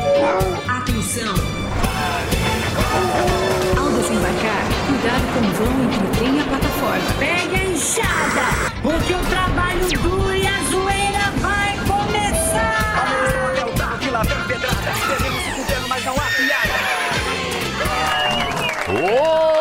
Atenção! Ao desembarcar, cuidado com o vão em que tem a plataforma. Pegue a enxada, porque o trabalho duro e a zoeira vai começar. É o carro que lá vem pedrada. Devemos se fuder, mas não há piada. Oh!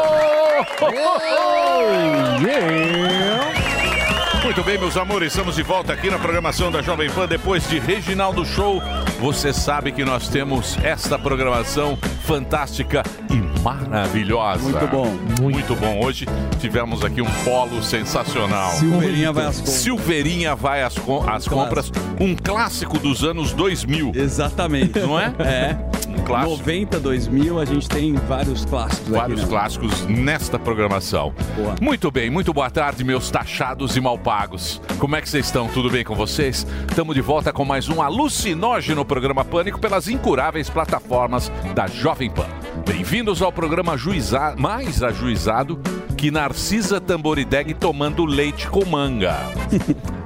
Muito bem, meus amores, estamos de volta aqui na programação da Jovem Pan. Depois de Reginaldo Show, você sabe que nós temos esta programação fantástica e maravilhosa. Muito bom. Muito, bom. Hoje tivemos aqui um polo sensacional. Silveirinha vai às compras. Silveirinha vai às, com- às compras. Um clássico dos anos 2000, Exatamente. não é? É. Um clássico. 90, 2000, a gente tem vários clássicos Vários aqui, né? clássicos nesta programação. Boa. Muito bem, muito boa tarde, meus taxados e mal pagos. Como é que vocês estão? Tudo bem com vocês? Estamos de volta com mais um alucinógeno programa Pânico pelas incuráveis plataformas da Jovem Pan. Bem-vindos ao programa ajuiza- mais ajuizado que Narcisa Tamborideg tomando leite com manga.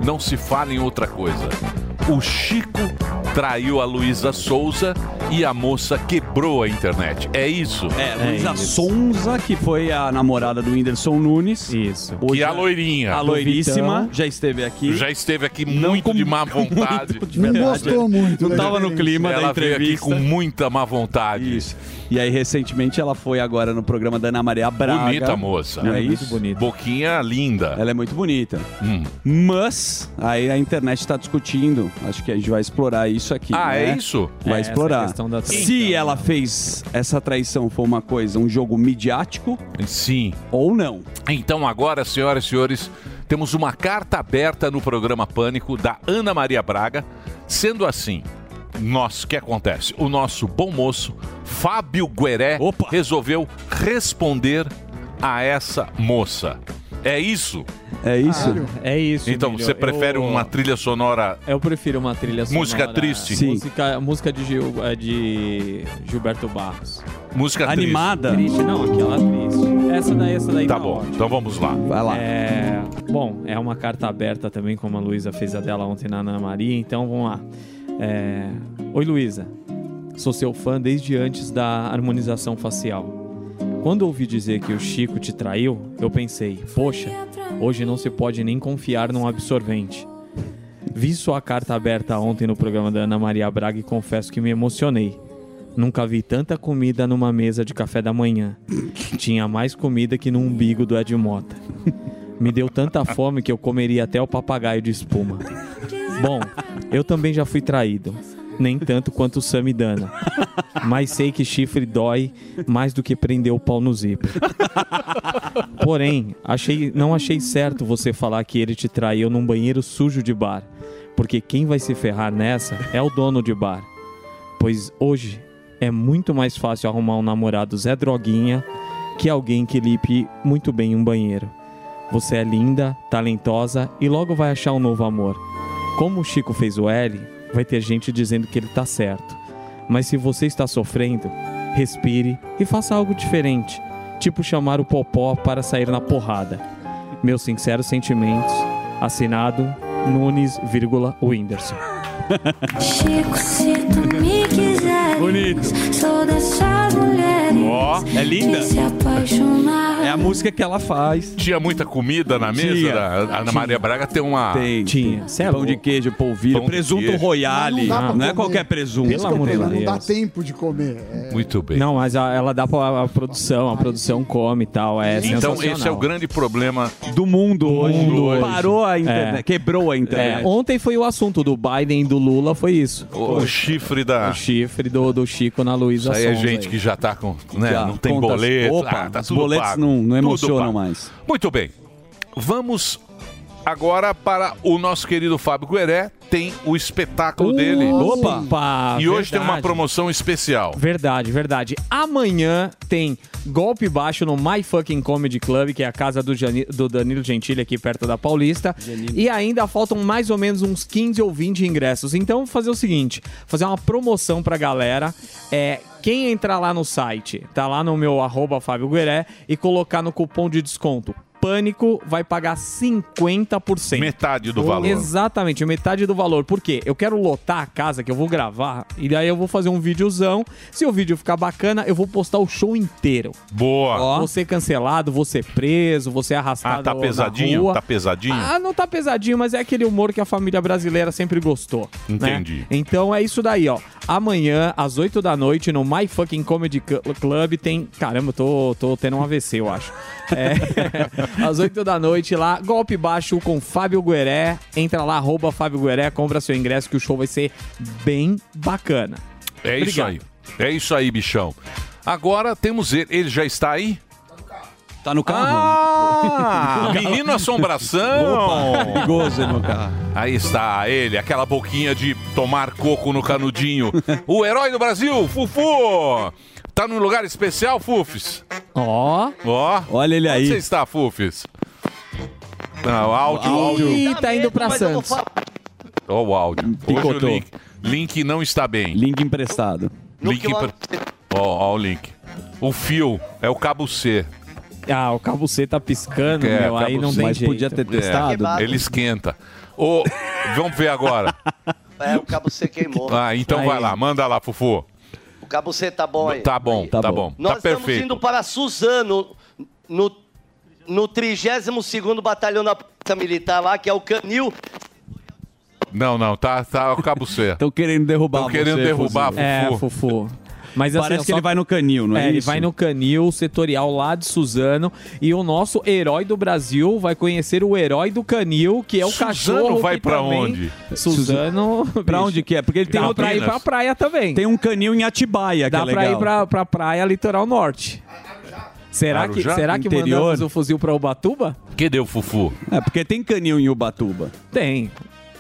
Não se fala em outra coisa. O Chico traiu a Luísa Souza e a moça quebrou a internet. É isso. É, Luísa isso. Sonza, que foi a namorada do Whindersson Nunes. Isso. Hoje E é a loirinha. a loiríssima, Vitão. já esteve aqui. já esteve aqui muito de má vontade. De verdade, gostou muito, Não né? tava no clima da Ela veio aqui entrevista. com muita má vontade. Isso. E aí, recentemente, ela foi agora no programa da Ana Maria Braga. Bonita moça. Não é Muito isso? bonito. Boquinha linda. Ela é muito bonita. Hum. Mas, aí a internet está discutindo. Acho que a gente vai explorar isso aqui. Ah, é né? isso? Vai É, essa explorar. questão da traição. né? Se ela fez essa traição foi uma coisa, um jogo midiático Sim. ou não. Então agora, senhoras e senhores, temos uma carta aberta no programa Pânico da Ana Maria Braga. Sendo assim, nós, o que acontece? O nosso bom moço, Fábio Gueré, Opa! resolveu responder a essa moça. É isso? É isso? É isso. então, Emílio. você prefere Eu- uma trilha sonora Eu prefiro uma trilha sonora. Música triste. Sim. Música, música de, Gil- eh, de Gilberto Barros. Música triste. Animada? Triste não, aquela triste. Essa daí, essa daí Tá tá bom, ótima. então vamos lá. Vai lá. É, bom, é uma carta aberta também, como a Luísa fez a dela ontem na Ana Maria, então vamos lá. É, Oi, Luísa. Sou seu fã desde antes da harmonização facial. Quando ouvi dizer que o Chico te traiu, eu pensei, poxa, hoje não se pode nem confiar num absorvente. Vi sua carta aberta ontem no programa da Ana Maria Braga e confesso que me emocionei. Nunca vi tanta comida numa mesa de café da manhã. Tinha mais comida que no umbigo do Ed Mota. Me deu tanta fome que eu comeria até o papagaio de espuma. Bom, eu também já fui traído. Nem tanto quanto o Samidana. Mas sei que chifre dói mais do que prender o pau no zíper. Porém, achei, não achei certo você falar que ele te traiu num banheiro sujo de bar. Porque quem vai se ferrar nessa é o dono de bar. Pois hoje é muito mais fácil arrumar um namorado Zé Droguinha que alguém que limpe muito bem um banheiro. Você é linda, talentosa e logo vai achar um novo amor. Como o Chico fez o L, vai ter gente dizendo que ele tá certo. Mas se você está sofrendo, respire e faça algo diferente, tipo chamar o Popó para sair na porrada. Meus sinceros sentimentos, assinado Nunes, vírgula, Whindersson. Chico, se tu me quiseres, Bonito. Sou dessas mulheres. Ó, é linda. de Se apaixonar. É a música que ela faz. Tinha muita comida na mesa? Tinha. da- A Ana Maria Braga tem uma. Tem. Tinha. Pão de queijo, polvilho, Pão de presunto queijo. royale. Não dá pra Não, é comer. qualquer presunto. Isso que eu tenho, Não dá tempo de comer. É, Muito bem. Não, mas a- ela dá pra a produção, a produção come e tal. É Então, sensacional. esse é o grande problema do mundo hoje. É. Parou a internet, quebrou a internet. É. ontem foi o assunto do Biden e do Lula, foi isso. O, o chifre da. O chifre do, do Chico na Luísa Isso aí é Sonza gente aí. que já tá com. Né, Já, não tem contas- boleto. opa, ah, tá os tudo boletos pago. não- não Tudo emocionam pago. mais. Muito bem. Vamos agora para o nosso querido Fábio Gueré. Tem o espetáculo dele. Opa! E hoje tem uma verdade. promoção especial. Verdade, verdade. Amanhã tem golpe baixo no My Fucking Comedy Club, que é a casa do, Jani- do Danilo Gentili aqui perto da Paulista. E ainda faltam mais ou menos uns 15 ou 20 ingressos. Então, vou fazer o seguinte, fazer uma promoção pra galera. É, quem entrar lá no site, tá lá no meu arroba Fábio Gueré, e colocar no cupom de desconto Pânico, vai pagar 50%. Metade do valor. Exatamente, metade do valor. Por quê? Eu quero lotar a casa que eu vou gravar e daí eu vou fazer um videozão. Se o vídeo ficar bacana, eu vou postar o show inteiro. Boa. Você cancelado, você é preso, você arrastado. Ah, tá na pesadinho? rua. Tá pesadinho? Ah, não tá pesadinho, mas é aquele humor que a família brasileira sempre gostou. né? Entendi. Então é isso daí, ó. Amanhã, às 8 da noite, no My Fucking Comedy Cl- Club, tem. Caramba, eu tô, tô tendo um AVC, eu acho. É. às 8 da noite lá, golpe baixo com Fábio Gueré. Entra lá, arroba Fábio Gueré, compra seu ingresso, que o show vai ser bem bacana. É isso Obrigado. aí. É isso aí, bichão. Agora temos ele. Ele já está aí? Tá no carro? Ah, menino assombração! Opa, perigoso ele no carro. Aí está ele, aquela boquinha de tomar coco no canudinho. o herói do Brasil, Fufu! Tá num lugar especial, Fufis? Ó. Ó. Olha ele aí. Onde você está, Fufis? Não, áudio, áudio. Ih, tá indo pra Santos. Ó o áudio. Hoje o Picotou. link, link não está bem. Link emprestado. Link pra... Ó, ó o link. O fio é o cabo C. Ah, o cabo C tá piscando, É, meu, cabo aí não C. tem Mas jeito. podia ter testado. É, ele esquenta. Ô, vamos ver agora. É, o cabo C queimou. Ah, então vai lá, manda lá, Fufu. O cabo C tá bom aí. Tá bom, tá, bom. Nós Tá estamos perfeito. indo para Suzano, no, no 32º Batalhão da Polícia Militar lá, que é o Canil. Não, não, tá, tá o cabo C. Estão querendo derrubar Estão querendo você, derrubar, Fufu. Fufu. É, Fufu. Mas assim, Parece eu que ele vai no canil, não é Ele isso? vai no canil setorial lá de Suzano. E o nosso herói do Brasil vai conhecer o herói do canil, que é o Suzano cachorro. vai que pra também- onde? Suzano. Pra onde que é? Porque ele tem Dá um pra ir pra praia também. Tem um canil em Atibaia, que Dá é legal. pra ir pra, pra praia litoral norte. Será que, Arujá? será que Interior? mandamos o fuzil pra Ubatuba? Que deu, Fufu? É, porque tem canil em Ubatuba. Tem.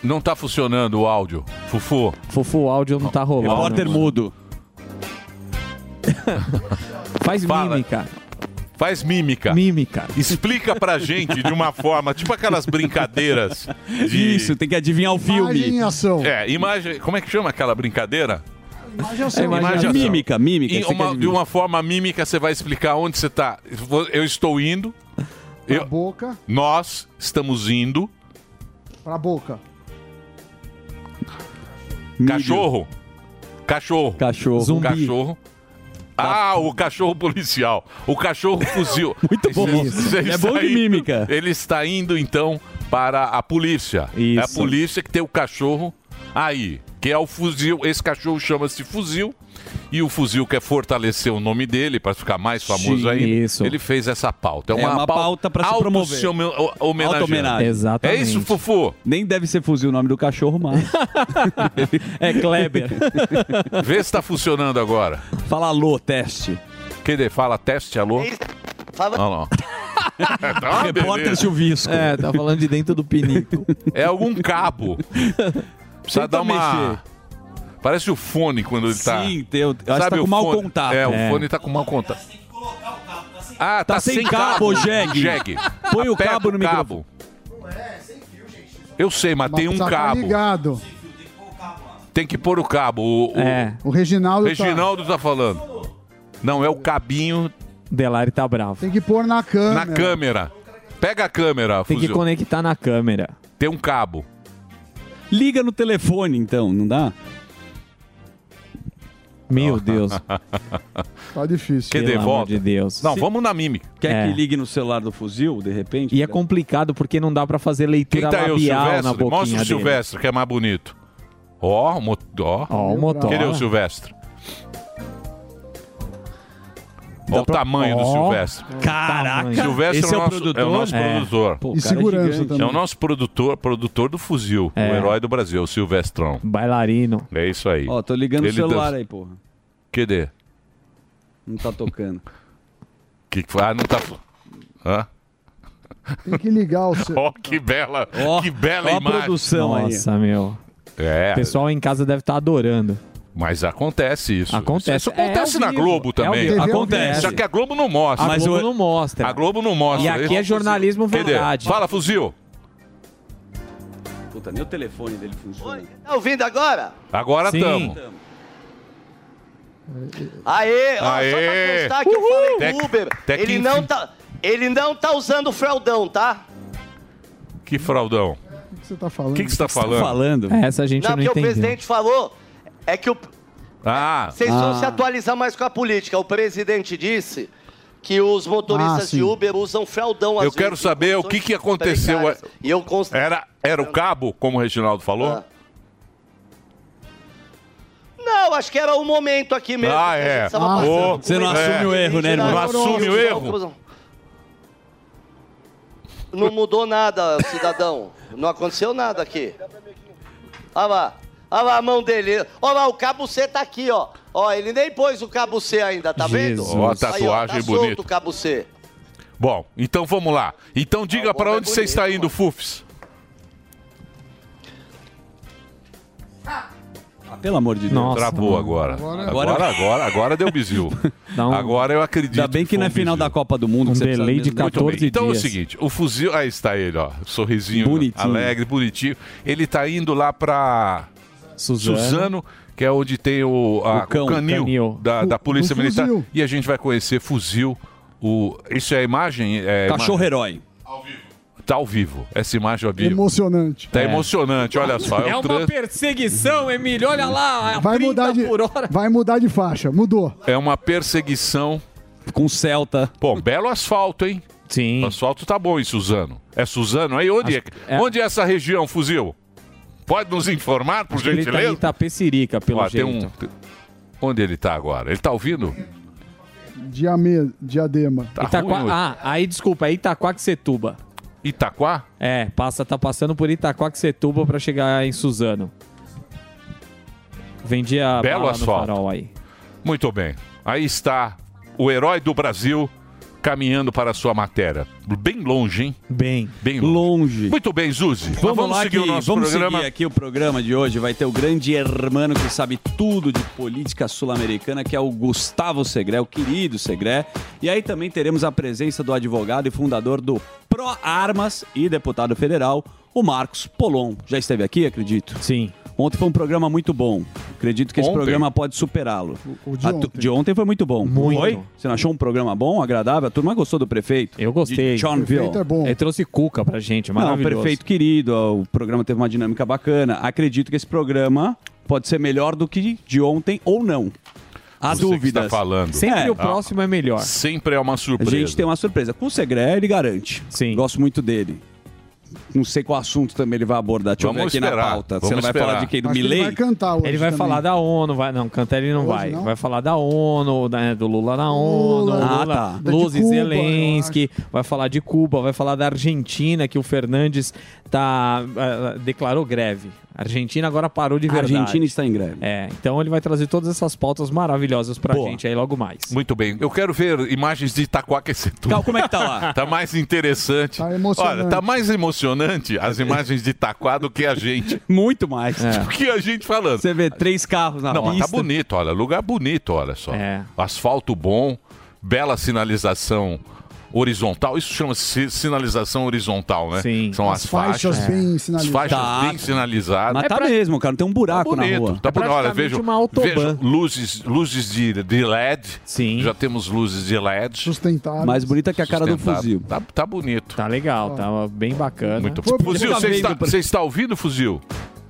Não tá funcionando o áudio. Fufu. Fufu, o áudio não tá rolando. Repórter mudo. Faz mímica. Faz mímica. Mímica. Explica pra gente de uma forma, tipo aquelas brincadeiras. De... Isso, tem que adivinhar o filme. Imagem em ação. É, imagem. Como é que chama aquela brincadeira? imaginação. É Imaginação. Mímica, mímica, E você uma- quer- de uma forma mímica, você vai explicar onde você tá. Eu estou indo. Eu, Boca nós estamos indo. pra boca. Cachorro. Cachorro. Cachorro. Um Zumbi. Cachorro. Ah, o cachorro policial. O cachorro fuzil. Muito bom Esse- isso. esse É bom de aí- mímica. Ele está indo, então, para a polícia. Isso. É a polícia que tem o cachorro aí, que é o fuzil. Esse cachorro chama-se fuzil. E o fuzil quer fortalecer o nome dele para ficar mais famoso Sim, aí. isso. Ele fez essa pauta. É É uma, uma pauta pra se auto- promover. se homen- o- homenageando. Auto-homenagem. É isso, Exatamente. Fufu? Nem deve ser fuzil o nome do cachorro, mas... É Kleber. Vê se tá funcionando agora. Fala alô, teste. Quer dizer, fala teste, alô? Fala. Olha lá. Tá uma beleza. Chuvisco. É, tá falando de dentro do pinico. É algum cabo. Precisa Tenta dar uma. mexer. Parece o fone quando ele tá. Sim, tem- eu acho que tá Sabe com o mau fone? contato. É, É. o fone tá com mau contato. Ah, tá, Tá sem cabo, Jeg. Jeg. Põe o Aperta cabo no cabo. Eu sei, mas, tem um Tá cabo. ligado. Tem que pôr o cabo. O, o- É. O Reginaldo tá- Reginaldo tá falando. Não, é o cabinho Delari tá bravo. Tem que pôr na na câmera. câmera. Pega a câmera, Tem que Fuzil. conectar na câmera. Tem um cabo. Liga no telefone, então, não dá? Meu Deus. Tá difícil. Que Pelo devolta. amor de Deus. Não, vamos na mímica. Quer É. que ligue no celular do fuzil, de repente? E é complicado porque não dá pra fazer leitura Quem tá aí, o labial na Silvestre? boquinha Mostra o dele. Silvestre, que é mais bonito. Ó, o mo- ó. Ó, o motor. Cadê o Silvestre? Ó o pra- tamanho do Ó. Silvestre. Caraca. Silvestre Esse é, é o o nosso, produtor? é o nosso É. produtor. Pô, o E cara é segurança gigante. também. É o nosso produtor, produtor do fuzil, É. o herói do Brasil, o Silvestrão. Bailarino. É isso aí. Ó, tô ligando o Ele celular dança- aí, porra. Cadê? Não tá tocando. Que que foi? Ah, não tá. Hã? Tem que ligar o seu. É Ó, que bela, que bela ó a imagem. produção aí. Nossa, meu. É. O pessoal em casa deve estar adorando. Mas acontece isso. Acontece. Isso É, é acontece ao na vivo. Globo É ao também. vivo. Acontece. Só que a Globo não mostra. A Mas Globo o- não mostra. A Globo não mostra. E aqui é jornalismo Cadê? verdade. Fala, fuzil. Puta, nem o telefone dele funciona. Tá ouvindo agora? Agora Sim. estamos. Aê, ó, só pra Aê. constar que eu falei Tec- do Uber. tec- Ele não, tá, ele não tá usando o fraldão, tá? Que fraudão. O que você tá falando? O que que você tá falando? Essa a gente não, não, porque o entendeu. presidente falou é que o, Ah. vocês vão se atualizar mais com a política. O presidente disse que os motoristas Ah, sim. de Uber usam fraldão às Eu quero vezes, saber em o que, que condições aconteceu. é- precárias. E eu const... É. era, era o cabo, como o Reginaldo falou? Não, acho que era o momento aqui mesmo. é- Ah, que a gente é. tava Ah. passando. Ô, Você não assume é. o erro, né, irmão? Não assume o erro. Não mudou nada, cidadão. Não aconteceu nada aqui. Olha lá. Olha lá a mão dele. Olha lá, o cabo C tá aqui, ó. Ó, ele nem pôs o cabo C ainda, tá Jesus. vendo? Ó, a tatuagem Aí, ó, tá bonita. Solto o cabo C. Bom, então vamos lá. Então diga pra é onde você está indo, Fufs. Pelo amor de Deus. Nossa, Travou mano. agora. Agora- Agora, agora, agora, deu bizil. um Agora eu acredito. um Ainda bem que na final da Copa do Mundo, que você precisa mesmo- Muito bem. Então é o seguinte, o fuzil, aí está ele, ó, sorrisinho, Bonitinho. alegre, bonitinho. Ele tá indo lá pra Suzano. Suzano, que é onde tem o, a- O cão, o canil, canil. Da, da O- Polícia o Militar. fuzil. E a gente vai conhecer fuzil. O, isso é a imagem? É, Cachorro imagem- herói. Tá ao vivo. Essa imagem ao vivo. Emocionante. Tá emocionante, olha só. É, É o uma trânsito. perseguição, Emílio. Olha lá. Vai mudar, de, vai mudar de faixa. Mudou. É uma perseguição. Com Celta. Bom, belo asfalto, hein? Sim. O asfalto tá bom, hein, Suzano? É Suzano? Aí onde, é... onde é essa região, fuzil? Pode nos informar, por Ele tá gentileza? em Itapecerica, pelo Ó, tem jeito. um... tem- Onde ele tá agora? Ele tá ouvindo? Diame, diadema. Tá Itaquá- ah, aí desculpa, é Itaquaquecetuba. Itaquá? É, passa, tá passando por Itaquaquecetuba pra chegar em Suzano. Vendia Belo bala no asfalto. farol aí. Muito bem. Aí está o herói do Brasil caminhando para a sua matéria. Bem longe, hein? Bem. Bem longe. Muito bem, Zuzi. Mas Vamos, lá seguir que- o nosso vamos programa. seguir aqui o programa de hoje. Vai ter o grande hermano que sabe tudo de política sul-americana, que é o Gustavo Segré, o querido Segré. E aí também teremos a presença do advogado e fundador do Pro Armas e deputado federal, o Marcos Polon. Já esteve aqui, acredito? Sim. Ontem foi um programa muito bom. Acredito que esse Ontem? programa pode superá-lo. o de A tu- ontem. de ontem foi muito bom. Muito. Foi? Você não achou um programa bom, agradável? A turma gostou do prefeito? Eu gostei. é De Johnville. Ele trouxe Cuca pra gente, Não, maravilhoso. perfeito, querido. ó, O programa teve uma dinâmica bacana. Acredito que esse programa pode ser melhor do que de ontem ou não. Há Você que dúvidas. está falando. Sempre É. o próximo é melhor. Sempre é uma A surpresa. gente tem uma surpresa. Com o Segré, ele garante. Sim. Gosto muito dele. Não sei qual assunto também ele vai abordar. Deixa eu ver Vamos aqui na esperar. pauta. Vamos Você não vai esperar. falar de quem? Do Acho que ele Milley? vai cantar hoje Ele vai também. falar da ONU, vai. Não, cantar ele não vai. Vai falar da ONU, da- né, do Lula na ONU, Lula. Ah, Lula, tá. Luz Da de Cuba, Zelensky, vai falar de Cuba, vai falar da Argentina, que o Fernandes tá, ah, declarou greve. A Argentina agora parou de A verdade. Argentina está em greve. É, então ele vai trazer todas essas pautas maravilhosas pra gente aí logo mais. Muito bem. Eu quero ver imagens de Itaquaquecetuba. um- Como é que tá lá? tá mais interessante. emocionante. Olha, tá mais emocionante as imagens de Itaquá do que a gente. Muito mais. É. Do que a gente falando. Você vê três carros É. na Não, mas pista. É. tá bonito, olha. Lugar bonito, olha só. Asfalto bom, bela sinalização horizontal. Isso chama-se si- sinalização horizontal, né? Sim. São as, As faixas bem As sinalizadas. faixas Tá. bem sinalizadas. É Mas tá mesmo, cara. Tem um buraco na rua. Tá bonito. Olha, vejo, vejo luzes, luzes de, de LED. Sim. Já temos luzes de LED. Sustentável. Mais bonita que a cara do Sustentável. fuzil. Tá, tá bonito. Tá legal, tá bem bacana. Muito Fuzil, você está, você está ouvindo, fuzil?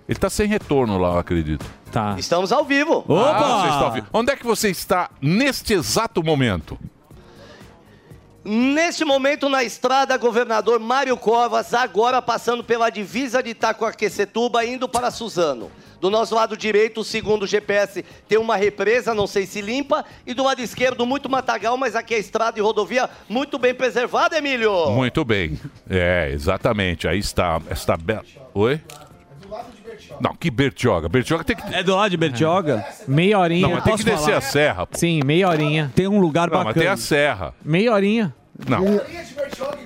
Ele tá sem tá retorno lá, eu acredito. Tá. Estamos ao vivo. Ah, vocês estão ao vivo. Onde é que você está neste exato momento? Neste momento, na estrada, governador Mário Covas, agora passando pela divisa de Itacoaquecetuba, indo para Suzano. Do nosso lado direito, segundo o GPS, tem uma represa, não sei se limpa, e do lado esquerdo, muito matagal, mas aqui é estrada e rodovia muito bem preservada, Emílio. Muito bem. É, exatamente. Aí está esta bela. Oi? Não, que Bertioga. Bertioga tem que. É do lado de Bertioga? Meia horinha. Não, mas tem que Posso descer falar? a serra. Pô. Sim, meia horinha. Tem um lugar Não, mas tem a serra. Meia horinha. Não.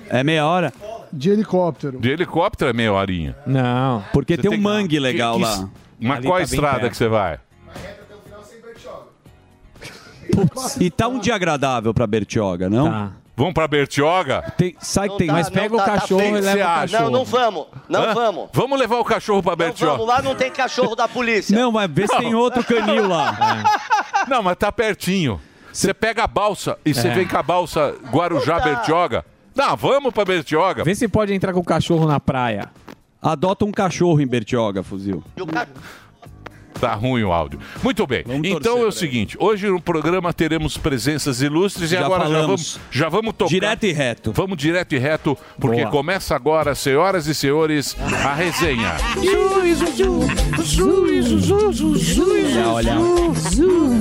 É meia hora? De helicóptero. De helicóptero é meia horinha. Não. Porque Você tem um que- mangue que- legal que- lá. Mas Ali qual tá a bem estrada perto. que você vai? E tá um dia agradável pra Bertioga, não? Tá. Vamos pra Bertioga? Tem, sai que tem. tá, não tá, tá feio. Não, não vamos. Não um- Hã? vamos. Vamos levar o cachorro pra Bertioga. Então, Vamos lá, não tem cachorro da polícia. Não, mas vê se tem outro canil lá. Não, mas tá pertinho. Você pega a balsa e você É. vem com a balsa Guarujá-Bertioga. Não, vamos pra Bertioga. Vê se pode entrar com o cachorro na praia. Adota um cachorro em Bertioga, fuzil. Tá ruim o áudio. Muito bem. então é o seguinte, hoje no programa teremos presenças ilustres e Já agora já falamos. vamos, já vamos tocar. Direto e reto. Vamos direto e reto, porque Boa. começa agora, senhoras e senhores, a resenha. Olha, olha.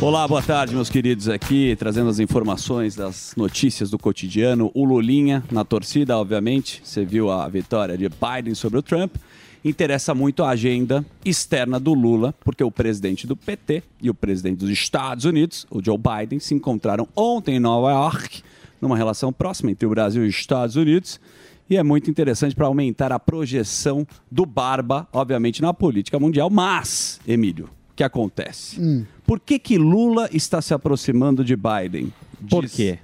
Olá, boa tarde, meus queridos aqui, trazendo as informações das notícias do cotidiano. O Lulinha na torcida, obviamente. Você viu a vitória de Biden sobre o Trump. Interessa muito a agenda externa do Lula, porque o presidente do PT e o presidente dos Estados Unidos, o Joe Biden, se encontraram ontem em Nova York, numa relação próxima entre o Brasil e os Estados Unidos. E é muito interessante para aumentar a projeção do Barba, obviamente, na política mundial. Mas, Emílio, o que acontece? Hum. Por que, que Lula está se aproximando de Biden? Por quê?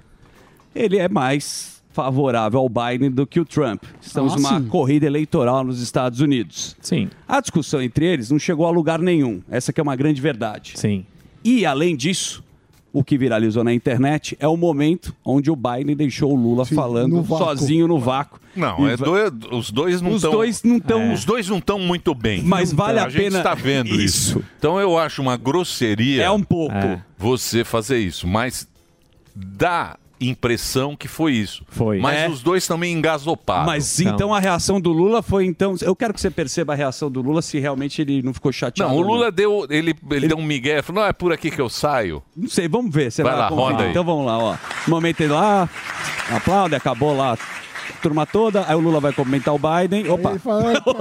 Ele é mais favorável ao Biden do que o Trump. Estamos Ah, numa sim. corrida eleitoral nos Estados Unidos. Sim. A discussão entre eles não chegou a lugar nenhum. Essa que é uma grande verdade. Sim. E, além disso, o que viralizou na internet é o momento onde o Biden deixou o Lula falando no vácuo. sozinho no vácuo. Não, E é va- dois- os dois não Os estão. dois não tão- Os dois não estão muito bem. Mas Não vale tão. a gente pena está vendo isso. isso. Então eu acho uma grosseria. É um pouco. É. Você fazer isso, mas dá impressão que foi isso. Foi. Mas É. os dois também engasoparam. Mas então a reação do Lula foi então. Eu quero que você perceba a reação do Lula se realmente ele não ficou chateado. Não, o ou Lula deu. Ele, ele, deu um migué, falou: não, é por aqui que eu saio. Não sei, vamos ver. Você Vai vai, lá, conferir. roda aí. Então vamos lá, ó. Momento aí lá, aplaude, acabou lá a turma toda. Aí o Lula vai comentar o Biden. Opa!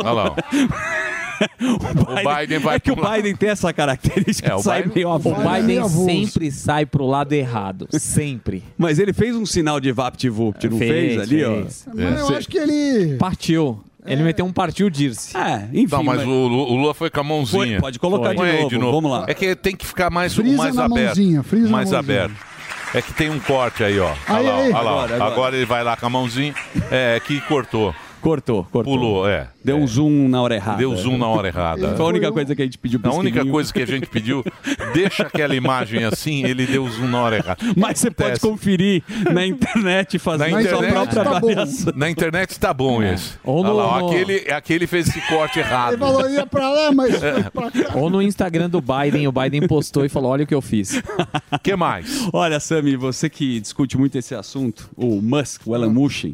Olha lá. ó. O Biden vai é que o Biden tem essa É, característica, É, o sai Biden- meio o avulso. Biden é sempre sai pro lado errado. Sempre. Mas ele fez um sinal de VaptVupt, não fez, Fez, ali, fez. ó? É, Mas eu É, Cê- acho que ele- É Partiu. Ele meteu um partiu Dirce. É, enfim. Não, mas, mas- O, Lu- o Lula foi com a mãozinha. Foi, pode colocar de um Põe aí novo, vamos lá. É que tem que ficar mais, Frisa mais na aberto. mãozinha, frisa na mais mãozinha. aberto. É que tem um corte aí, ó. Aí, olha lá, ó, aí. olha lá, ó. Agora, agora, agora. ele vai lá com a mãozinha. É, que cortou. Cortou, cortou. Pulou, é. Deu um zoom na hora errada. Deu zoom na hora errada. Foi a única coisa que a gente pediu pro A única Esquilinho. coisa que a gente pediu, deixa aquela imagem assim, ele deu zoom na hora errada. Mas é você pode conferir na internet Na fazendo sua internet, própria avaliação. na internet tá bom esse. Ou no- Olha lá, ó, no- aquele, aquele fez esse corte errado. É. Ele falou, ia pra lá, mas foi pra cá. Ou no Instagram do Biden, o Biden postou e falou: olha o que eu fiz. que mais? Olha, Sami, você que discute muito esse assunto, o Musk, o Elon Musk,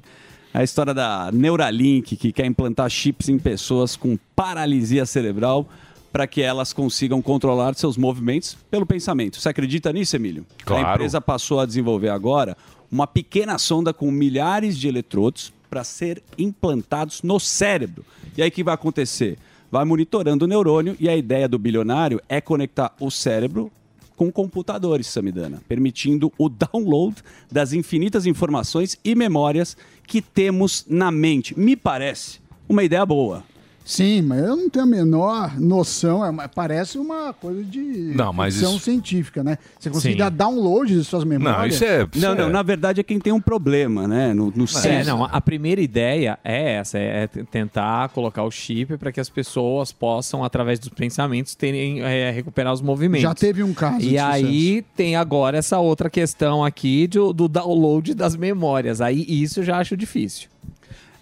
a história da Neuralink, que quer implantar chips em pessoas com paralisia cerebral para que elas consigam controlar seus movimentos pelo pensamento. Você acredita nisso, Emílio? Claro. A empresa passou a desenvolver agora uma pequena sonda com milhares de eletrodos para ser implantados no cérebro. E aí o que vai acontecer? Vai monitorando o neurônio e a ideia do bilionário é conectar o cérebro com computadores, Samidana, permitindo o download das infinitas informações e memórias que temos na mente. Me parece uma ideia boa. Sim, mas eu não tenho a menor noção. é uma- parece uma coisa de Não, mas ficção isso- cientível, né? Você conseguir Sim. dar download de suas memórias. Não, não, na verdade é quem tem um problema, né? No, no É, cérebro. não, a primeira ideia é essa, é t- tentar colocar o chip para que as pessoas possam, através dos pensamentos, terem, é, recuperar os movimentos. Já teve um caso de E aí tem agora essa outra questão aqui de- do download das memórias. Aí isso eu já acho difícil.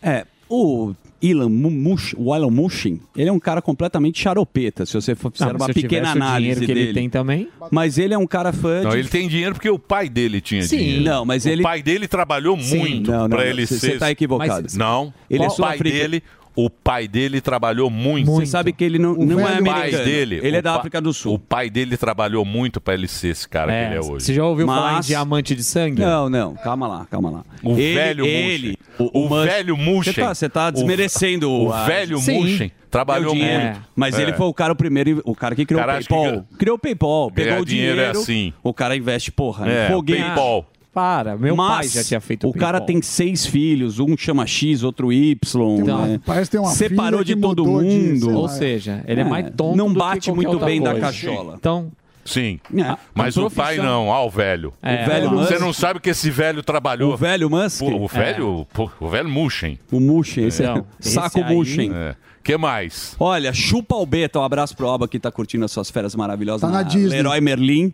É, o Elon, Mu- Mush, o Elon Mushin, ele é um cara completamente charopeta, se você for fizer mas uma se eu pequena tivesse o análise dinheiro que ele dele. tem também? Mas ele é um cara fã Não, de... ele tem dinheiro porque o pai dele tinha Sim. dinheiro. Não, mas o ele- pai dele trabalhou Sim. muito Não, não, para não, ele você- ser. você tá equivocado. Mas- não, Ele é o pai sul-africano. dele, o pai dele trabalhou muito. Você sabe que ele não, não é O pai americano. dele, ele é o da pa- África do Sul. O pai dele trabalhou muito para ele ser esse cara É, que ele é hoje. você já ouviu falar em diamante de sangue? Não, não, calma lá, calma lá. O Ele- velho ele, Mushin. O, Mush- velho Mushin. Você tá, você tá desmerecendo o, a- velho Sim. Mushin. Trabalhou Deu dinheiro, muito. É. Mas ele foi o cara o primeiro, o cara que criou Cara, o acho que PayPal. Criou o PayPal, Ganhar pegou o dinheiro dinheiro. é assim. O cara investe, porra, É, em foguete. PayPal. Para, meu Mas pai já tinha feito O cara paintball. tem seis filhos, um chama X, outro Y. uma- né? parece que Então, tem uma Separou filha que de todo mudou de, mundo. sei lá. Ou seja, ele é mais tonto Não do que bate qualquer muito outra bem da coisa. cachola. Então, Sim. É. Mas Um o pai profissional- não, ah, o velho. É, O velho o Você Musk. não sabe que esse velho trabalhou. O velho Musk? É. Pô, o velho, pô, o velho Mushin. O Mushin, esse Então, é. Saco Mushin. É. Que mais? Olha, chupa o Beta. Um abraço pro Alba que tá curtindo as suas férias maravilhosas. Tá na Disney. Leroy Merlin.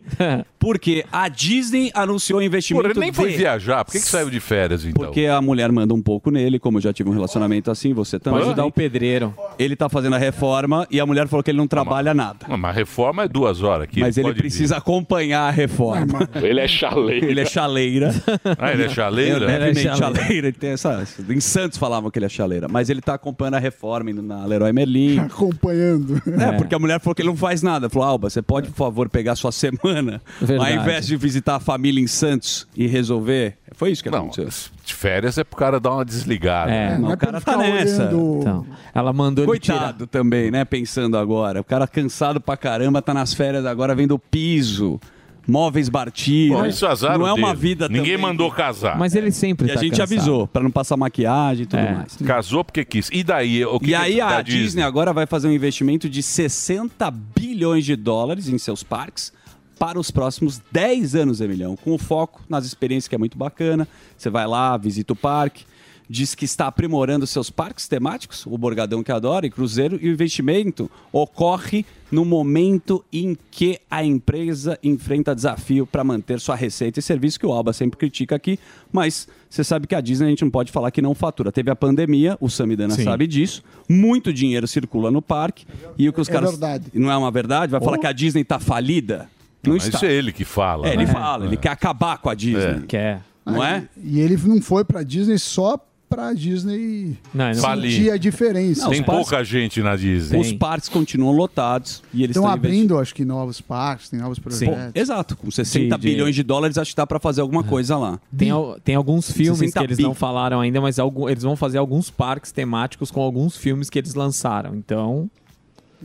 Porque a Disney anunciou investimento Porra, ele nem foi de- viajar. Por que, que saiu de férias, então? Porque a mulher manda um pouco nele, como eu já tive um relacionamento assim, você também. Pode ajudar o pedreiro. Ele tá fazendo a reforma e a mulher falou que ele não trabalha nada. Não, mas reforma é duas horas aqui. Mas ele pode vir. precisa acompanhar a reforma. Ele é chaleira. Ele é chaleira. Ah, ele é chaleira? Eu, levemente Ele é chaleira. chaleira. ele Tem essa, em Santos falavam que ele é chaleira. Mas ele tá acompanhando a reforma indo na Leroy Merlin. Acompanhando. É, porque a mulher falou que ele não faz nada. Falou, Alba, você pode, por favor, pegar sua semana Verdade. ao invés de visitar a família em Santos e resolver? Foi isso que aconteceu. De férias é pro cara dar uma desligada. né? É, mas o cara tá nessa. Então, ela mandou ele Coitado também, né? Pensando agora. O cara cansado pra caramba, tá nas férias agora, vendo piso, móveis Bartira. Bom, isso é azar não é uma dele. vida Ninguém também. mandou casar. Mas ele sempre E a tá gente cansado. avisou, pra não passar maquiagem e tudo É. mais. Casou porque quis. E daí? O que E que tá aí da a Disney, agora vai fazer um investimento de 60 bilhões de dólares em seus parques para os próximos 10 anos, Emilhão, com foco nas experiências que é muito bacana. Você vai lá, visita o parque, diz que está aprimorando seus parques temáticos, o Borgadão que adora e Cruzeiro, e o investimento ocorre no momento em que a empresa enfrenta desafio para manter sua receita e serviço, que o Alba sempre critica aqui, mas você sabe que a Disney a gente não pode falar que não fatura. Teve a pandemia, o Samidana Sim. sabe disso. Muito dinheiro circula no parque. E o que os É caras. verdade. Não é uma verdade? Vai falar que a Disney tá falida? Não Mas está. isso é ele que fala. É, ele né? fala, ele quer acabar com a Disney. Quer. Não é? E ele não foi pra Disney só pra Disney não. sentir a diferença. Tem Os parques pouca gente na Disney. Os parques continuam lotados e eles Estão estão abrindo, acho que, novos parques, tem novos projetos. Exato, com 60 De- de- bilhões de dólares acho que dá pra fazer alguma coisa lá. Tem, al- tem alguns filmes 60 que eles bi. não falaram ainda, mas algum- eles vão fazer alguns parques temáticos com alguns filmes que eles lançaram. Então,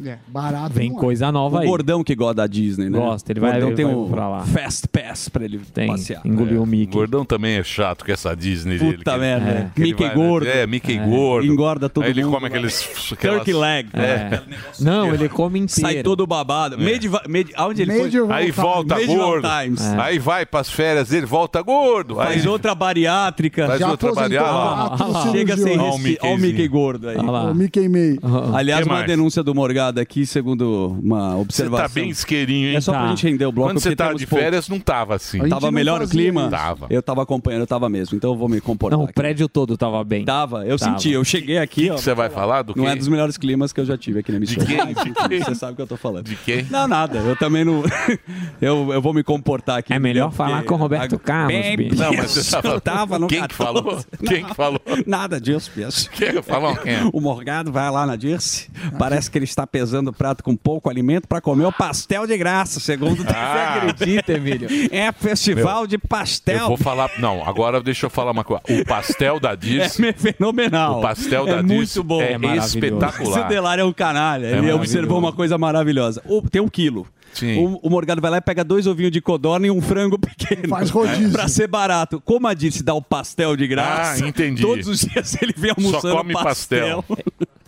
É, barato. vem não é. coisa nova o aí. Gordão que gosta da Disney, né? Gosta, ele O vai- Gordão ele tem vai o pra lá. Fast Pass pra ele Tem, passear. engoliu o O Mickey. gordão também é chato com essa Disney dele. Puta que ele- merda, é. que ele Mickey vai- gordo. É, Mickey É. gordo. Engorda todo Aí ele mundo, né? come aqueles... Turkey leg. É. né? Não, ele come inteiro. É. Sai todo babado. Medieval, medi, onde ele foi? Aí volta Medieval gordo. Times. É. É. Aí vai pras férias dele, volta gordo. Faz aí... outra bariátrica. Faz Já outra aposentou bariátrica. a Olha lá, olha lá. cirurgião. Chega sem Olha respeito. Olha o o Mickeyzinho. Mickey gordo aí. Olha lá. Eu me queimei. Aliás, Que uma mais? denúncia do Morgado aqui, segundo uma Você observação. tá bem isqueirinho, hein? É só pra Tá. gente render o bloco. Quando você porque tá temos de pouco. férias, não tava assim. Tava melhor o clima? Tava. Eu tava acompanhando, eu tava mesmo. Então eu vou me comportar. Não, o aqui. prédio todo tava bem. Tava, eu Tava. senti. Eu cheguei aqui, ó. Você vai falar do Não quê? é dos melhores climas que eu já tive aqui na emissora. quem? De quem? Você sabe o que eu tô falando. De quem? Não, nada. Eu também não. eu, eu vou me comportar aqui. É melhor falar com o Roberto Carlos, bicho. Não, mas você tava... tava no Quem que 14. falou? Quem que falou? Nada disso, Piaço. Quem falou? Quem? é? O Morgado vai lá na Dirce, parece que ele está pesando o prato com pouco alimento para comer o pastel de graça, segundo Ah. você acredita, Emílio. É festival de Eu pastel. vou falar. Não, agora deixa eu falar uma coisa. O pastel da Disney. É fenomenal. O pastel é da muito Dirce bom. é maravilhoso. espetacular. Esse Delário é um canalha. É ele maravilhoso. observou uma coisa maravilhosa. O- tem um quilo. Sim. O, o Morgado vai lá e pega dois ovinhos de codorna e um frango pequeno. Faz rodízio. Pra ser barato. Como a Dirce dá o pastel de graça, Ah, entendi. todos os dias ele vem almoçando Só come pastel.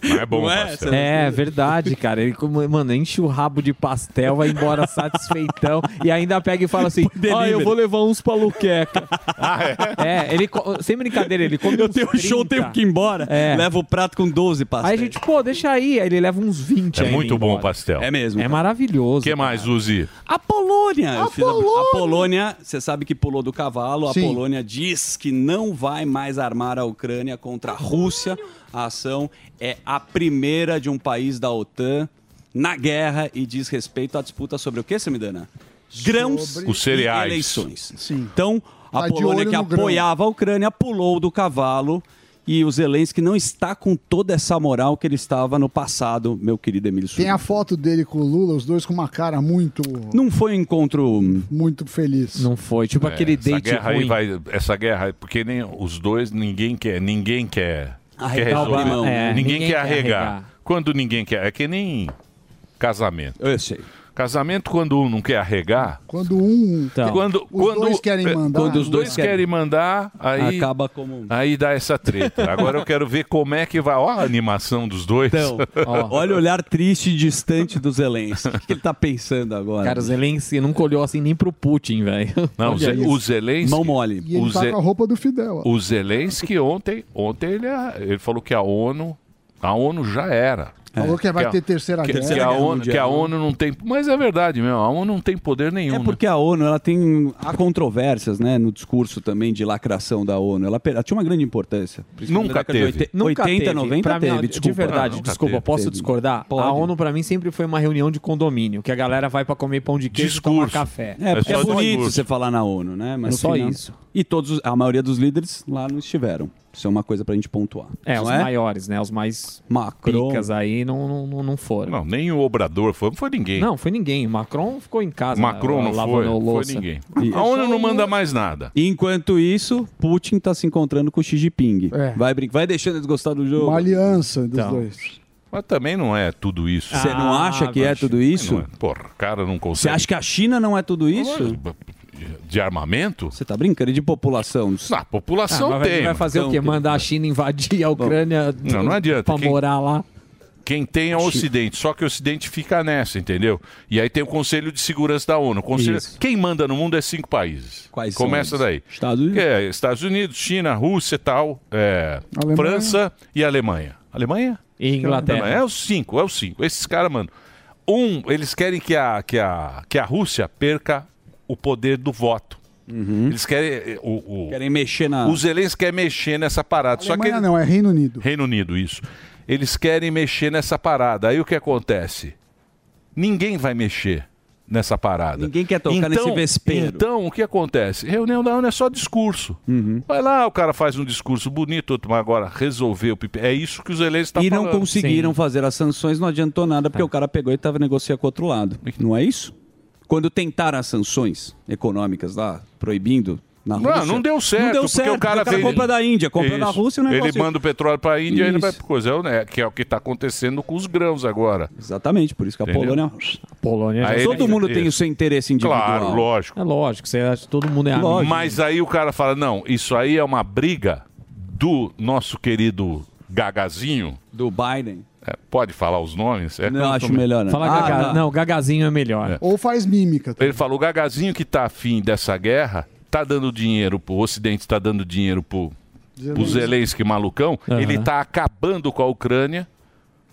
Mas é bom Não o é, pastel. É, verdade, cara. Ele, como- mano, enche o rabo de pastel, vai embora satisfeitão e ainda pega e fala assim: Ó, eu vou levar uns pra Luqueca. Ah, é? ele, co- sem brincadeira, ele come Eu tenho um show, tenho que ir embora. Leva o prato com 12 pastéis. Aí a gente, pô, deixa aí. Aí ele leva uns 20 É ainda muito bom embora. o pastel. É mesmo. É maravilhoso. O que mais, Uzi? A Polônia. eu A fiz a- Polônia. a Polônia, você sabe que pulou do cavalo. A Sim. Polônia diz que não vai mais armar a Ucrânia contra a Rússia. A ação é a primeira de um país da OTAN na guerra e diz respeito à disputa sobre o que, Samidana? Grãos Os cereais. e eleições. Então, a Tá de Polônia olho que no grão. apoiava a Ucrânia pulou do cavalo. E o Zelensky não está com toda essa moral que ele estava no passado, meu querido Emílio Tem a foto dele com o Lula, os dois com uma cara muito. Não foi um encontro. Muito feliz. Não foi. Tipo É, essa guerra aí vai essa guerra aí, porque nem os dois ninguém quer ninguém quer Arregar quer o resolver. balão. É, ninguém, ninguém quer quer arregar. arregar. quando ninguém quer é que nem casamento eu sei casamento quando um não quer arregar Quando um. Então. quando os quando dois querem é, mandar. quando os dois querem mandar aí Acaba como- um. aí dá essa treta agora eu quero ver como é que vai ó a animação dos dois Então, olha o olhar triste e distante do Zelensky. O que ele tá pensando agora? Cara, o Zelensky nunca olhou assim nem pro Putin, velho. não Olha Ze- isso. o Zelensky Mão mole. E ele o tá Ze- com a roupa do Fidel. ó. O Zelensky ontem, ontem ele, ele falou que a ONU, a ONU já era. Falou que vai a- ter terceira que, guerra. Que a, ONU, que a ONU não tem, mas é verdade mesmo, a ONU não tem poder nenhum. É né? porque a ONU ela tem há controvérsias, né, no discurso também de lacração da ONU. Ela, pe- ela tinha uma grande importância. principalmente Nunca na década de teve. 80, 80, 90 Pra mim, teve, não, desculpa. Ah, De verdade, desculpa, posso discordar? A ONU pra mim sempre foi uma reunião de condomínio, que a galera vai pra comer pão de queijo e tomar café. É, porque é, só bonito discurso. você falar na ONU, né? É só afinal- isso. E todos, os- a maioria dos líderes lá não estiveram. Isso é uma coisa pra gente pontuar. É, não os maiores, né? Os mais Macron. picas aí não, não, não- não foram. Não, nem o Obrador foi, não foi ninguém. Não, foi ninguém. Macron ficou em casa. Macron né, não foi, lavando não foi louça. ninguém. E- um A ONU não manda mais nada. E Enquanto isso, Putin tá se encontrando com Xi Jinping. É. Vai, brin- vai deixando eles gostar do jogo. Uma aliança dos Então. dois. Mas também não é tudo isso. Você não Ah, acha que é bicho, tudo isso? não é. Porra, cara não Você consegue. acha que a China não é tudo isso? De armamento? Você tá brincando? E de população? Ah, população Ah, mas tem. Vai fazer mas- o quê? Mandar a China invadir a Ucrânia Não, não adianta. pra Quem- morar lá? Quem tem é o Ocidente, só que o Ocidente fica nessa, entendeu? E aí tem o Conselho de Segurança da ONU. O Conselho... Isso. Quem manda no mundo é cinco países. Quais são Começa eles? daí. Estados Unidos. É, Estados Unidos, China, Rússia, tal, é, Alemanha. França e Alemanha. Alemanha? E Inglaterra. Não, não, é os cinco, é os cinco. Esses caras, mano. Um, eles querem que a, que a, que a Rússia perca o poder do voto. Eles querem. eh, O, o- Uhum. Querem mexer na. o Zelensky quer mexer nessa parada. só que Alemanha ele- não, é Reino Unido. Reino Unido, isso. Eles querem mexer nessa parada. Aí o que acontece? Ninguém vai mexer nessa parada. Ninguém quer tocar nesse vespeiro. Então, o que acontece? Reunião da ONU é só discurso. Uhum. Vai lá, o cara faz um discurso bonito, outro, mas agora resolveu o pipi. É isso que os eleitos tá estão e falando. não conseguiram fazer as sanções, não adiantou nada, porque o cara pegou e estava negociando com o outro lado. Não é isso? Quando tentaram as sanções econômicas lá, proibindo na Não, Rússia. não deu certo, Não deu porque certo. o cara, vem- compra da Índia, compra da Isso. Rússia, o negócio. Ele manda o petróleo para a Índia, ele Isso. vai pra coisa, é o- é, que é o que está acontecendo com os grãos agora. Exatamente, por isso que a Polônia. Polônia Aí Todo ele- mundo tem o isso. seu interesse individual. Claro, lógico. É lógico, você acha que todo mundo é amigo. Mas aí o cara fala: não, isso aí é uma briga do nosso querido Gagazinho. É, Do Biden. pode falar os nomes? É, Não, acho melhor não. Fala Ah, gaga... tá. Não, gagazinho é melhor. Ou faz mímica. Ele falou: o Gagazinho que tá afim dessa guerra, tá dando dinheiro pro Ocidente, tá dando dinheiro pro, pro Zelensky. Zelensky malucão, Aham. ele tá acabando com a Ucrânia.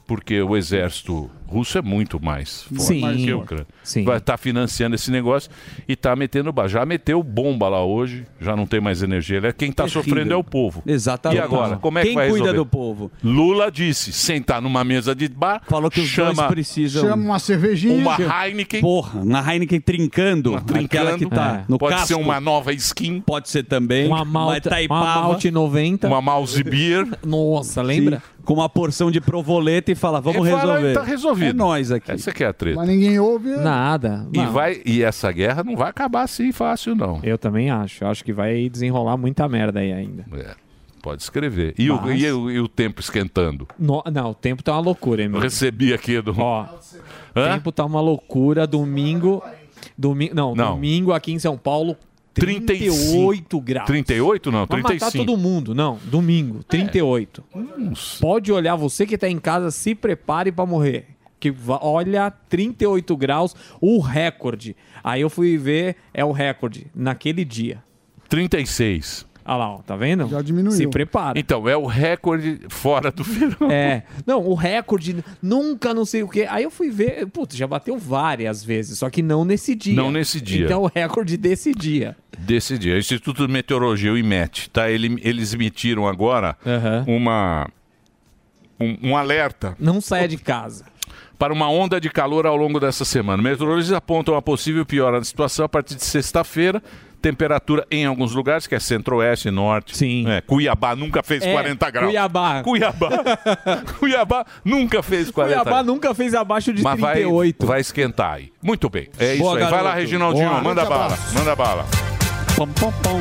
Porque o exército russo é muito mais forte Sim. que a Ucrânia. Sim. Vai estar financiando esse negócio e tá metendo ba- Já meteu bomba lá hoje, já não tem mais energia. elétrica. Quem tá Terrível. sofrendo é o povo. Exatamente. E agora, como é Quem que vai cuida resolver? do povo? Lula disse, sentar numa mesa de bar, falou que os chama, dois precisam- Chama uma cervejinha. uma Chama- Heineken, Porra, na Heineken trincando. aquela que tá É. no Pode casco. tá ser uma nova skin. Pode ser também. Uma malta, Uma uma Itaipava. malte 90. Uma mouse beer. Nossa, lembra? É Com uma porção de provoleta e fala, vamos E fala, resolver. Tá resolvido. É nós aqui. Essa que é a treta. Mas ninguém ouve. é- Nada. E, vai, e essa guerra não vai acabar assim fácil, não. Eu também acho. Eu acho que vai desenrolar muita merda aí ainda. É, Pode escrever. E, o, Mas- e o- e o tempo esquentando? No- não, o tempo tá uma loucura, hein, Eu meu? recebi aqui do. Ó, O tempo tá uma loucura. Domingo. Domingo. Não, Não. domingo aqui em São Paulo, 38 graus. 38 não, Vai 35. matar todo mundo. Não, domingo, 38. Pode olhar, você que tá em casa, se prepare pra morrer. Que va- olha, 38 graus, o recorde. Aí eu fui ver, é o recorde, naquele dia. 36. Olha lá, ó, tá vendo? Já diminuiu. Se prepara. Então, é o recorde fora do verão. É. Não, o recorde, nunca não sei o quê. Aí eu fui ver, putz, já bateu várias vezes, só que não nesse dia. Não nesse dia. Então o recorde desse dia. Desse dia. O Instituto de Meteorologia, o IMET, tá? Ele- eles emitiram agora uma, um, um alerta. Não saia de casa. Para uma onda de calor ao longo dessa semana. Meteorologistas apontam a possível piora da situação a partir de sexta-feira. Temperatura em alguns lugares, que é centro-oeste, norte. Sim. Cuiabá nunca fez É, 40 graus. Cuiabá. Cuiabá. Cuiabá nunca fez 40 Cuiabá graus. ah, nunca fez abaixo de tá Mas vai, 38. vai esquentar aí. Muito bem. É isso Boa, aí. Vai garoto. lá, Reginaldinho. Boa. Manda Grande bala. abraço. Manda bala. Pom, pom, pom.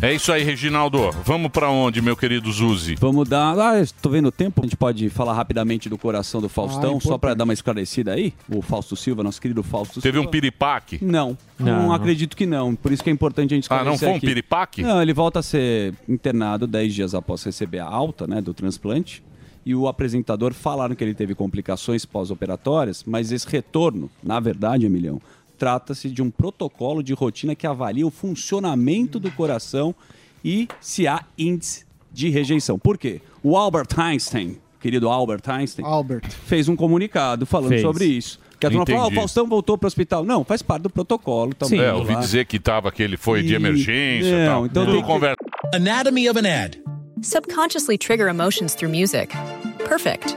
É isso aí, Reginaldo. Vamos pra onde, meu querido Zuzi? Vamos dar. Ah, estou vendo o tempo. A gente pode falar rapidamente do coração do Faustão, importante. só para dar uma esclarecida aí. O Fausto Silva, nosso querido Fausto Teve um Silva. piripaque? Não, não, acredito que não. Por isso que é importante a gente Ah, não esclarecer foi um aqui. piripaque? Não, ele volta a ser internado 10 dias após receber a alta né, do transplante. E o apresentador falaram que ele teve complicações pós-operatórias, mas esse retorno, na verdade, Emilhão, trata-se de um protocolo de rotina que avalia o funcionamento do coração e se há índice de rejeição. Por quê? O Albert Einstein, querido Albert Einstein, fez um comunicado falando Fez. sobre isso. Que a turma falou, ah, o Entendi. Faustão voltou para o hospital. Não, faz parte do protocolo. Tá é, ouvi dizer que tava que ele foi de emergência e Não, tal. então Tudo tem que- conversa. Anatomy of an ad. Subconsciously trigger emotions through music. Perfect.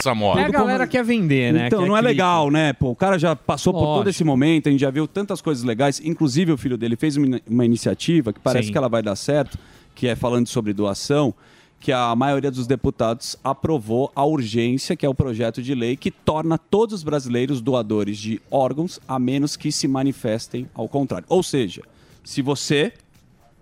Essa moda. É a galera que quer vender, né? Então, Quer não é clique. legal, né? Pô, o cara já passou por todo Lógico. esse momento, a gente já viu tantas coisas legais. Inclusive, o filho dele fez uma, in- uma iniciativa que parece Sim. que ela vai dar certo, que é falando sobre doação, que a maioria dos deputados aprovou a urgência, que é o projeto de lei que torna todos os brasileiros doadores de órgãos, a menos que se manifestem ao contrário. Ou seja, se você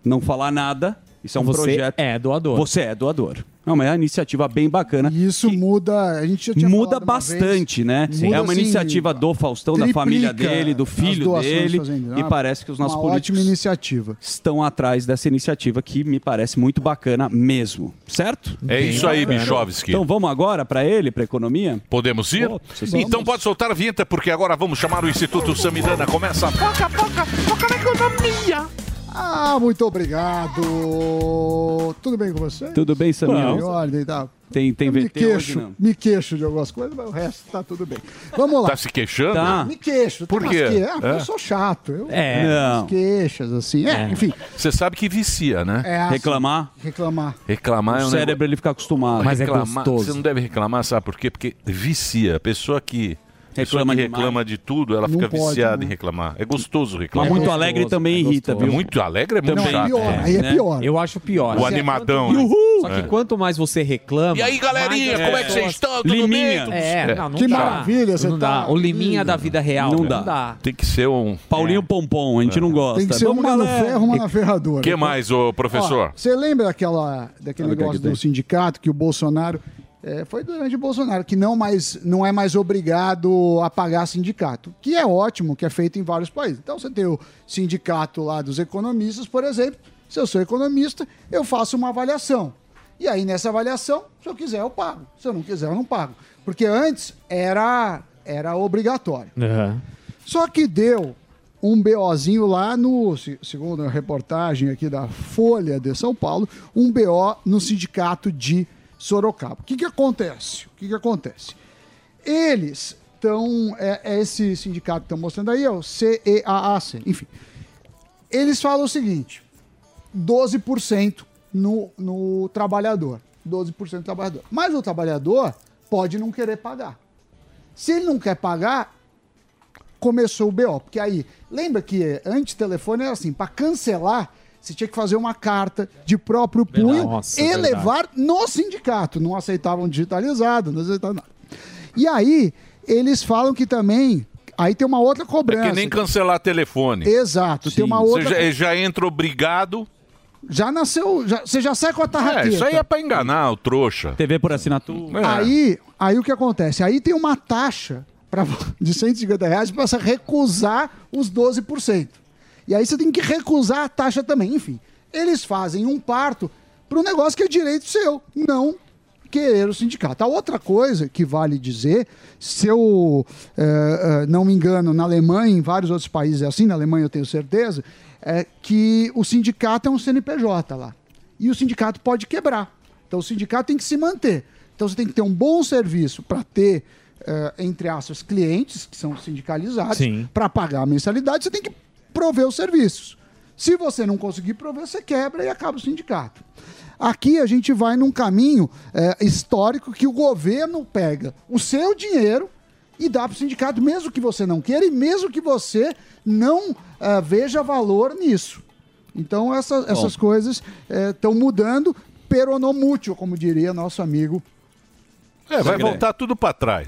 não falar nada, isso é um Você projeto. é doador. Você é doador. Não, mas é uma iniciativa bem bacana. Isso muda. A gente já tinha Muda falado uma vez. bastante, né? Muda, é uma assim, iniciativa do Faustão, da triplica família dele, do as filho doações dele. fazendo. E Ah, parece que os nossos uma políticos Ótima iniciativa. estão atrás dessa iniciativa que me parece muito bacana mesmo. Certo? É isso aí, Bichovski. Então vamos agora para ele, para economia? Podemos ir? Pô, vocês- então pode soltar a vinheta, porque agora vamos chamar o Instituto Samidana. Começa. Poca, poca, poca na é economia. Ah, muito obrigado. Tudo bem com você? Tudo bem, Samuel? Em ordem, tá? Tem, tem Me VT hoje, queixo, não? me queixo de algumas coisas, mas o resto tá tudo bem. Vamos lá. Tá se queixando? Tá. Me queixo. tem Por umas quê? que- Ah, porque É. eu sou chato. Eu É. Umas Não. queixas, assim. É, enfim. Você sabe que vicia, né? É assim. Reclamar. Reclamar. Reclamar é um o cérebro ele fica acostumado. reclamar, Você não deve reclamar, sabe por quê? Porque vicia. A pessoa que pessoa Reclama que demais. reclama de tudo, ela Não fica pode, viciada né? em reclamar. É gostoso reclamar. Mas muito alegre também irrita, viu? Muito alegre é muito Também. chato. É, né? Eu acho pior. é O animadão. né? Só É. que quanto mais você reclama. E aí, galerinha, mais as como é que pessoas- vocês estão? Tudo Liminha. bem? É, É. não, não Que dá. maravilha, você Não dá. tá O Liminha da vida real. né? Não Não, dá. dá. Tem que ser um. É. Paulinho Pompom, a gente não é gosta. Tem que ser Vamos, né? uma galera. no ferro, uma na ferradura. O né? que mais, ô professor? Ó, Você lembra daquela, daquele Olha o que negócio que tem. do sindicato que o Bolsonaro. é, foi durante o Bolsonaro, que não, mais, não é mais obrigado a pagar sindicato, que é ótimo, que é feito em vários países. Então você tem o sindicato lá dos economistas, por exemplo. Se eu sou economista, eu faço uma avaliação. E aí, nessa avaliação, se eu quiser, eu pago. Se eu não quiser, eu não pago. Porque antes era, era obrigatório. Só que deu um BOzinho lá no, se- segundo a reportagem aqui da Folha de São Paulo, um BO no sindicato de Sorocaba. O que, que acontece? O que, que acontece? Eles estão. É, é esse sindicato que estão mostrando aí, é o CEAAC, enfim. Eles falam o seguinte: 12% no, no trabalhador. 12% do trabalhador. Mas o trabalhador pode não querer pagar. Se ele não quer pagar, começou o BO. Porque aí, lembra que eh, antes telefone era assim, para cancelar, Você tinha que fazer uma carta de próprio punho Nossa, e verdade. levar no sindicato. Não aceitavam digitalizado, não aceitavam nada. E aí, eles falam que também. Aí tem uma outra É cobrança. que nem cancelar telefone. Exato, tem uma outra. Você já, já entra obrigado. Já nasceu, já- você já sai com a É, tarraqueta. isso aí é pra enganar o trouxa. TV por É. assinatura. Aí, aí o que acontece? Aí tem uma taxa pra, de 150 reais para você recusar os 12%. E aí você tem que recusar a taxa também. Enfim, eles fazem um parto para um negócio que é direito seu, não querer o sindicato. A outra coisa que vale dizer, se eu eh, eh, não me engano, na Alemanha, em vários outros países é assim, na Alemanha eu tenho certeza, é que o sindicato é um CNPJ lá. E o sindicato pode quebrar. Então o sindicato tem que se manter. Então você tem que ter um bom serviço para ter, eh, entre aspas, clientes que são sindicalizados. Sim. Para pagar a mensalidade, você tem que prover os serviços. Se você não conseguir prover, você quebra e acaba o sindicato. Aqui a gente vai num caminho eh, histórico que o governo pega o seu dinheiro e dá para o sindicato, mesmo que você não queira e mesmo que você não ah, veja valor nisso. Então essa- essas coisas estão mudando, peronomútil, como diria nosso amigo. É, vai Segredo. voltar tudo pra trás.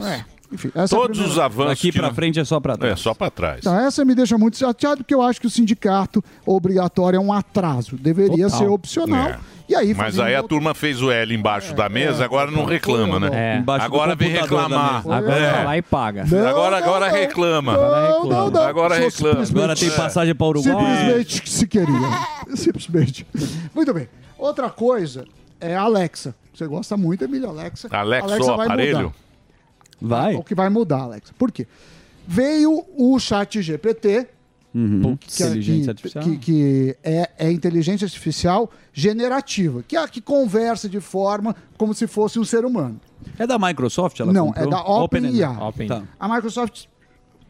Enfim, essa é a Todos primeira- os avanços. Daqui pra frente é só pra trás. É, só pra trás. Então, essa me deixa muito chateado, porque eu acho que o sindicato obrigatório é um atraso. Deveria Total. ser opcional. É. E aí, Mas fazendo aí a turma fez o L embaixo da mesa, agora não reclama, É. né? Embaixo do Agora vem computador da reclamar. mesa. Agora É. vai lá e paga. Agora- agora Não, não, agora não. reclama. Não, Agora não, reclama. não. Agora Sou reclama. É. simplesmente- Agora tem passagem pra Uruguai. Simplesmente que se queria. Simplesmente. Muito bem. Outra coisa é a Alexa. Você gosta muito, Emílio, Alexa. Alexa, o vai aparelho? mudar. O que vai mudar, Alexa. Por quê? Veio o chat GPT, Uhum. que, é- Inteligência que- artificial. que- que é, é inteligência artificial generativa, que é a que conversa de forma como se fosse um ser humano. É da Microsoft? Ela Não, comprou? é da OpenAI. Tá. A Microsoft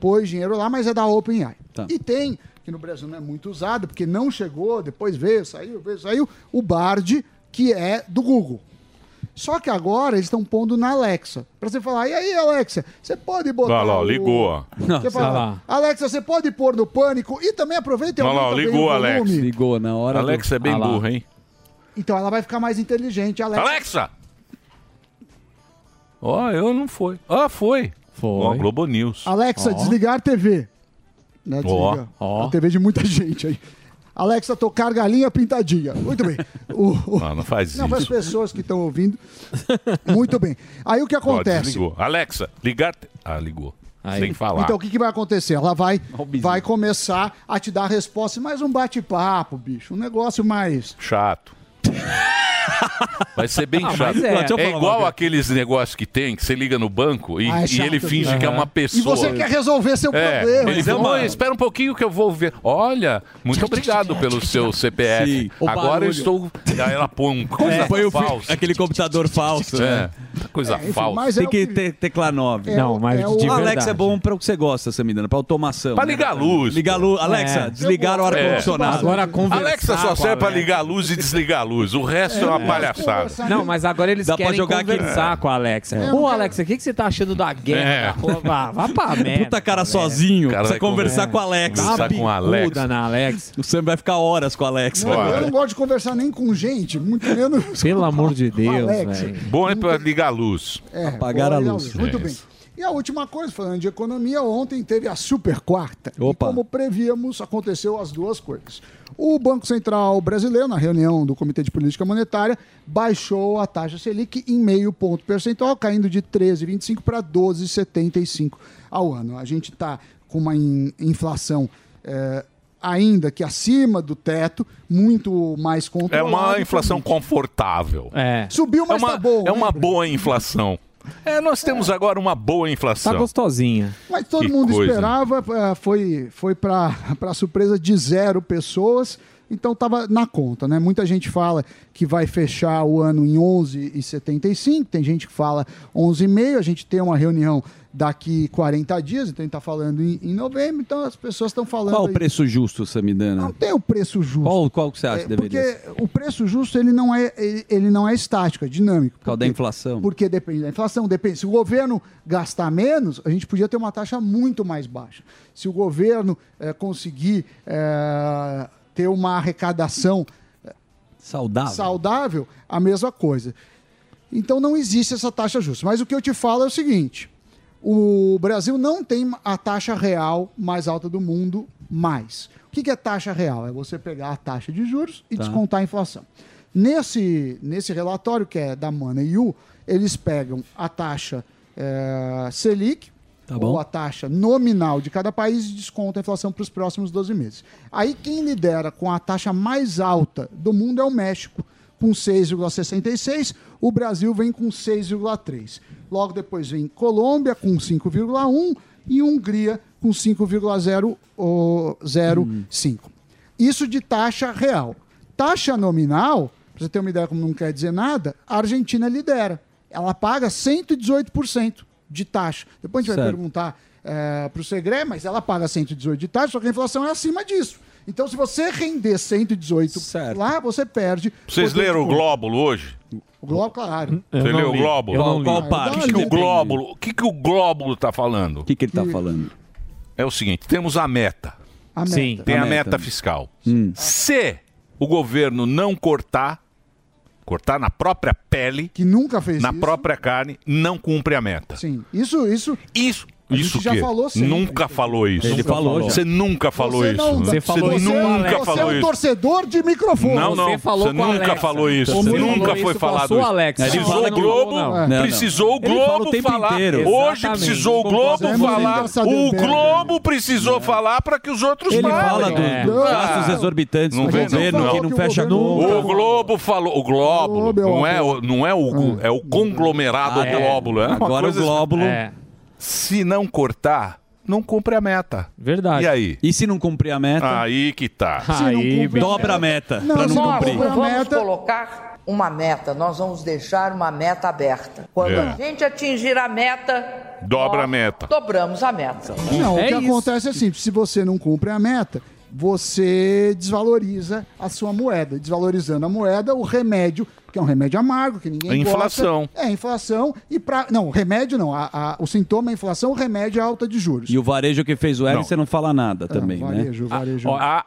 pôs dinheiro lá, mas é da OpenAI. Tá. E tem, que no Brasil não é muito usado, porque não chegou, depois veio, saiu, veio, saiu, o Bard, que é do Google. Só que agora eles estão pondo na Alexa. Pra você falar, e aí, Alexa, você pode botar. Olha lá, o- ligou, ó. Você Nossa, fala, olha lá. Alexa, você pode pôr no pânico e Então, também aproveita e Olha lá, aumenta bem ligou, o Alexa. volume. Ligou na hora. Alex é bem Ah lá. burro, hein? Então ela vai ficar mais inteligente. Alexa, Alexa! Ó, eu não foi. Ah, foi. Foi. Ó, Globo News. Alexa, Ó. desligar TV. Né, Ó, desliga. ó. A TV de muita gente aí. Alexa, tocar galinha pintadinha. Muito bem. O- Não, não faz Não, para as isso. pessoas que estão ouvindo. Muito bem. Aí o que Ó, acontece? desligou. Alexa, ligar. te- Ah, ligou. Sem falar. Então o que, que vai acontecer? Ela vai, vai começar a te dar resposta, mais um bate-papo, bicho. Um negócio mais. Chato. Vai ser bem Ah, mas chato. é. É, Deixa eu falar uma igual coisa. aqueles negócios que tem, que você liga no banco e, Ah, é e chato, ele finge viu? que é uma Aham. pessoa. E você quer resolver seu É, problema. Ele então, fala, "Oi, mano. espera um pouquinho que eu vou ver. Olha, muito obrigado pelo seu CPF. Sim, o Agora eu barulho. estou. Aí ela põe um coisa É, põe o fi- falsa. aquele computador falso. É, né? coisa É, enfim, falsa. mas é Tem o que que- ter teclar 9. É Não, o- mas é o- de Alexa verdade. é bom pra o que você gosta, Samidana, pra automação. Pra né? ligar a luz. Ligar a luz. Alexa, É. desligar o ar-condicionado. Alexa só serve pra ligar a luz e desligar a luz. O resto é, uma palhaçada. Não, mas agora eles Dá pra querem jogar aqui- conversar com a Alexa. É, Ô, Alexa, o que, que você tá achando da guerra? É. Pô, vá, vá pra merda. Puta cara sozinho. Cara você vai conversar com a Alexa. conversar com a Alexa. bicuda na Alexa. O Sam vai ficar horas com a Alexa. Não, eu não gosto de conversar nem com gente, muito menos. Pelo amor de Deus, Alexa. velho. Bom é pra ligar a luz. É, Apagar a olha, luz. Muito É. bem. E a última coisa, falando de economia, ontem teve a super quarta. Opa. E como prevíamos, aconteceu as duas coisas. O Banco Central brasileiro, na reunião do Comitê de Política Monetária, baixou a taxa Selic em meio ponto percentual, caindo de 13,25 para 12,75 ao ano. A gente está com uma in- inflação eh, ainda que acima do teto, muito mais É controlada. uma inflação Então, confortável. É. Subiu, mas é uma, tá bom, É uma boa inflação. É, nós temos agora uma boa inflação. Tá gostosinha. Mas todo Que mundo coisa. esperava, eh, foi, foi para surpresa de zero pessoas, então estava na conta, né? Muita gente fala que vai fechar o ano em 11,75, tem gente que fala 11,5, a gente tem uma reunião daqui 40 dias, então a gente está falando em, em novembro, então as pessoas estão falando... Qual o aí- preço justo, Samidana? Tem o preço justo. É, Qual, qual que você acha que deveria porque ser? o preço justo ele não é ele, ele não é estático, é dinâmico. Por causa da quê? inflação. Porque depende da inflação, depende. Se o governo gastar menos, a gente podia ter uma taxa muito mais baixa. Se o governo eh, conseguir eh, ter uma arrecadação eh, Saudável. saudável, a mesma coisa. Então não existe essa taxa justa. Mas o que eu te falo é o seguinte: o Brasil não tem a taxa real mais alta do mundo mais. O que que é taxa real? É você pegar a taxa de juros e Tá. descontar a inflação. Nesse, nesse relatório que é da MoneyU, eles pegam a taxa eh, Selic, Tá ou bom. a taxa nominal de cada país e desconta a inflação para os próximos 12 meses. Aí quem lidera com a taxa mais alta do mundo é o México, com 6,66, o Brasil vem com 6,3. Logo depois vem Colômbia com 5,1 e Hungria com 5,005. oh, Isso de taxa real. Taxa nominal, para você ter uma ideia como não quer dizer nada, a Argentina lidera. Ela paga 118% de taxa. Depois a gente vai Certo. perguntar para o Segré, mas ela paga 118% de taxa, só que a inflação é acima disso. Então, se você render 118 lá, você perde. Vocês poder de leram o compra. Glóbulo hoje? O Globo, claro. Você leu o Glóbulo? Ah, eu O não que, que li. o Glóbulo, o que, que o Glóbulo tá falando? O que, ele tá falando? É o seguinte, temos a meta. A meta. Sim, Tem a, a meta, meta. fiscal. Se o governo não cortar, cortar na própria pele, que nunca fez na isso. própria carne, não cumpre a meta. Sim. Isso, isso. Isso. A gente Isso já que? falou sempre. Nunca falou isso. Ele falou já. Você nunca falou Você isso. não- né? você falou isso, nunca você falou é um isso. torcedor de microfone. Não, não. Você, nunca falou isso. Você nunca foi falado isso. Precisou o Globo, precisou o Globo falar. Hoje precisou o Globo falar. O Globo precisou falar para que os outros Ele falem. fala dos É. gastos Ah, exorbitantes não do vê, não. governo, Não. que não fecha nunca. O Globo falou. O Globo não é, o, não é o, é o conglomerado Ah, é. Glóbulo. É uma Agora coisa- É, o Glóbulo. Se não cortar, não cumpre a meta. Verdade. E aí? E se não cumprir a meta? Aí que tá. Se não Aí, cumprir a dobra meta. a meta, Não, pra não nós cumprir. não Cumprir a vamos colocar uma meta, nós vamos deixar uma meta aberta. Quando É. a gente atingir a meta, Dobra a meta. dobramos a meta. Não, o que acontece é simples. Se você não cumpre a meta, você desvaloriza a sua moeda. Desvalorizando a moeda, o remédio, que é um remédio amargo, que ninguém É inflação. gosta. É a inflação. E pra... Não, o remédio não. A- a- o sintoma é a inflação, o remédio é a alta de juros. E o varejo que fez o L, você não fala nada também, É, varejo, né? varejo. A, a Um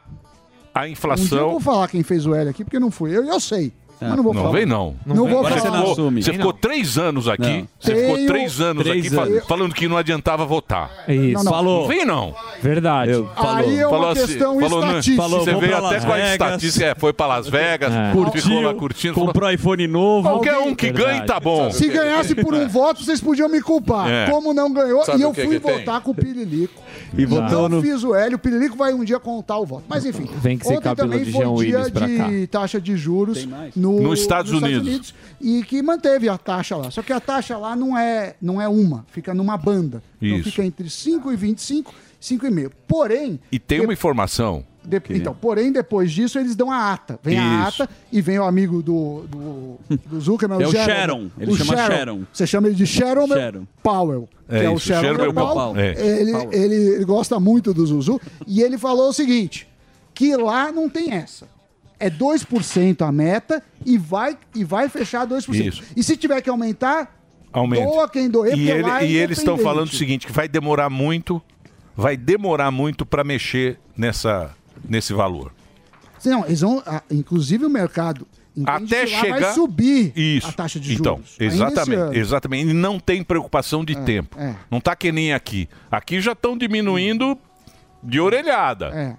dia eu inflação. vou falar quem fez o L aqui, porque não fui eu, e eu sei. mas não vou falar. vem não. Não, vou Agora falar. Você ficou, você ficou três anos aqui. Não. Você ficou Tenho- três anos Três aqui fa- anos. falando que não adiantava votar. É isso. Não, não. Falou. vem não. Verdade. Aí é uma questão né? estatística. Falou, você vou veio pra até Las com a Vegas. estatística. É, foi pra Las Vegas, Curtiu, ficou lá curtindo. falou, Comprou iPhone novo. Qualquer um que Verdade. ganhe tá bom. Se ganhasse por É. um voto, vocês podiam me culpar. É. Como não ganhou, Sabe e eu o que fui que tem? votar com o Pirilico. E votou Então no- fiz o L, o Pirilico vai um dia contar o voto. Mas enfim, Vem que ser ontem cabelo também de foi um Jean dia Willis pra cá. de taxa de juros no, Nos Estados Unidos. E que manteve a taxa lá. Só que a taxa lá não é, não é uma, fica numa banda. Isso. Então fica entre 5 e 25, 5,5. Porém, E tem uma informação. de- Então, porém, depois disso, eles dão a ata. Vem a Isso. ata e vem o amigo do, do, do Zuckerman. É o Jerome. Sharon. Ele chama Sharon. Você chama ele de Sharon, Sharon. Powell. É que é o isso, Sharon, Sharon Powell. Powell. É. Ele, Powell. ele gosta muito do Zuzu. E ele falou o seguinte, que lá não tem essa. É 2% a meta e vai, e vai fechar 2%. Isso. E se tiver que aumentar, Aumenta. doa quem doer, E, porque ele- lá é e eles estão independente. falando o seguinte, que vai demorar muito, vai demorar muito para mexer nessa, nesse valor. Não, eles vão, ah, inclusive o mercado entende Até que lá chegar... vai subir Isso. a taxa de Então, juros. ainda esse ano. exatamente, exatamente. E não tem preocupação de tempo. é. Não tá que nem aqui. Aqui já estão diminuindo de orelhada. É.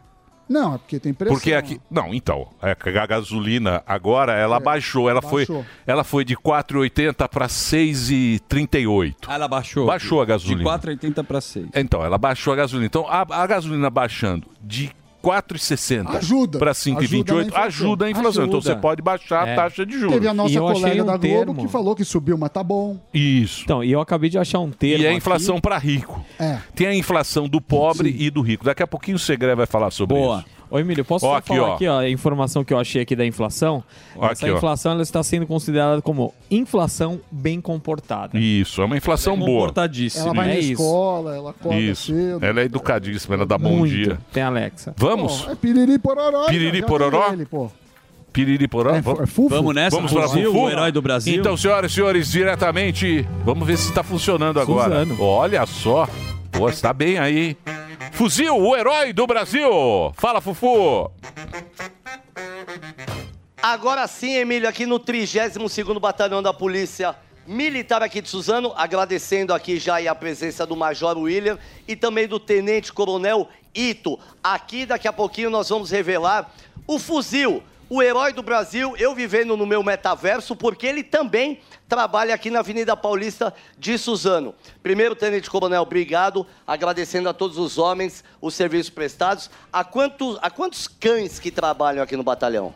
Não, é porque tem pressão. Porque aqui. Não, então. é que A gasolina agora, ela baixou. Ela É, baixou. foi ela foi de 4,80 para 6,38. Ah, ela baixou. Baixou a gasolina. De 4,80 para 6. Então, ela baixou a gasolina. Então, a, a gasolina baixando de 4,60 Ajuda. para Ajuda na 5,28 inflação. ajuda a inflação. Então, Ajuda. você pode baixar É. a taxa de juros. Teve a nossa colega um um da Globo que falou que subiu, mas tá bom. Isso. Então, e eu acabei de achar um termo. E é a aqui. inflação para rico. É. Tem a inflação do pobre e do rico. Daqui a pouquinho o Segré vai falar sobre Boa. isso. Ô, Emílio, posso Ó, só aqui, falar ó. aqui ó, a informação que eu achei aqui da inflação? Ó, Essa aqui, ó. inflação ela está sendo considerada como inflação bem comportada. Isso, é uma inflação boa. Ela vai na é isso. escola, ela acorda Isso. cedo. Ela é educadíssima, ela dá bom Muito. dia. Tem Alexa. Vamos? Pô, é piriri pororó. Piriri já pororó? tem ele, pô. Piriri poró? é fufo? Vamos nessa, Vamos para Brasil, Fufu? o herói do Brasil. Então, senhoras e senhores, diretamente, vamos ver se está funcionando tá agora. Suzano. Olha só. Pô, está tá bem aí. hein? Fuzil, o herói do Brasil. Fala, Fufu. Agora sim, Emílio, aqui no 32º Batalhão da Polícia Militar aqui de Suzano, agradecendo aqui já aí a presença do Major William e também do Tenente Coronel Ito. Aqui, daqui a pouquinho, nós vamos revelar o fuzil, o herói do Brasil, eu vivendo no meu metaverso, porque ele também trabalha aqui na Avenida Paulista de Suzano. Primeiro, Tenente Coronel, obrigado, agradecendo a todos os homens os serviços prestados. A quantos, a quantos cães que trabalham aqui no batalhão?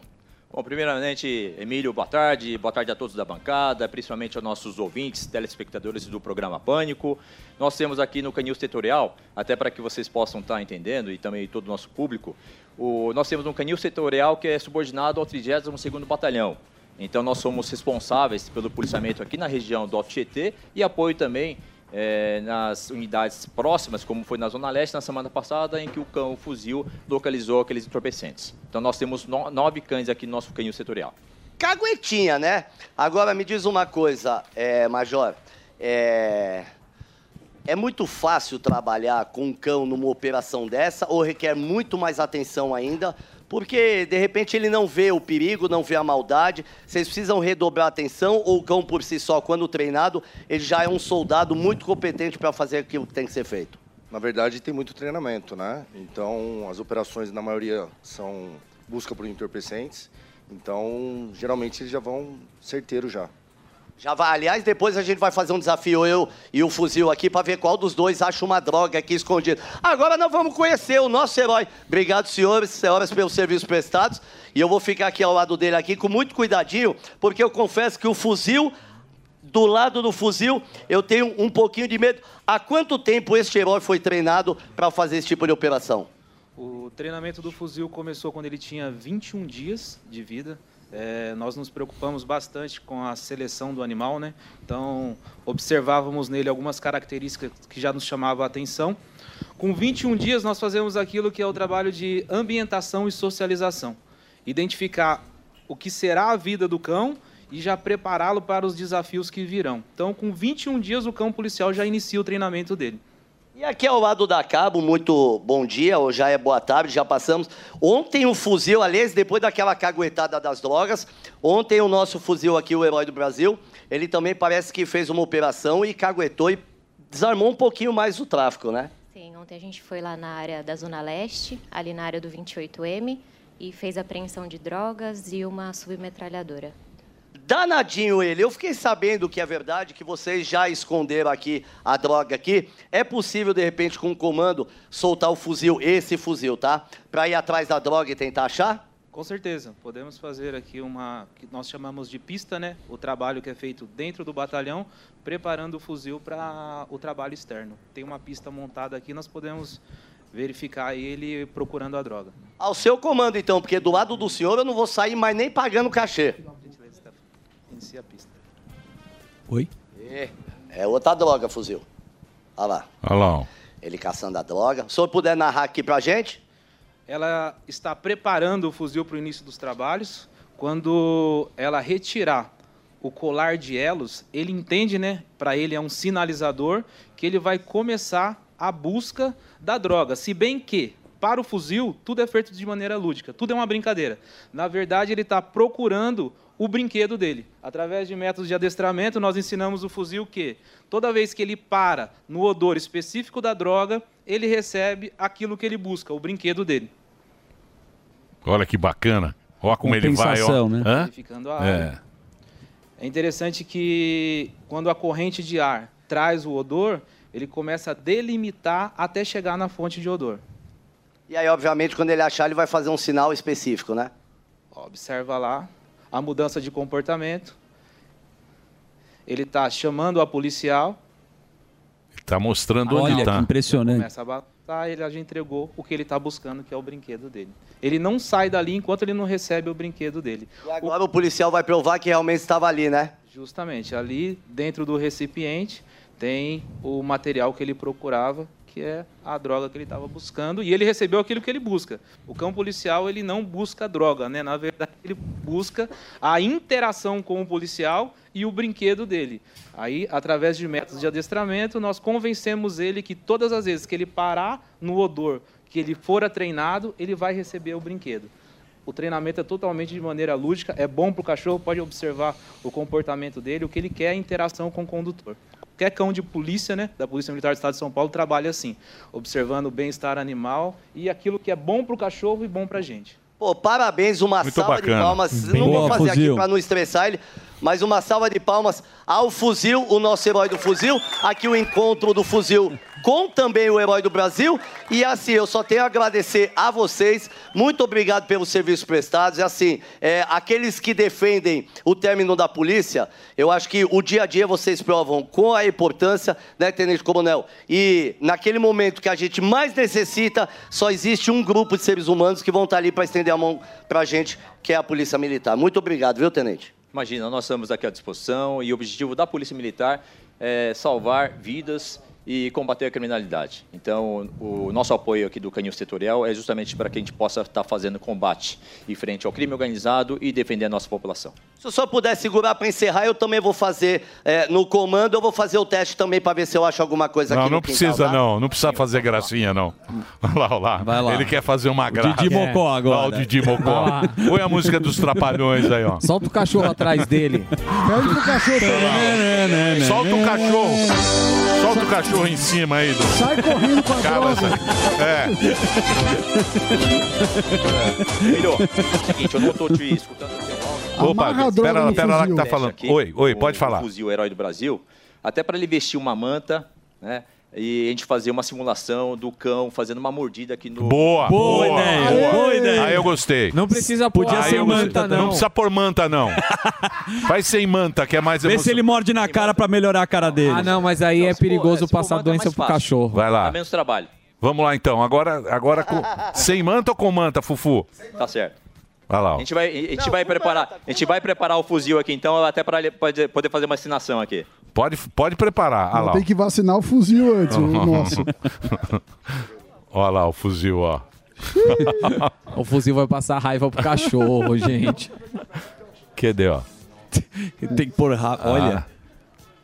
Bom, primeiramente, Emílio, boa tarde. Boa tarde a todos da bancada, principalmente aos nossos ouvintes, telespectadores do programa Pânico. Nós temos aqui no Canil Setorial, até para que vocês possam estar entendendo e também todo o nosso público, o- nós temos um Canil Setorial que é subordinado ao 32º Batalhão. Então, nós somos responsáveis pelo policiamento aqui na região do Alto Tietê e apoio também eh, nas unidades próximas, como foi na Zona Leste na semana passada, em que o cão o fuzil localizou aqueles entorpecentes. Então, nós temos no- nove cães aqui no nosso canil setorial. caguetinha, né? Agora me diz uma coisa, é, Major. É... é muito fácil trabalhar com um cão numa operação dessa ou requer muito mais atenção ainda? Porque, de repente, ele não vê o perigo, não vê a maldade. Vocês precisam redobrar a atenção ou o cão por si só, quando treinado, ele já é um soldado muito competente para fazer aquilo que tem que ser feito? Na verdade, tem muito treinamento, né? Então, as operações, na maioria, são busca por entorpecentes. Então, geralmente, eles já vão certeiro já. Já vai. Aliás, depois a gente vai fazer um desafio, eu e o fuzil aqui, pra ver qual dos dois acha uma droga aqui escondida. Agora nós vamos conhecer o nosso herói. Obrigado, senhores e senhoras, pelos serviços prestados. E eu vou ficar aqui ao lado dele aqui com muito cuidadinho, porque eu confesso que o fuzil, do lado do fuzil, eu tenho um pouquinho de medo. Há quanto tempo este herói foi treinado pra fazer esse tipo de operação? O treinamento do fuzil começou quando ele tinha 21 dias de vida. É, nós nos preocupamos bastante com a seleção do animal, né? Então, observávamos nele algumas características que já nos chamavam a atenção. Com 21 dias, nós fazemos aquilo que é o trabalho de ambientação e socialização. Identificar o que será a vida do cão e já prepará-lo para os desafios que virão. Então, com 21 dias, o cão policial já inicia o treinamento dele. E aqui ao lado da Cabo, muito bom dia, ou já é boa tarde, já passamos. Ontem o fuzil, aliás, depois daquela caguetada das drogas, ontem o nosso fuzil aqui, o herói do Brasil, ele também parece que fez uma operação e caguetou e desarmou um pouquinho mais o tráfico, né? Sim, ontem a gente foi lá na área da Zona Leste, ali na área do 28M, e fez apreensão de drogas e uma submetralhadora. Danadinho ele, eu fiquei sabendo que é verdade, que vocês já esconderam aqui a droga aqui. É possível, de repente, com um comando, soltar o fuzil, esse fuzil, tá? Pra ir atrás da droga e tentar achar? Com certeza, podemos fazer aqui uma que nós chamamos de pista, né? O trabalho que é feito dentro do batalhão, preparando o fuzil para o trabalho externo. Tem uma pista montada aqui, nós podemos verificar ele procurando a droga. Ao seu comando, então, porque do lado do senhor eu não vou sair mais nem pagando cachê. Inicia a pista. É, é outra droga, fuzil. Olha lá, Alão. ele caçando a droga. Se o senhor puder narrar aqui pra gente, Ela está preparando o fuzil para o início dos trabalhos. Quando ela retirar o colar de elos, ele entende, né? Para ele é um sinalizador que ele vai começar a busca da droga. Se bem que para o fuzil tudo é feito de maneira lúdica, tudo é uma brincadeira. Na verdade, ele está procurando o brinquedo dele. Através de métodos de adestramento, nós ensinamos o fuzil que toda vez que ele para no odor específico da droga, ele recebe aquilo que ele busca, o brinquedo dele. Olha que bacana. Olha como ele vai. Ó. Compensação, né? Hã? Verificando a é. área. É interessante que quando a corrente de ar traz o odor, ele começa a delimitar até chegar na fonte de odor. e aí, obviamente, quando ele achar, ele vai fazer um sinal específico, né? Observa lá a mudança de comportamento. Ele está chamando a policial. Tá mostrando onde Olha, tá. que impressionante. Começa a batalha, ele já entregou o que ele está buscando, que é o brinquedo dele. Ele não sai dali enquanto ele não recebe o brinquedo dele. E agora o policial vai provar que realmente estava ali, né? Justamente, ali dentro do recipiente tem o material que ele procurava, que que é a droga que ele estava buscando e ele recebeu aquilo que ele busca. O cão policial ele não busca droga, né? Na verdade ele busca a interação com o policial e o brinquedo dele. Aí, através de métodos de adestramento, nós convencemos ele que todas as vezes que ele parar no odor que ele fora treinado, ele vai receber o brinquedo. O treinamento é totalmente de maneira lúdica, é bom para o cachorro, pode observar o comportamento dele, o que ele quer é interação com o condutor. Qualquer cão de polícia, né, da Polícia Militar do Estado de São Paulo, trabalha assim, observando o bem-estar animal e aquilo que é bom para o cachorro e bom para a gente. Pô, parabéns, uma Muito salva bacana. de palmas. Bem não vou boa, fazer Fuzil. aqui para não estressar ele, mas uma salva de palmas ao Fuzil, o nosso herói do Fuzil. Aqui o encontro do Fuzil com também o herói do Brasil. E assim, eu só tenho a agradecer a vocês. Muito obrigado pelos serviços prestados. E assim, é, aqueles que defendem o término da polícia, eu acho que o dia a dia vocês provam com a importância, né, Tenente Coronel? E naquele momento que a gente mais necessita, só existe um grupo de seres humanos que vão estar ali para estender a mão para a gente, que é a Polícia Militar. Muito obrigado, viu, Tenente? Imagina, nós estamos aqui à disposição e o objetivo da Polícia Militar é salvar vidas e combater a criminalidade. Então, o nosso apoio aqui do Canil Setorial é justamente para que a gente possa estar fazendo combate em frente ao crime organizado e defender a nossa população. Se eu só puder segurar para encerrar, eu também vou fazer é, no comando, eu vou fazer o teste também para ver se eu acho alguma coisa Não, aqui no não quintal, precisa né? tá? não, não precisa fazer gracinha não. Olha lá, olha lá. Vai lá. Ele quer fazer uma graça. Didi Mocó agora. Olha o Didi Mocó. Vai lá. Põe a música dos Trapalhões aí, ó. Solta o cachorro atrás dele. Pede pro cachorro. Solta o cachorro. Solta o cachorro em cima aí. Do... assim. Sai correndo com a Acaba droga. essa- É. Melhor. Seguinte, eu não estou te escutando no seu áudio. Opa, Amarra a droga espera lá, no espera lá que tá fuzil. falando. Aqui, Oi, oi, pode o falar. Fuzil, o herói do Brasil, até para ele vestir uma manta, né? E a gente fazer uma simulação do cão fazendo uma mordida aqui no. Boa, boa, boa. Aí eu gostei. Não precisa pôr pôr- Podia ser manta, não. Não precisa pôr manta, não. Vai sem manta, que é mais Vê se emocionante. ele morde na cara pra melhorar a cara dele. Ah, não, mas aí é perigoso passar doença pro cachorro. Vai lá. Tá menos trabalho. Vamos lá então. Agora, agora com... sem manta ou com manta, Fufu? Tá certo. Vai lá. tá ó. A gente vai, a gente vai preparar, a gente vai preparar o fuzil aqui, então até para ele pode- poder fazer uma assinação aqui. Pode, pode preparar. Olha Ah lá. Tem que vacinar o fuzil antes, o né? nosso. Olha lá o fuzil, ó. O fuzil vai passar raiva pro cachorro, gente. Cadê, ó? Ah. Tem que pôr. ra- Olha.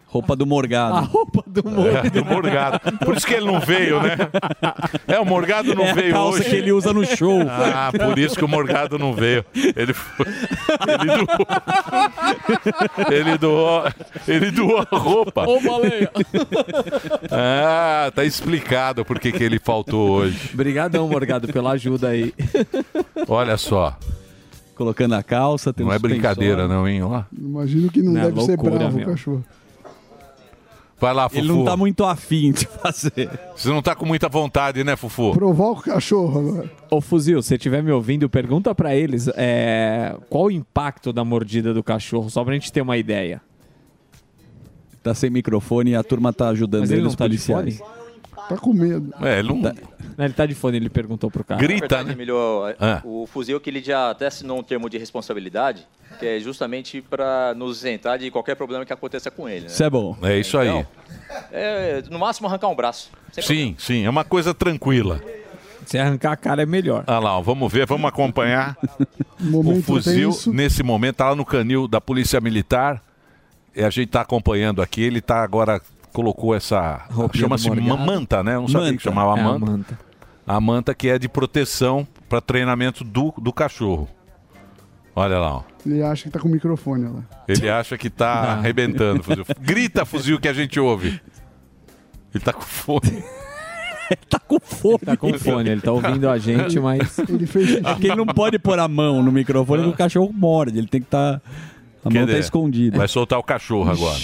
Roupa do morgado. A roupa do É, do Morgado. Por isso que ele não veio, né? É, o Morgado não É a veio calça hoje. que ele usa no show. Ah, por isso que o Morgado não veio. Ele foi- ele doou, ele doou a roupa. Ô, baleia. Ah, tá explicado por que que ele faltou hoje. Obrigadão, Morgado, pela ajuda aí. Olha só. Colocando a calça, tem Não um é brincadeira, suspensório. não, hein? Ó. Imagino que não, Não, deve ser loucura, bravo meu. o cachorro. Vai lá, Fufu. Ele não tá muito afim de fazer. Você não tá com muita vontade, né, Fufu? Provoca o cachorro agora. Ô, Fuzil, se você estiver me ouvindo, pergunta pra eles é, qual o impacto da mordida do cachorro, só pra gente ter uma ideia. Tá sem microfone e a turma tá ajudando Mas ele, ele não os tá de policiais. fone? Tá com medo. É, ele não... né? Ele tá de fone, ele perguntou pro cara. Na verdade, Emílio, é, Ah. O fuzil que ele já até assinou um termo de responsabilidade, que é justamente para nos isentar de qualquer problema que aconteça com ele. né? Isso é bom. É isso aí. É, no máximo arrancar um braço. Sem Sim, sim, é uma coisa tranquila. Se arrancar a cara é melhor. Ah lá, ó, vamos ver, vamos acompanhar. o fuzil, tenso. nesse momento, tá lá no canil da Polícia Militar. E a gente tá acompanhando aqui. Ele tá agora, colocou essa. Roupinha Chama-se do ma- Morgado. manta, né? Eu Não sabia Manta. que chamava É, a manta. manta. A manta que é de proteção para treinamento do, do cachorro. Olha lá, ó. Ele acha que tá com o microfone olha lá. Ele acha que tá arrebentando o fuzil. Grita, fuzil, que a gente ouve. Ele tá com fome. Fone. Tá com fone, ele tá ouvindo a gente, mas. Ele fez É que ele não pode pôr a mão no microfone que o cachorro morde. Ele tem que estar. A mão tá escondida. Vai soltar o cachorro agora.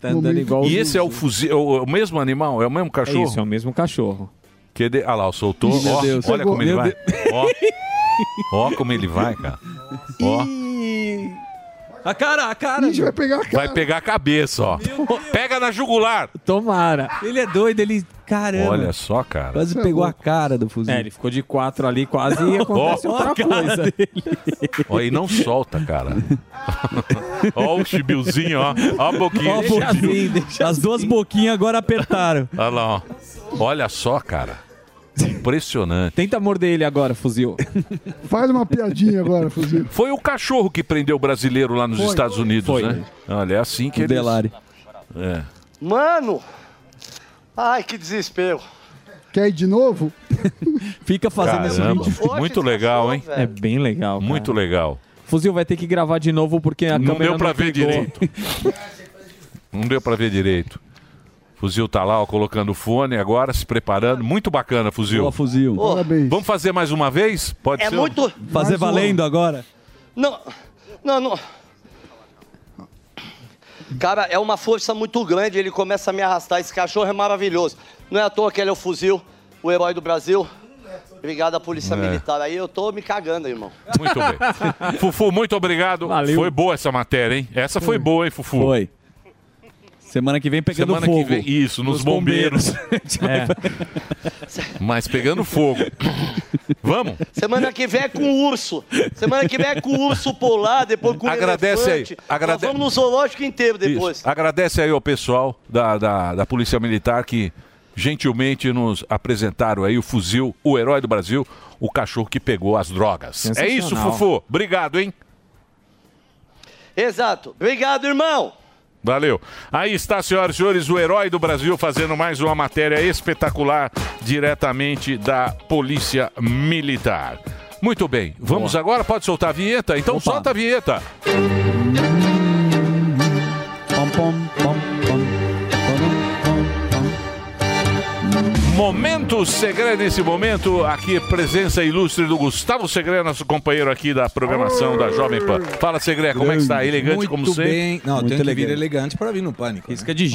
tá andando igual e o esse é o fuzil, é o, é o mesmo animal? É o mesmo cachorro? isso, é o mesmo cachorro. Que de... Ah lá, soltou. Ih, meu Ó, Deus. olha como ele Meu vai. Ó. Ó como ele vai, cara. Ó. A cara, a cara. vai pegar a Vai pegar a cabeça, ó. Pega na jugular. Tomara. Ele é doido, ele. Caramba. Olha só, cara. Quase Tá pegou a cara do fuzil. É, ele ficou de quatro ali, quase e acontece Ó, outra a cara coisa. Ó, e não solta, cara. ó o chibilzinho, ó. Ó a boquinha. Ó a do chibil. boquinha. As duas boquinhas agora apertaram. Olha lá, ó. Olha só, cara. Impressionante. Tenta morder ele agora, fuzil. Faz uma piadinha agora, fuzil. Foi o cachorro que prendeu o brasileiro lá nos Foi. Estados Unidos, Foi. né? Olha, é assim que O ele. Delari. É. Mano! Ai, que desespero. Quer ir de novo? Fica fazendo esse Caramba, vídeo. Muito legal, hein? É bem legal. cara. Muito legal. Fuzil vai ter que gravar de novo porque a Não câmera deu pra ver pegou. direito. Não deu pra ver direito. Fuzil tá lá, ó, colocando o fone agora, se preparando. Muito bacana, Fuzil. Boa, Fuzil. Parabéns. Vamos fazer mais uma vez? Pode É ser? muito- Fazer valendo agora. Não, não, não. Cara, é uma força muito grande, ele começa a me arrastar. Esse cachorro é maravilhoso. Não é à toa que ele é o fuzil, o herói do Brasil. Obrigado à Polícia É. Militar aí, eu tô me cagando, irmão. Muito bem. Fufu, muito obrigado. Foi boa essa matéria, hein? Essa foi boa, hein, Fufu? Foi. Semana que vem pegando Semana fogo. que vem. Isso, nos, bombeiros. É. Mas pegando fogo. Vamos? Semana que vem é com urso. Semana que vem é com urso polar, depois com Agradece aí, elefante. agrade- Nós vamos no zoológico inteiro depois. Isso. Agradece aí ao pessoal da, da, da Polícia Militar que gentilmente nos apresentaram aí o fuzil, o herói do Brasil, o cachorro que pegou as drogas. É isso, Sensacional. Fufu. Obrigado, hein? Exato. Obrigado, irmão. Valeu. Aí está, senhoras e senhores, o herói do Brasil fazendo mais uma matéria espetacular diretamente da Polícia Militar. Muito bem, vamos agora? Pode soltar a vinheta? Então solta a vinheta. Pom, pom, pom, Momento Segredo, nesse momento, aqui presença ilustre do Gustavo Segredo, nosso companheiro aqui da programação da Jovem Pan. Fala, Segredo, como é que está? Elegante Muito como sempre? bem. Não, tem que vir elegante para vir no pânico. Isso que é de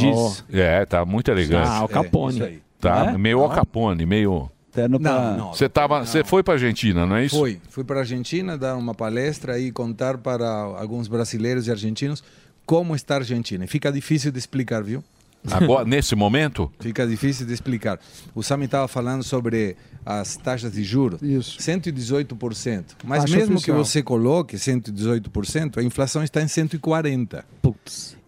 É, tá muito elegante. Ah, Al Capone. É, isso aí. Tá. Tá, Não é? meio Al Não. Capone, meio... pra- não, Você tava, você foi pra Argentina, não é isso? Fui, fui para a Argentina dar uma palestra e contar para alguns brasileiros e argentinos como está a Argentina. E fica difícil de explicar, viu? Agora, nesse momento? Fica difícil de explicar. O Sami estava falando sobre as taxas de juros. Isso. 118%. Mas Taxa mesmo oficial. que você coloque 118%, a inflação está em 140%.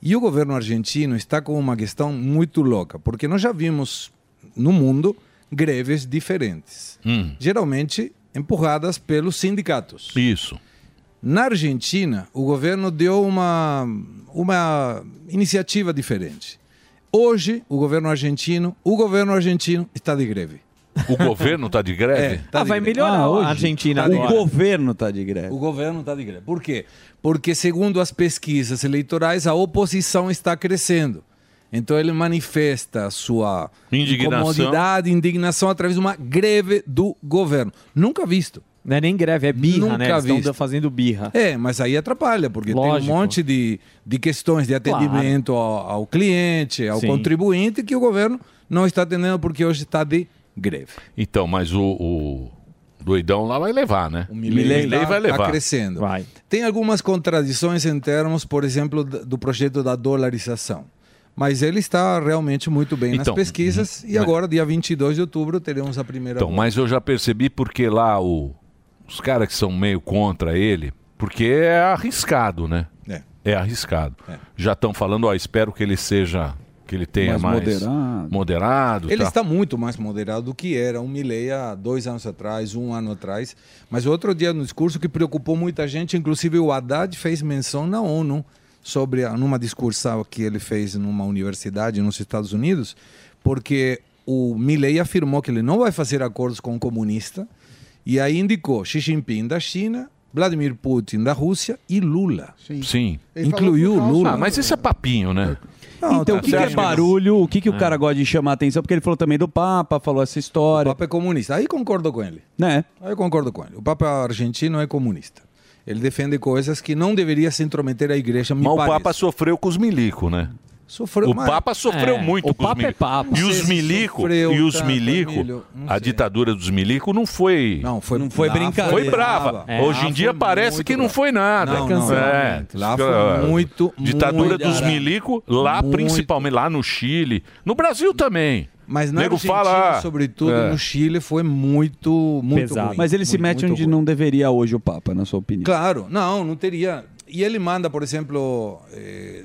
E o governo argentino está com uma questão muito louca, porque nós já vimos no mundo greves diferentes. Geralmente empurradas pelos sindicatos. Isso. Na Argentina, o governo deu uma, uma iniciativa diferente. Hoje, o governo argentino, o governo argentino está de greve. O governo tá de greve? É, tá de greve. Ah, hoje tá de greve. governo está de greve. O governo está de greve. Por quê? Porque, segundo as pesquisas eleitorais, a oposição está crescendo. Então, ele manifesta a sua Indignação. incomodidade, indignação, através de uma greve do governo. Nunca visto. Não é nem greve, é birra, Nunca né? Eles tão visto. fazendo birra. É, mas aí atrapalha, porque tem Lógico. um monte de, de questões de atendimento ao, ao cliente, ao Sim. contribuinte, que o governo não está atendendo porque hoje está de greve. Então, mas o, o doidão lá vai levar, né? O Milei tá- vai levar. Tá crescendo. Tem algumas contradições em termos, por exemplo, d- do projeto da dolarização. Mas ele está realmente muito bem Então, nas pesquisas. E né? agora, dia 22 de outubro, teremos a primeira. Então, volta. mas eu já percebi porque lá o, os caras que são meio contra ele, porque é arriscado, né? É. arriscado. Já estão falando, ó, espero que ele seja, que ele tenha mais, Mais moderado. moderado, Ele tá? está muito mais moderado do que era um Milei há dois anos atrás, um ano atrás. Mas outro dia no discurso que preocupou muita gente, inclusive o Haddad fez menção na ONU sobre a- numa discursal que ele fez numa universidade nos Estados Unidos, porque o Milei afirmou que ele não vai fazer acordos com o comunista e aí indicou Xi Jinping da China, Vladimir Putin da Rússia e Lula. Sim. Sim. Ele falou Incluiu por causa- tá Lula. Ah, mas isso é papinho, né? então, o que, que é barulho? O que, que o cara gosta de chamar atenção? Porque ele falou também do Papa, falou essa história. O Papa é comunista. Aí concordo com ele. Né? Aí Ah, eu concordo com ele. O Papa argentino é comunista. Ele defende coisas que não deveria se intrometer a igreja, me Mas o parece. Papa sofreu com os milico, né? Sofreu, o mas- Papa sofreu É, muito o com os Papa é milico. Papa. E Não os sei se milico, sofreu e os tanto, milico, Emílio, não a ditadura dos milico não foi... Não, foi, não foi brincadeira. Foi brava. É, Hoje lá em dia foi parece muito que não brava. foi nada. Não, não, é, não. Lá foi muito, Ditadura muito dos brava. milico, lá Muito. principalmente, lá no Chile. No Brasil também. Mas na Nego Argentina, ah, fala, sobretudo, é. no Chile foi muito, muito ruim. Mas ele se Muito, mete muito onde não deveria hoje o Papa, na sua opinião. Claro, não, não teria. E ele manda, por exemplo, eh,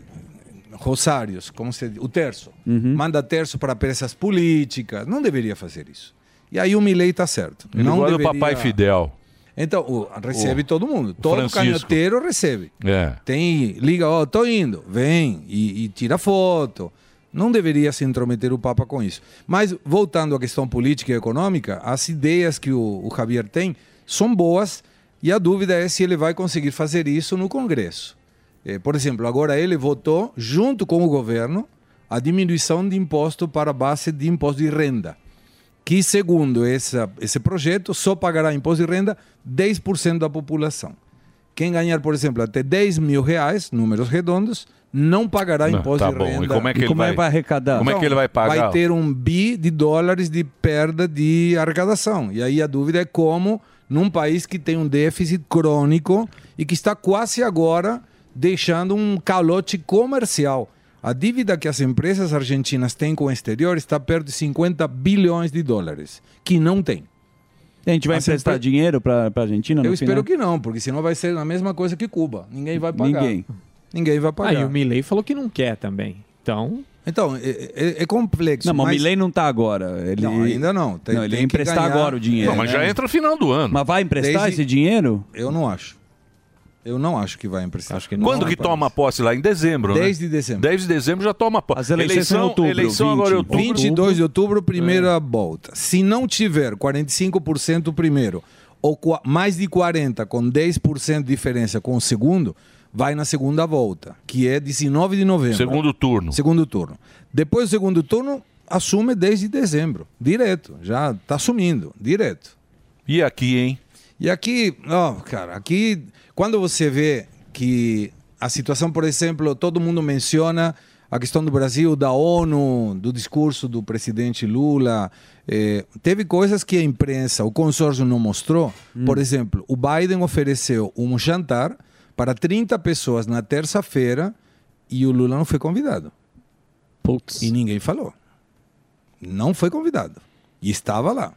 rosários, como se o terço. Uhum. Manda terço para peças políticas. Não deveria fazer isso. E aí o Milei está certo. Ele não guarda o deveria... papai Fidel. Então, o- recebe O- todo mundo. Todo Francisco. canhoteiro recebe. É. Tem, liga, ó, tô indo, vem e, e tira foto. Não deveria se intrometer o Papa com isso. Mas, voltando à questão política e econômica, as ideias que o, o Javier tem são boas e a dúvida é se ele vai conseguir fazer isso no Congresso. Eh, por exemplo, agora ele votou, junto com o governo, a diminuição de imposto para a base de imposto de renda que, segundo essa, esse projeto, só pagará imposto de renda 10% da população. Quem ganhar, por exemplo, até 10 mil reais, números redondos, não pagará Não, imposto tá de bom. E renda. como é que E ele como é vai- que vai arrecadar? como é que ele vai pagar? Vai ter um bi de dólares de perda de arrecadação. E aí a dúvida é como, num país que tem um déficit crônico e que está quase agora deixando um calote comercial. A dívida que as empresas argentinas têm com o exterior está perto de 50 bilhões de dólares, que não tem. A gente vai As emprestar empre- dinheiro para a Argentina? Eu no espero final? que não, porque senão vai ser a mesma coisa que Cuba. Ninguém vai pagar. Ninguém. Ninguém vai pagar. Ah, e o Milley falou que não quer também. Então. Então, é, é- é complexo. Não, mas o mas- Milley não está agora. Ele... Não, ainda não. Tem- não, ele tem ia que emprestar ganhar. agora o dinheiro. né? Não, mas já entra no final do ano. Mas vai emprestar Desde- esse dinheiro? Eu não acho. Eu não acho que vai emprestar. Acho que Quando que toma posse lá? Em dezembro, né? 10 de dezembro. 10 de dezembro já toma posse. As eleições são em outubro, eleição agora é em outubro. É. 22 de outubro, primeira volta. Se não tiver 45% primeiro, ou qua- mais de 40% com 10% de diferença com o segundo, vai na segunda volta, que é 19 de novembro. Segundo turno. Segundo turno. Depois do segundo turno, assume desde dezembro, direto. Já está assumindo, direto. E aqui, hein? E aqui, ó, cara, aqui, quando você vê que a situação, por exemplo, todo mundo menciona a questão do Brasil, da ONU, do discurso do presidente Lula, eh, teve coisas que a imprensa, o consórcio não mostrou. Hum. Por exemplo, o Biden ofereceu um jantar para 30 pessoas na terça-feira e o Lula não foi convidado. E ninguém falou. Não foi convidado. E estava lá.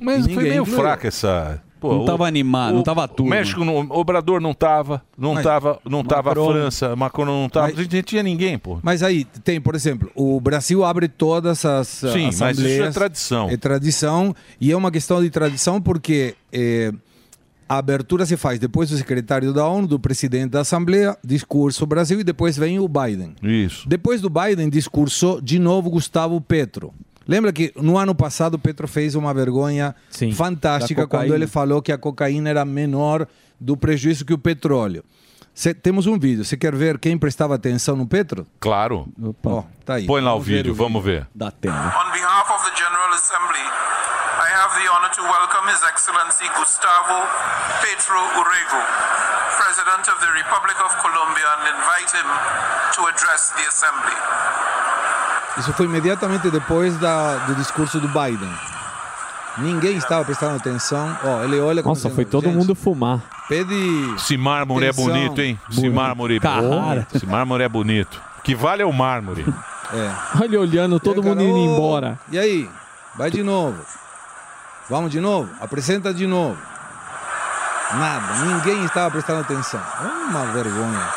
Mas E foi ninguém meio incluiu. fraca essa. Não tava animado, não tava O turma. México, não, o Obrador não tava, não Mas- tava, não tava Macron. a França, Macron não tava, Mas- a gente não tinha ninguém, pô. Mas aí tem, por exemplo, o Brasil abre todas as Sim, assembleias. mas isso é tradição. É tradição e é uma questão de tradição porque eh, a abertura se faz depois do secretário da ONU, do presidente da Assembleia, discurso Brasil e depois vem o Biden. Isso. Depois do Biden, discursou de novo Gustavo Petro. Lembra que no ano passado o Petro fez uma vergonha fantástica da cocaína. quando ele falou que a cocaína era menor do prejuízo que o petróleo. Cê- temos um vídeo. Você quer ver quem prestava atenção no Petro? Claro. Ó, tá aí. Põe lá o Vamos ver vídeo, o vamos ver. Dá tempo. On behalf of the General Assembly, I have the honor to welcome His Excellency Gustavo Petro Urrego, President of the Republic of Colombia, and invite him to address the Assembly. Isso foi imediatamente depois da- do discurso do Biden. Ninguém estava prestando atenção. Ó, ele olha como Nossa, dizendo, foi todo "Gente, mundo fumar. Pede. Esse mármore Atenção. é bonito, hein? Esse Bonito. Tá mármore é Cara. bonito. Esse mármore é bonito. Que vale é o mármore. É. Olha olhando, todo mundo indo "Ô, embora. E aí? Vai de novo. Vamos de novo? Apresenta de novo. Nada, ninguém estava prestando atenção. É Uma vergonha.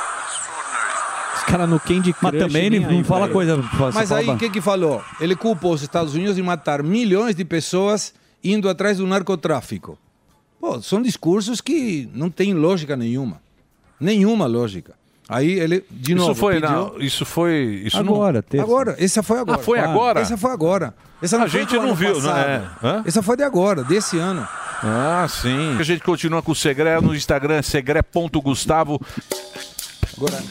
Os caras no Candy Crush. Mas também nem não- não fala velho. coisa Mas aí, o que que falou? Ele culpou os Estados Unidos de matar milhões de pessoas indo atrás do narcotráfico. Pô, são discursos que não tem lógica nenhuma. Nenhuma lógica. Aí ele, de novo, isso foi, pediu... na- isso foi, isso não... Agora, essa foi agora. Ah, foi agora? Essa foi agora. Essa A foi gente do não ano viu, não é? passado. Hã? Essa foi de agora, desse ano. Ah, sim. A gente continua com o Segré no Instagram, segré.gustavo. Agora,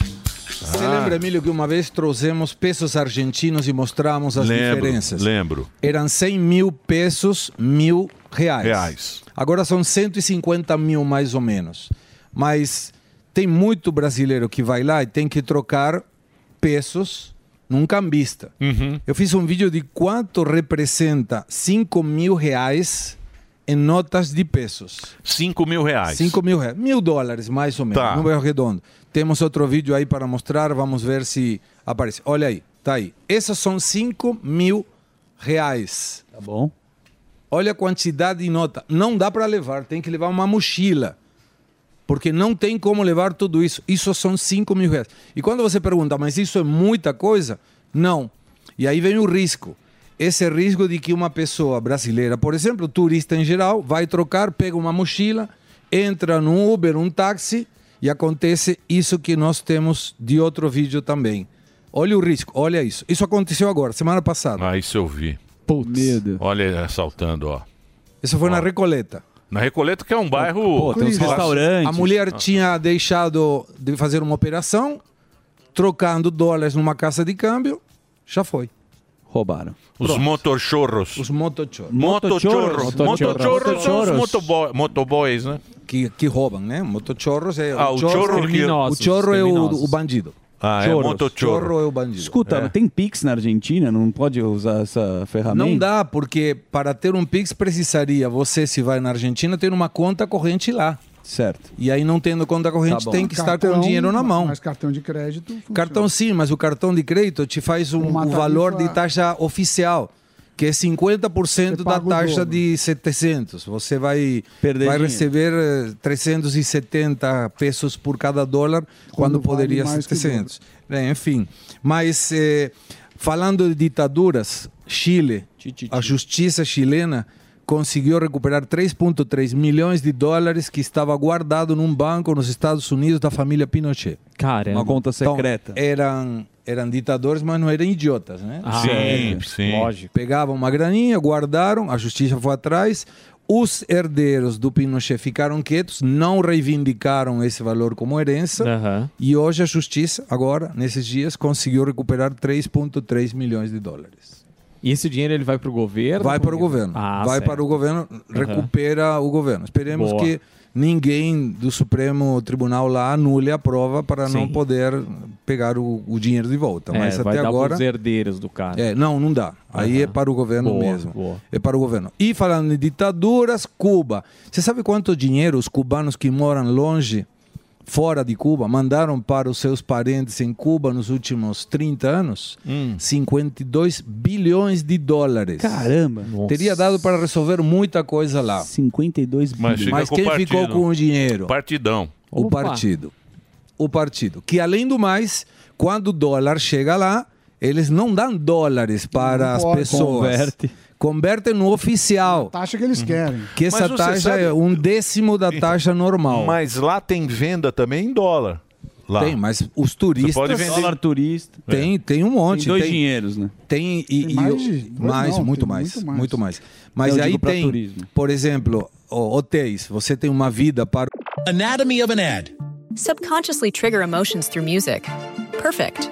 Você Ah. lembra, Emílio, que uma vez trouxemos pesos argentinos e mostramos as lembro, diferenças? lembro. Eram 100 mil pesos, mil reais. Reais. Agora são 150 mil, mais ou menos. Mas tem muito brasileiro que vai lá e tem que trocar pesos num cambista. Uhum. Eu fiz um vídeo de quanto representa 5 mil reais em notas de pesos. 5 mil reais. 5 mil reais. Mil dólares, mais ou menos. Tá. Número redondo. Temos outro vídeo aí para mostrar. Vamos ver se aparece. Olha aí. Tá aí. Essas são 5 mil reais. Tá bom. Olha a quantidade de nota. Não dá para levar. Tem que levar uma mochila. porque não tem como levar tudo isso. Isso são 5 mil reais. E quando você pergunta, mas isso é muita coisa? Não. E aí vem o risco. Esse risco de que uma pessoa brasileira, por exemplo, turista em geral, vai trocar, pega uma mochila, entra num Uber, um táxi, e acontece isso que nós temos de outro vídeo também. Olha o risco, olha isso. Isso aconteceu agora, semana passada. Ah, isso eu vi. Putz. Medo. Olha ele assaltando, ó. Isso foi Ah. na Recoleta. Na Recoleta, que é um bairro. Ah. Pô, tem uns restaurantes. A mulher tinha deixado de fazer uma operação, trocando dólares numa casa de câmbio, já foi. Roubaram. Os Pronto. motochorros. Os motochorros. Motochorros. Motochorros são os motobo- motoboys, né? Que, que roubam, né? Motochorros é Ah, o chorro- chorro que- O chorro é o, Criminosos. o bandido. Ah, Choros. Chorro é o bandido. Escuta, né? É. tem Pix na Argentina? Não pode usar essa ferramenta? Não dá, porque para ter um Pix precisaria, você se vai na Argentina, ter uma conta corrente lá. Certo. Tá E aí não tendo conta corrente, tem que estar com o dinheiro na mão. Tá Mas cartão de crédito. funciona. Cartão sim, mas o cartão de crédito te faz um, Uma um valor tarifa- de taxa oficial, que é 50% da paga o taxa dobro. de 700. Você vai, Perder vai dinheiro. receber eh, 370 pesos por cada dólar, quando, poderia vale ser mais que o 700. É, enfim, mas eh, falando de ditaduras, Chile, a justiça chilena conseguiu recuperar 3,3 milhões de dólares que estava guardado num banco nos Estados Unidos da família Pinochet. Cara, Uma conta Então, secreta. eram, eram ditadores, mas não eram idiotas, né? Ah, Sim, É. sim. lógico. Pegavam uma graninha, guardaram, a justiça foi atrás. Os herdeiros do Pinochet ficaram quietos, não reivindicaram esse valor como herança. E hoje a justiça, agora, nesses dias, conseguiu recuperar 3,3 milhões de dólares. E esse dinheiro ele vai pro governo? Vai para o governo. Ah, Vai certo. para o governo, recupera o governo. Esperemos Boa. que ninguém do Supremo Tribunal lá anule a prova para não Sim. poder pegar o, o dinheiro de volta. É, então, Mas vai até dar agora. pros herdeiros do cara. É, não, não dá. Aí é para o governo Boa, mesmo. boa. É para o governo. E falando em ditaduras, Cuba. Você sabe quanto dinheiro os cubanos que moram longe, fora de Cuba, mandaram para os seus parentes em Cuba nos últimos 30 anos? Hum. 52 bilhões de dólares. Caramba. Teria dado para resolver muita coisa lá. 52 Mas, fica Mas com quem o partido. ficou com o dinheiro? Partidão. O partido. O partido. Que além do mais, quando o dólar chega lá, eles não dão dólares para Não as pode. pessoas. Converte. Converte no oficial. Taxa que Uhum. eles querem. Que essa Mas você taxa sabe- é um décimo da Então, taxa normal. Mas lá tem venda também em dólar. Lá. Tem, mas os turistas. Você pode vender- É. Dólar turista. Tem, tem um monte. É. Tem dois dinheiros, né? Tem, e, Tem e- mais de- dois mais, não, muito, tem mais, muito muito mais. mais, Mas Não, É eu aí digo pra tem, turismo. por exemplo, ó, hotéis. Você tem uma vida para Anatomy of an ad. Subconsciously trigger emotions through music. Perfect.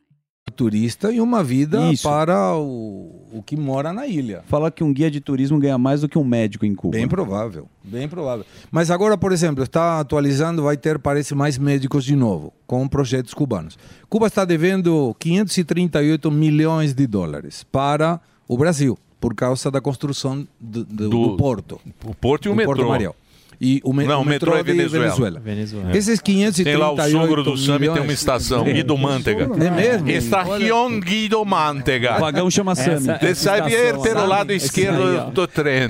o turista e uma vida para o, o que mora na ilha. Fala que um guia de turismo ganha mais do que um médico em Cuba. Bem provável, bem provável. Mas agora, por exemplo, está atualizando, vai ter, parece, mais médicos de novo, com projetos cubanos. Cuba está devendo 538 milhões de dólares para o Brasil, por causa da construção do, do- do porto. O porto e o Do metrô. Porto Mariel. E o, me- Não, o metrô, é de Venezuela. Venezuela. Venezuela. Esses 538 Tem lá o sogro do Sami, tem uma milhões- estação, Guido Mantega. É mesmo? Estação Guido Mantega. O vagão chama Essa- Sami. Você sabe ir estação, pelo sabe? lado Esse esquerdo aí, ó. do trem.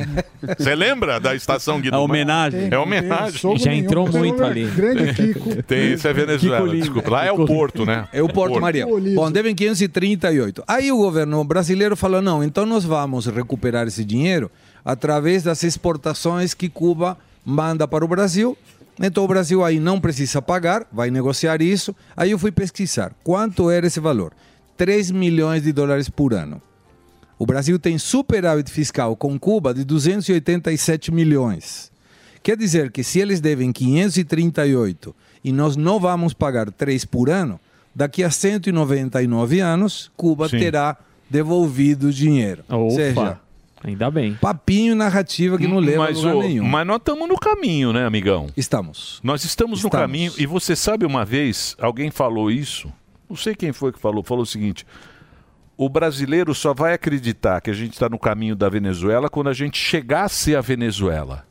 Você lembra da estação Guido É Mantega? homenagem. É homenagem. Sogro Já nenhum, entrou sogro muito ali. grande Kiko. Tem, isso é Kiko Venezuela, Lima. desculpa. Lá é o Kiko Lima. porto, né? É o Porto Maria. Bom, devem 538. Aí o governo brasileiro falou: não, então nós vamos recuperar esse dinheiro através das exportações que Cuba manda para o Brasil. Então o Brasil aí não precisa pagar, vai negociar isso. Aí eu fui pesquisar quanto era esse valor: 3 milhões de dólares por ano. O Brasil tem superávit fiscal com Cuba de 287 milhões. Quer dizer que se eles devem 538 e nós não vamos pagar 3 por ano, daqui a 199 anos, Cuba Sim. terá devolvido o dinheiro. Ou Opa. seja, Ainda bem. papinho e narrativa que não leva a Mas, lugar ô, nenhum. mas nós estamos no caminho, né, amigão? Estamos. Nós estamos, no caminho. E você sabe, uma vez, alguém falou isso. Não sei quem foi que falou. Falou o seguinte: o brasileiro só vai acreditar que a gente está no caminho da Venezuela quando a gente chegar a ser a Venezuela.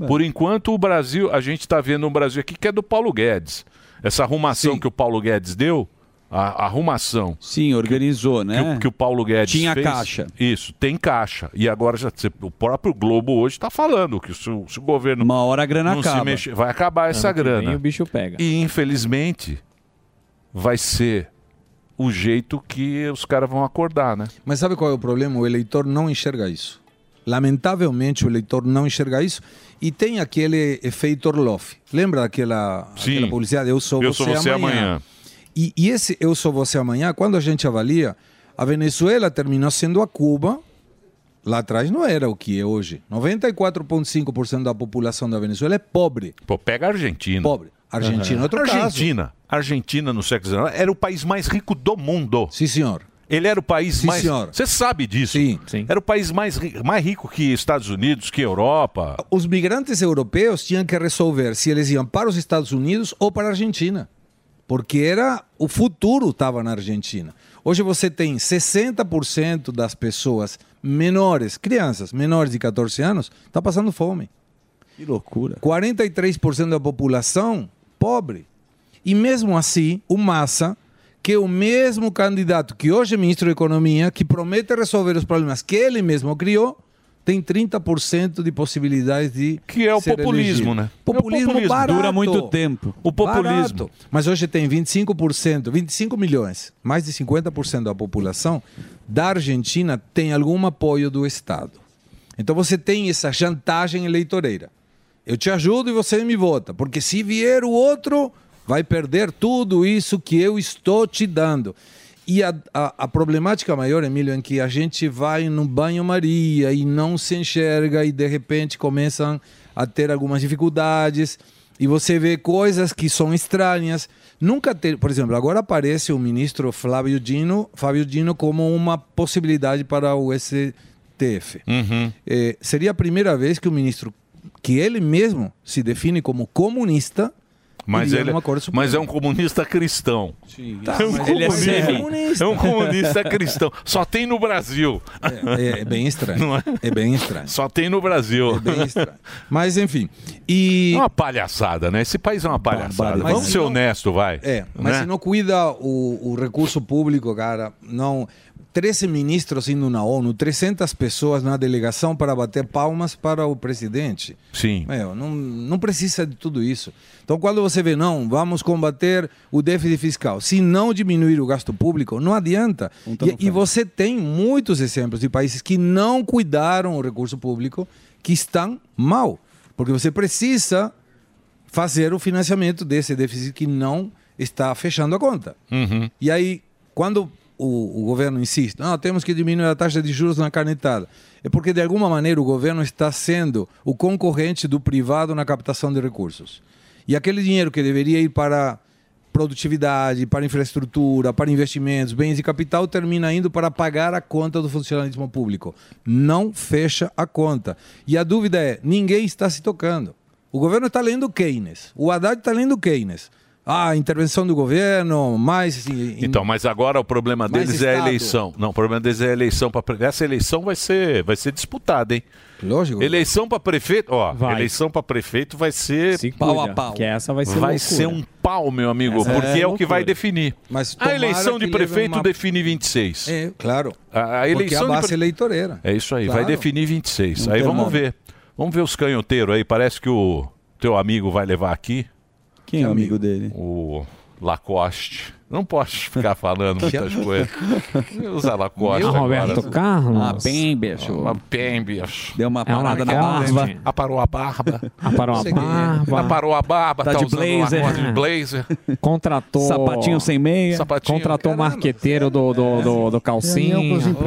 É. Por enquanto, o Brasil, a gente está vendo um Brasil aqui que é do Paulo Guedes. Essa arrumação que o Paulo Guedes deu, a, a arrumação. Sim, organizou, que né? o- que o Paulo Guedes Tinha fez- caixa. Isso, tem caixa. E agora já se- o próprio Globo hoje está falando que se, o- se o governo Uma hora a grana não acaba. se mexer, vai acabar essa Ano que grana. vem o bicho pega. E infelizmente vai ser o jeito que os caras vão acordar, né? Mas sabe qual é o problema? O eleitor não enxerga isso. Lamentavelmente, o eleitor não enxerga isso. E tem aquele efeito Orloff. Lembra daquela, aquela publicidade? Eu sou Eu você, sou você amanhã. E, e esse Eu Sou Você Amanhã, quando a gente avalia, a Venezuela terminou sendo a Cuba. Lá atrás não era o que é hoje. 94,5% da população da Venezuela é pobre. Pô, pega a Argentina. Pobre. Argentina é outro caso. Argentina. Argentina, no século XIX, era o país mais rico do mundo. Sim, senhor. Ele era o país Sim, mais. senhor. Você sabe disso. Sim. Era o país mais, ri- mais rico que Estados Unidos, que Europa. Os migrantes europeus tinham que resolver se eles iam para os Estados Unidos ou para a Argentina. Porque era o futuro estava na Argentina. Hoje você tem 60% das pessoas menores, crianças menores de 14 anos, está passando fome. Que loucura. 43% da população pobre. E mesmo assim, o Massa, que é o mesmo candidato que hoje é ministro da Economia, que promete resolver os problemas que ele mesmo criou, tem 30% de possibilidades de Que é o ser populismo, elegido. né? Populismo, É o populismo. barato. Dura muito tempo. O populismo. Barato. Mas hoje tem 25%, 25 milhões, mais de 50% da população da Argentina tem algum apoio do Estado. Então você tem essa chantagem eleitoreira. Eu te ajudo e você me vota, porque se vier o outro, vai perder tudo isso que eu estou te dando. E a, a- a problemática maior, Emílio, é que a gente vai no banho-maria e não se enxerga e de repente começam a ter algumas dificuldades e você vê coisas que são estranhas. Nunca ter, por exemplo, agora aparece o ministro Flávio Dino, Fábio Dino como uma possibilidade para o STF. Eh, seria a primeira vez que o ministro, que ele mesmo se define como comunista, Mas, iria ele, numa Corte Suprema. mas é um comunista cristão. Tá, é um mas ele é comunista. semi. É um comunista cristão. Só tem no Brasil. É, é bem estranho. Não é? é bem estranho. Só tem no Brasil. É bem estranho. Mas enfim. E... É uma palhaçada, né? Esse país é uma palhaçada. Barbaridade. Vamos ser honesto, vai. É, mas Né? se não cuida o, o recurso público, cara, não. 13 ministros indo na ONU, 300 pessoas na delegação para bater palmas para o presidente. Sim. Meu, É, não, não precisa de tudo isso. Então, quando você vê, não, vamos combater o déficit fiscal. Se não diminuir o gasto público, não adianta. Então E- não e você tem muitos exemplos de países que não cuidaram o recurso público, que estão mal. Porque você precisa fazer o financiamento desse déficit que não está fechando a conta. Uhum. E aí, quando o, o governo insiste, não, temos que diminuir a taxa de juros na canetada, é porque de alguma maneira o governo está sendo o concorrente do privado na captação de recursos. E aquele dinheiro que deveria ir para produtividade, para infraestrutura, para investimentos, bens e capital, termina indo para pagar a conta do funcionalismo público. Não fecha a conta. E a dúvida é, ninguém está se tocando. O governo está lendo Keynes. O Haddad está lendo Keynes. Ah, intervenção do governo, mais... assim, Então, mas agora o problema Mais deles é a Estado. eleição. Não, o problema deles é a eleição para essa eleição vai ser vai ser disputada, hein? Lógico. Eleição para prefeito, ó, Vai. eleição para prefeito vai ser Pau a pau. que essa vai ser loucura. ser um pau, meu amigo, Essa porque é é, o que loucura. vai definir. Mas a tomara eleição de que leve prefeito uma- define 26. É, claro. A, a eleição Porque a de base pre- eleitoreira. É isso aí, Claro. vai definir 26. Não aí tem vamos nome. ver. Vamos ver os canhoteiros aí. Parece que o teu amigo vai levar aqui. Quem é o amigo dele? O Lacoste. Não posso ficar falando muitas coisas. Usa Lacoste. Meu agora. Roberto Carlos. Ah, bem, bicho. Ah, bem, bicho. Deu É uma parada na Lacoste. barba. Aparou a barba. Aparou a barba. é. Aparou a barba. Tá de usando blazer. Lacoste de blazer. Contratou. É, Sapatinho sem meia. Sapatinho. Contratou o marqueteiro do, do, do, do calcinha.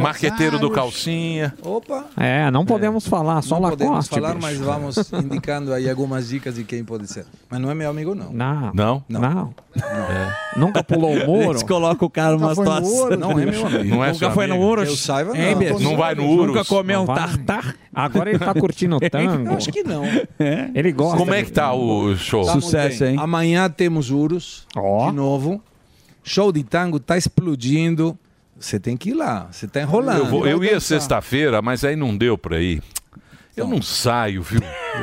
Marqueteiro do calcinha. Opa. É, não podemos falar, só Não podemos Lacoste. falar, Ah, bicho. mas vamos indicando aí algumas dicas de quem pode ser. Mas não é meu amigo, não. Não. Não? Não. É. Nunca pulou o muro? Eles colocam o cara numa Nunca foi no situação- ouro, Não é meu amigo. Não é Nunca seu foi no amigo. Ouros? Eu saiba, Hein, não. bicho? Não vai no Ouros? Nunca comeu um Não vai. tartar? Agora ele tá curtindo o tango. Acho que não. Ele gosta. Como é que tá o show? Estamos bem. Amanhã temos Uros de novo. Show de tango tá explodindo. Você tem que ir lá, você está enrolando. Eu, vou- Vai eu ia dançar. sexta-feira, mas aí não deu pra ir. Eu não saio, viu?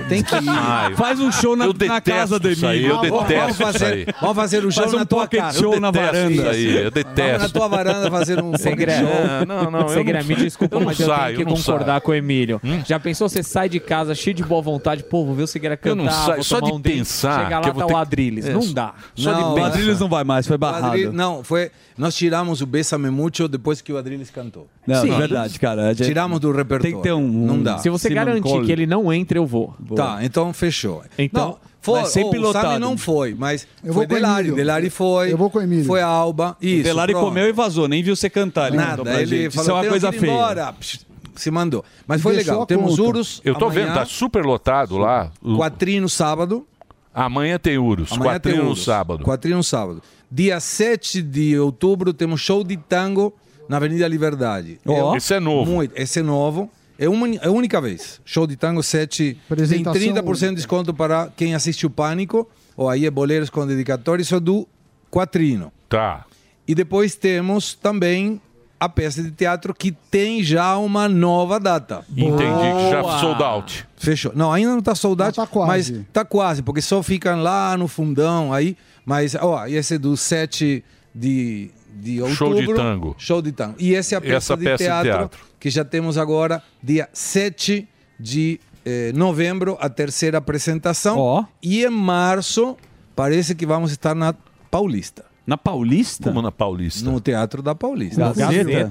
Tem que ir. Saio. Faz um show na- eu na detesto casa do isso aí, Emílio. Eu Vamos- vamos detesto fazer- isso aí. vamos fazer o show Faz um na tua pocket casa. show Eu na detesto varanda. Isso aí, eu Vamos detesto. Tá na tua varanda fazer um Segre- pocket show. Não, não, eu Segredo, não- me desculpa, eu não mas eu saio, tenho eu que não concordar saio. com o Emílio. Já pensou, você sai de casa cheio de boa vontade, pô, vou ver o Segredo cantar, Eu não saio, vou só tomar de um drink. pensar Chega lá, que eu vou tá ter o que- Adrilles. É, não só- dá. Não, pensar. o Adrilles não vai mais, foi O Adri- Não, foi. Nós tiramos o Bessame Mucho depois que o Adrilles cantou. Não, é verdade, cara. Já- Tiramos do repertório. Tem que ter um. um- Não dá. Se você garantir que ele não entra, eu vou. Tá, então fechou. Então, não, foi, vai ser oh, O pilotado. Sami não foi, mas Eu vou foi com o Delari. Emílio. Delari foi. Eu vou com o Emílio. Foi a Alba. Isso. Delari pronto. comeu e vazou, nem viu você cantar. Ele mandou Nada, pra ele gente. falou Isso é uma "Tenho coisa que ir feia. embora. Psh, Se mandou. Mas foi legal. Temos Urus. Eu tô amanhã, vendo, tá super lotado lá. Quatrino sábado. Amanhã tem Urus. Amanhã Quatrino tem no Urus. sábado. Quatrino sábado. Dia 7 de outubro temos show de tango na Avenida Liberdade. Ó. Esse é novo. Muito, esse é novo. É uma é a única vez. Show de tango 7 tem Apresentação 30% de desconto para quem assiste o Pânico. Ou aí é boleiros com dedicatório. Isso é do Quatrino. Tá. E depois temos também a peça de teatro que tem já uma nova data. Entendi que já sold out. Fechou. Não, ainda não tá soldado, Mas tá quase. mas tá quase, porque só ficam lá no fundão aí. Mas, ó, e esse é do 7 de, de outubro. Show de tango. Show de tango. E essa é a peça, Essa de, peça de teatro, teatro. que já temos agora, dia 7 de eh, novembro, a terceira apresentação. E em março, parece que vamos estar na Paulista. Na Paulista? Como na Paulista? No Teatro da Paulista.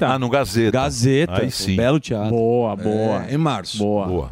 Ah, no Gazeta. Gazeta. Aí sim. Belo teatro. Boa, boa. É, em março. Boa. Boa.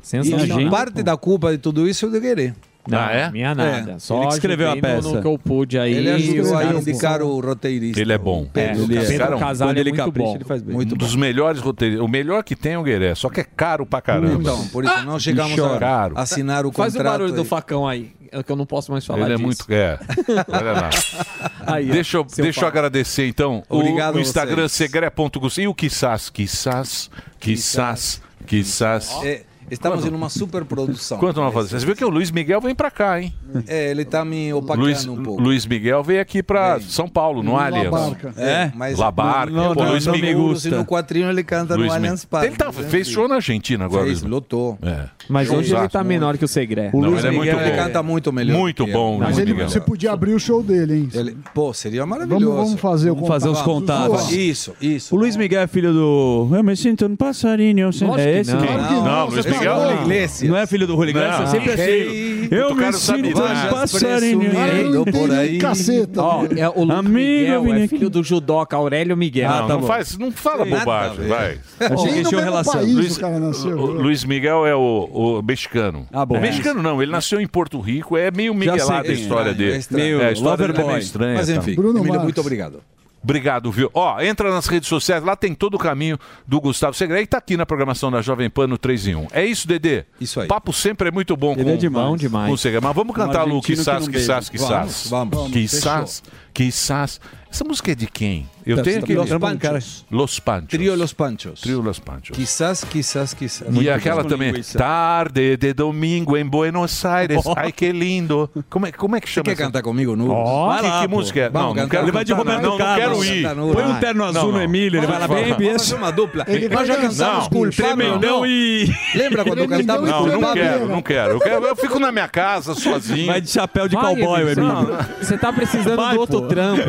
E parte da culpa de tudo isso é do Guerê. Não, Ah, minha nada. É. Só ajudei no- No que eu pude aí. Ele os ajudou a caras- indicar o roteirista. Ele é bom. um É, Eles Pedro ficaram- Casale Quando é ele muito capricha, bom. ele faz bem. um dos melhores roteiristas. O melhor que tem é o Gueré, só que é caro pra caramba. Ah, Então, por isso não chegamos Chora. a Caro. assinar o Faz o contrato. barulho do aí. facão aí, é que eu não posso mais falar Ele é disso. muito. É. Olha lá. Aí, ó, deixa eu, seu deixa eu Paulo. agradecer, então. o- Obrigado O a Instagram, vocês. segre.gus. E o Quissás? Quissás, Quissás, Quissás. É, estamos em uma super produção. Quanto nós fazemos? Vocês viram que o Luiz Miguel vem pra cá, hein? É, ele tá me opacando Luiz, um pouco. Luiz Miguel veio aqui pra São Paulo, no Allianz. Barca. É, mas- Labarca. Não, Pô, não, Luiz não me Miguel. gusta. No quadrinho ele canta Luiz no Mi- Allianz Parque. né? Ele tá, fez show na Argentina agora. Fez, Luiz- lotou. É. Mas Show hoje ele exato. tá menor que o segredo. O Luiz ele é muito Ele bom. canta muito melhor. Muito que bom, eu. Luiz Mas ele, Miguel. você podia abrir o show dele, hein? Ele- pô, seria maravilhoso. Vamos, vamos fazer o Vamos fazer os contato. contatos. Isso, isso. O Luiz Miguel é filho do. Eu me sinto um passarinho. Lógico que é esse? não. cara? Claro que Não, você Luiz tá Miguel louco. não. Iglesias. Não é filho do Rui Iglesias? Não. Eu sempre achei. Ei, Eu me Tocaram sinto Sabinada. um assim. Vajas passarinho. Preço, Cara, eu não Indo por entendi aí. um caceta. Ó, é o Luiz Amigo, eu Miguel, vim é aqui. filho do judoca Aurélio Miguel. Ah, Não, tá não bom. faz, não fala nada bobagem, a vai. Achei que Nem no encheu mesmo relação. país Luiz- o cara nasceu. O Luiz Miguel é o, o mexicano. Ah, bom. O mexicano não, ele nasceu em Porto Rico, é meio miguelada a sei, história é, é dele. estranho. É, a história dele é Loverboy. meio estranha. Mas tá. enfim, Bruno Emílio, Marx. muito obrigado. Obrigado, viu? Ó, entra nas redes sociais, lá tem todo o caminho do Gustavo Segre e tá aqui na programação da Jovem Pan no 3 em 1. É isso, Dedê? Isso aí. Papo sempre é muito bom Ele com é demais. Bom demais. com o Segre. Mas vamos Um cantar argentino Lu, quizás, que não beija. quizás, quizás. Vamos, vamos. Quizás, quizás. Essa música é de quem? Tá, Eu tenho aqui. Los Panchos. Los Panchos. tá. Trio Los Panchos. É Trio Los Panchos. Quizás, quizás, quizás. e aquela com também, Tá, linguiça. tarde de domingo em Buenos Aires, ai que lindo. Como é, como é que Você chama quer essa- cantar comigo, Nuno? Que, Vai lá, que pô. música é? Não, Vamos não cantar. quero Ele vai de cantar, Roberto não, não Carlos. quero ir. Cantar no- Põe um terno Não, azul não. no Emílio, ele vai lá bem, Vamos bem. fazer é uma dupla. Ele Nós já vai cantamos dançar. com o Fábio, Tremendão não? e. Lembra quando Tremendão cantamos e com Não, o Tremendão. não Fábio? quero, não quero. Eu, quero- eu fico na minha casa sozinho. Vai de chapéu de cowboy, o Emílio. Emílio. Você tá precisando Vai, do outro pô. trampo.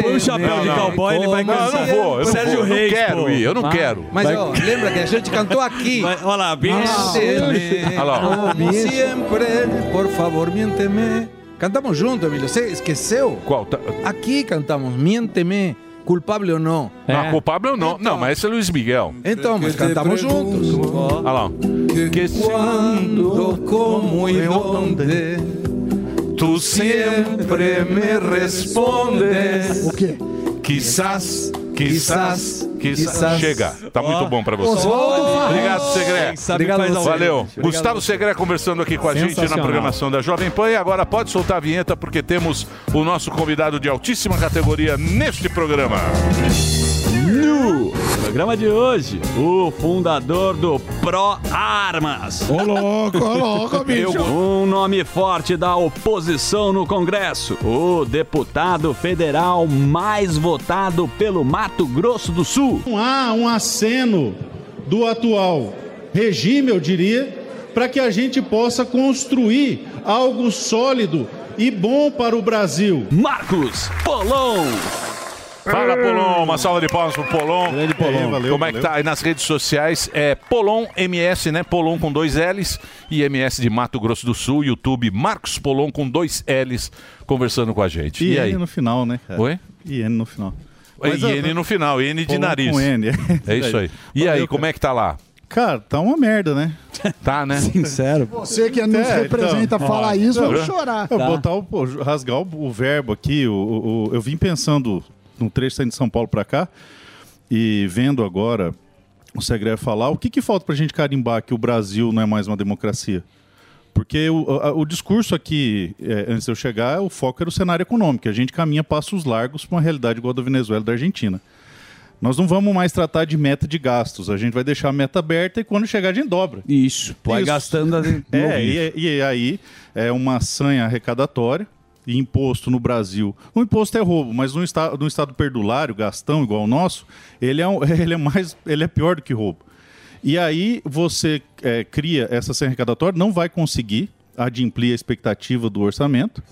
Põe o chapéu Não, de não. cowboy, ele vai Como Não, eu não vou, eu não Sérgio vou. Eu Reis, não quero pô. ir, eu não Vai. quero. Mas ó, lembra que a gente cantou aqui. Vai- Olha lá, bicho. Miénteme, Olha lá, ó. Ah, como siempre, por favor, miénteme. Cantamos junto, Emílio. Você esqueceu? Qual? Tá- Aqui cantamos, miénteme, culpável ou não. Não, culpável não. Não, mas esse é Luiz Miguel. É. Então, mas cantamos juntos. Olha lá. Que Quando, como e onde tu siempre me respondes. O quê? Quizás, quizás, quizás. quizás. Chega, tá muito bom pra você. Obrigado, Segre. Sabe que faz ao Valeu. vivo. Gustavo Segre conversando aqui com a gente na Sensacional. programação da Jovem Pan. E agora pode soltar a vinheta porque temos o nosso convidado de altíssima categoria neste programa. programa de hoje, o fundador do Pro Armas. Ô louco, ô louco, bicho. Um nome forte da oposição no Congresso, o deputado federal mais votado pelo Mato Grosso do Sul. Há um aceno do atual regime, eu diria, para que a gente possa construir algo sólido e bom para o Brasil. Marcos Polon. Fala, Polon. Uma salva de palmas pro Polon. Grande Polon. Como valeu, é que tá aí nas redes sociais? É Polon MS, né? Polon com dois L's e MS de Mato Grosso do Sul. YouTube Marcos Polon com dois L's conversando com a gente. E, E, N aí? no final, né? cara? Oi? E N no final. Mas, e N ah, no final, N de Polon nariz. com N, é É isso aí. E aí, Valeu, como é que tá lá? Cara, tá uma merda, né? É, então. Tá, né? Sincero. Você que nos representa falar isso, eu vou chorar. Eu botar o, pô, rasgar o, o verbo aqui, o, o- o- eu vim pensando no trecho saindo de São Paulo pra cá e vendo agora o Segré falar, o que, que falta pra gente carimbar que o Brasil não é mais uma democracia? Porque o, a- o discurso aqui, é, antes de eu chegar, o foco era o cenário econômico. A gente caminha passos largos para uma realidade igual a da Venezuela e da Argentina. Nós não vamos mais tratar de meta de gastos. A gente vai deixar a meta aberta e quando chegar a gente dobra. Isso. Vai gastando a- no É, bicho. e, e aí é uma sanha arrecadatória e imposto no Brasil. O imposto é roubo, mas no estado, no estado perdulário, gastão igual o nosso, ele é, um- ele é mais, ele é pior do que roubo. E aí você é, cria essa sanha arrecadatória, não vai conseguir adimplir a expectativa do orçamento.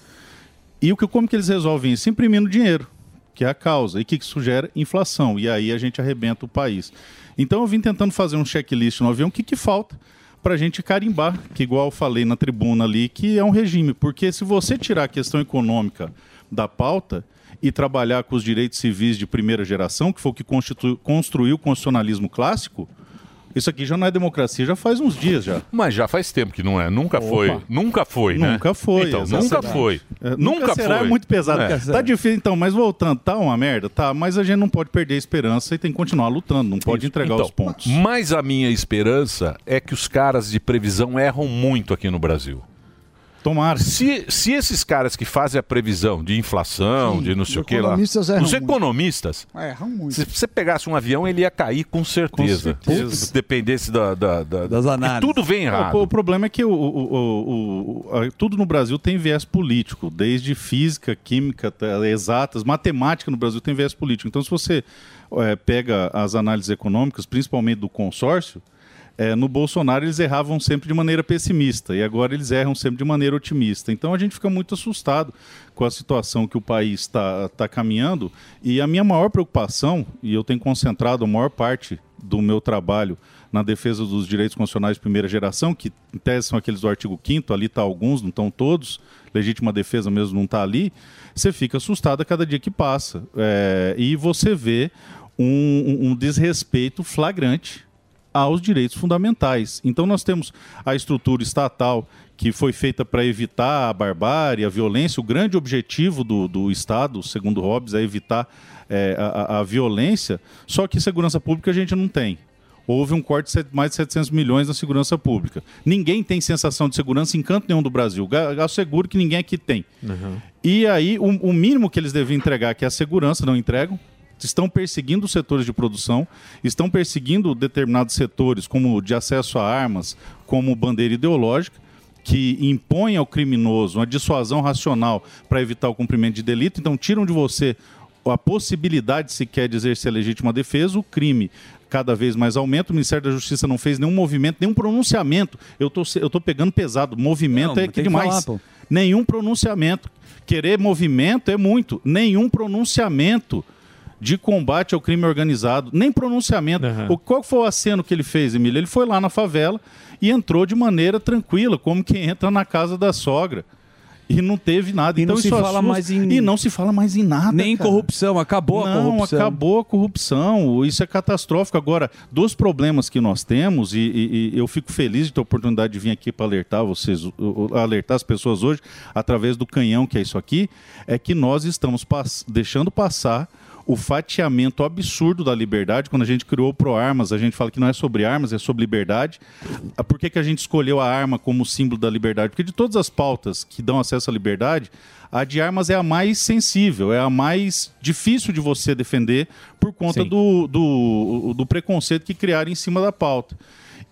E o que, como que eles resolvem isso? Imprimindo dinheiro, que é a causa. E o que, que isso gera? Inflação. E aí a gente arrebenta o país. Então eu vim tentando fazer um checklist no avião. O que, que falta para a gente carimbar? Que igual eu falei na tribuna ali, que é um regime. Porque se você tirar a questão econômica da pauta e trabalhar com os direitos civis de primeira geração, que foi o que constitu- construiu o constitucionalismo clássico, isso aqui já não é democracia, já faz uns dias já. Mas já faz tempo que não é. Nunca Opa. foi. Nunca foi, né? Nunca foi. Então, exatamente. nunca foi. É, nunca, será, é muito pesado. É. Tá difícil, então, mas voltando, tá uma merda? Tá, mas a gente não pode perder a esperança e tem que continuar lutando, não pode entregar Então, os pontos. Mas a minha esperança é que os caras de previsão erram muito aqui no Brasil. Tomara. Se, se esses caras que fazem a previsão de inflação, de não sei o que lá. economistas erram Os economistas. É, erram muito. Se você pegasse um avião, ele ia cair com certeza. Com certeza. Se dependesse da, da- da- e É Tudo vem errado. O, o problema é que o, o- o- o- a- tudo no Brasil tem viés político, desde física, química, tá, exatas, matemática no Brasil tem viés político. Então, se você eh, pega as análises econômicas, principalmente do consórcio, eh, no Bolsonaro eles erravam sempre de maneira pessimista e agora eles erram sempre de maneira otimista. Então a gente fica muito assustado com a situação que o país está tá caminhando e a minha maior preocupação, e eu tenho concentrado a maior parte do meu trabalho na defesa dos direitos constitucionais de primeira geração, que em tese são aqueles do artigo 5 ali tá alguns, não estão todos, legítima defesa mesmo não está ali, você fica assustado a cada dia que passa. É, e você vê um- um- um desrespeito flagrante aos direitos fundamentais. Então nós temos a estrutura estatal que foi feita para evitar a barbárie, a violência. O grande objetivo do, do Estado, segundo Hobbes, é evitar eh, a, a- a violência. Só que segurança pública a gente não tem. Houve um corte de set- mais de 700 milhões na segurança pública. Ninguém tem sensação de segurança em canto nenhum do Brasil. Ga- ga- Asseguro que ninguém aqui tem. Uhum. E aí, o, o mínimo que eles deviam entregar, que é a segurança, não entregam. Estão perseguindo os setores de produção, estão perseguindo determinados setores, como de acesso a armas, como bandeira ideológica, que impõe ao criminoso uma dissuasão racional para evitar o cumprimento de delito. Então, tiram de você a possibilidade sequer de exercer a legítima defesa, o crime cada vez mais aumenta. O Ministério da Justiça não fez nenhum movimento, nenhum pronunciamento. Eu tô, se- eu tô pegando pesado. Movimento Não, é mas que tem que demais. falar, pô. nenhum pronunciamento. Querer movimento é muito. Nenhum pronunciamento de combate ao crime organizado, nem pronunciamento. O, qual foi o aceno que ele fez, Emílio? Ele foi lá na favela e entrou de maneira tranquila, como quem entra na casa da sogra. E não teve nada. E então não se isso fala assusta. mais em- E não se fala mais em nada. Nem cara. corrupção, acabou a Não, corrupção. acabou a corrupção. Isso é catastrófico. Agora, dos problemas que nós temos, e, e- e eu fico feliz de ter a oportunidade de vir aqui para alertar vocês, o- o- alertar as pessoas hoje, através do canhão que é isso aqui, é que nós estamos pass- deixando passar o fatiamento absurdo da liberdade. Quando a gente criou o ProArmas, a gente fala que não é sobre armas, é sobre liberdade. Ah, Por que, que a gente escolheu a arma como símbolo da liberdade? Porque de todas as pautas que dão acesso à liberdade, a de armas é a mais sensível, é a mais difícil de você defender por conta do, do, do preconceito que criaram em cima da pauta.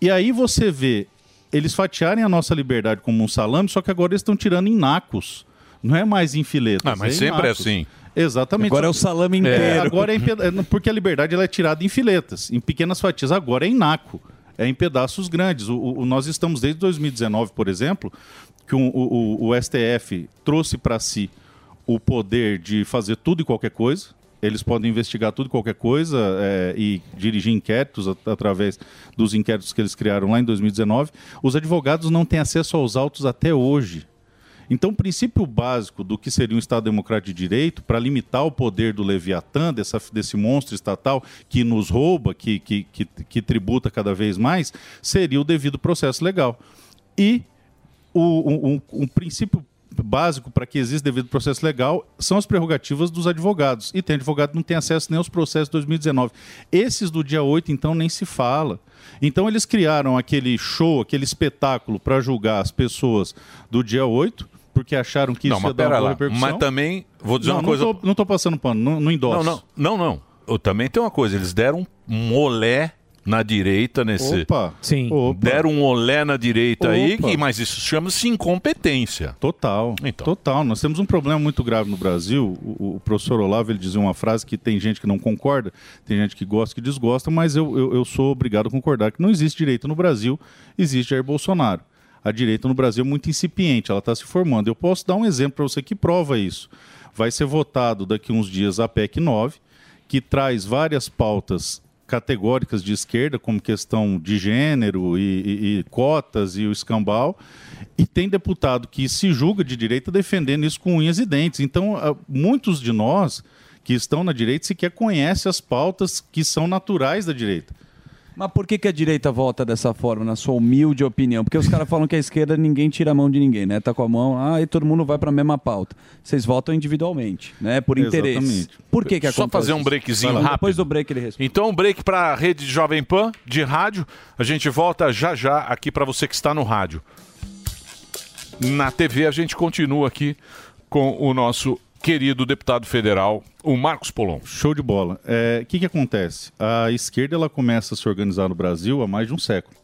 E aí você vê eles fatiarem a nossa liberdade como um salame, só que agora eles estão tirando em nacos. Não é mais em filetes. Ah, mas em sempre é nacos. assim. Exatamente. Agora é o salame inteiro. É, agora é em peda- é, não, porque a liberdade ela é tirada em filetas, em pequenas fatias. Agora é em naco, é em pedaços grandes. O, o- o- nós estamos desde 2019, por exemplo, que um- o, o- o STF trouxe para si o poder de fazer tudo e qualquer coisa. Eles podem investigar tudo e qualquer coisa é, e dirigir inquéritos at- através dos inquéritos que eles criaram lá em 2019. Os advogados não têm acesso aos autos até hoje. Então, o princípio básico do que seria um Estado democrático de direito, para limitar o poder do Leviatã, dessa, desse monstro estatal que nos rouba, que, que, que, que tributa cada vez mais, seria o devido processo legal. E o, um, um- um princípio básico para que exista devido processo legal são as prerrogativas dos advogados. E tem advogado que não tem acesso nem aos processos de 2019. Esses do dia 8, então, nem se fala. Então, eles criaram aquele show, aquele espetáculo para julgar as pessoas do dia 8, porque acharam que Não, isso mas ia dar pera uma boa lá. repercussão. Mas também, vou dizer Não, uma não coisa- tô- não estou passando pano, não, não endosso. Não, não, não, não. Eu também tem uma coisa, eles deram um olé na direita nesse. Opa. Sim. Deram um olé na direita aí, Opa. que- mas isso chama-se incompetência. Total. Então. Total. Nós temos um problema muito grave no Brasil. O, o professor Olavo ele dizia uma frase que tem gente que não concorda, tem gente que gosta que desgosta, mas eu, eu, eu sou obrigado a concordar que não existe direita no Brasil, existe Jair Bolsonaro. A direita no Brasil é muito incipiente, ela está se formando. Eu posso dar um exemplo para você que prova isso. Vai ser votado daqui uns dias a PEC 9, que traz várias pautas categóricas de esquerda, como questão de gênero e, e- e cotas e o escambau, e tem deputado que se julga de direita defendendo isso com unhas e dentes. Então, ah, muitos de nós que estão na direita sequer conhecem as pautas que são naturais da direita. Mas por que, que a direita vota dessa forma, na sua humilde opinião? Porque os caras falam que a esquerda ninguém tira a mão de ninguém, né? Tá com a mão, ah, e todo mundo vai pra mesma pauta. Vocês votam individualmente, né? Por interesse. Exatamente. Por que que acontece? Só fazer um isso? breakzinho Vai lá. rápido. Depois do break ele responde. Então, um break para a rede Jovem Pan de rádio. A gente volta já já aqui para você que está no rádio. Na TV, a gente continua aqui com o nosso querido deputado federal, o Marcos Polon. Show de bola. É, O que, que acontece? A esquerda ela começa a se organizar no Brasil há mais de um século.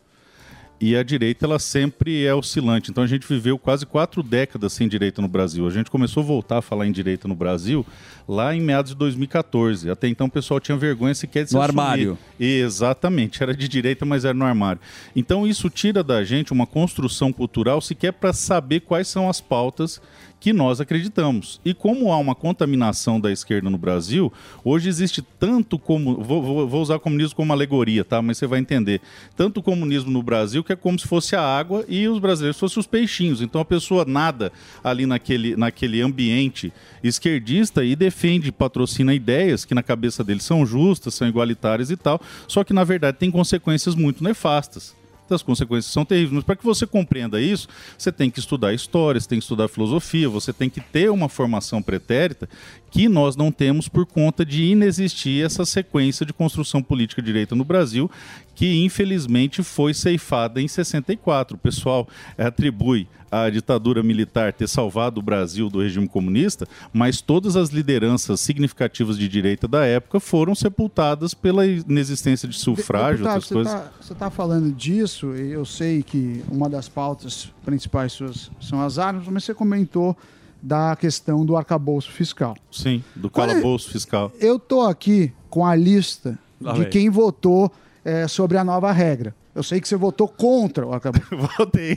E a direita ela sempre é oscilante. Então a gente viveu quase quatro décadas sem direita no Brasil. A gente começou a voltar a falar em direita no Brasil lá em meados de 2014. Até então o pessoal tinha vergonha sequer de se No assumir. armário. Exatamente, era de direita, mas era no armário. Então isso tira da gente uma construção cultural sequer para saber quais são as pautas que nós acreditamos. E como há uma contaminação da esquerda no Brasil, hoje existe tanto como. Vou, vou- vou usar o comunismo como alegoria, tá? Mas você vai entender. Tanto comunismo no Brasil que é como se fosse a água e os brasileiros fossem os peixinhos. Então a pessoa nada ali naquele, naquele ambiente esquerdista e defende, patrocina ideias que na cabeça deles são justas, são igualitárias e tal, só que na verdade tem consequências muito nefastas. As consequências são terríveis, mas para que você compreenda isso, você tem que estudar história, você tem que estudar filosofia, você tem que ter uma formação pretérita que nós não temos por conta de inexistir essa sequência de construção política direita no Brasil, que infelizmente foi ceifada em 64. O pessoal eh, atribui a ditadura militar ter salvado o Brasil do regime comunista, mas todas as lideranças significativas de direita da época foram sepultadas pela inexistência de sufrágio, Deputado, outras você coisas. tá- você está falando disso, e eu sei que uma das pautas principais suas são as armas, mas você comentou da questão do arcabouço fiscal. Sim, do Quando- calabouço fiscal. Eu tô aqui com a lista Lá de vem. quem votou eh, sobre a nova regra. Eu sei que você votou contra o arcabouço. Votei.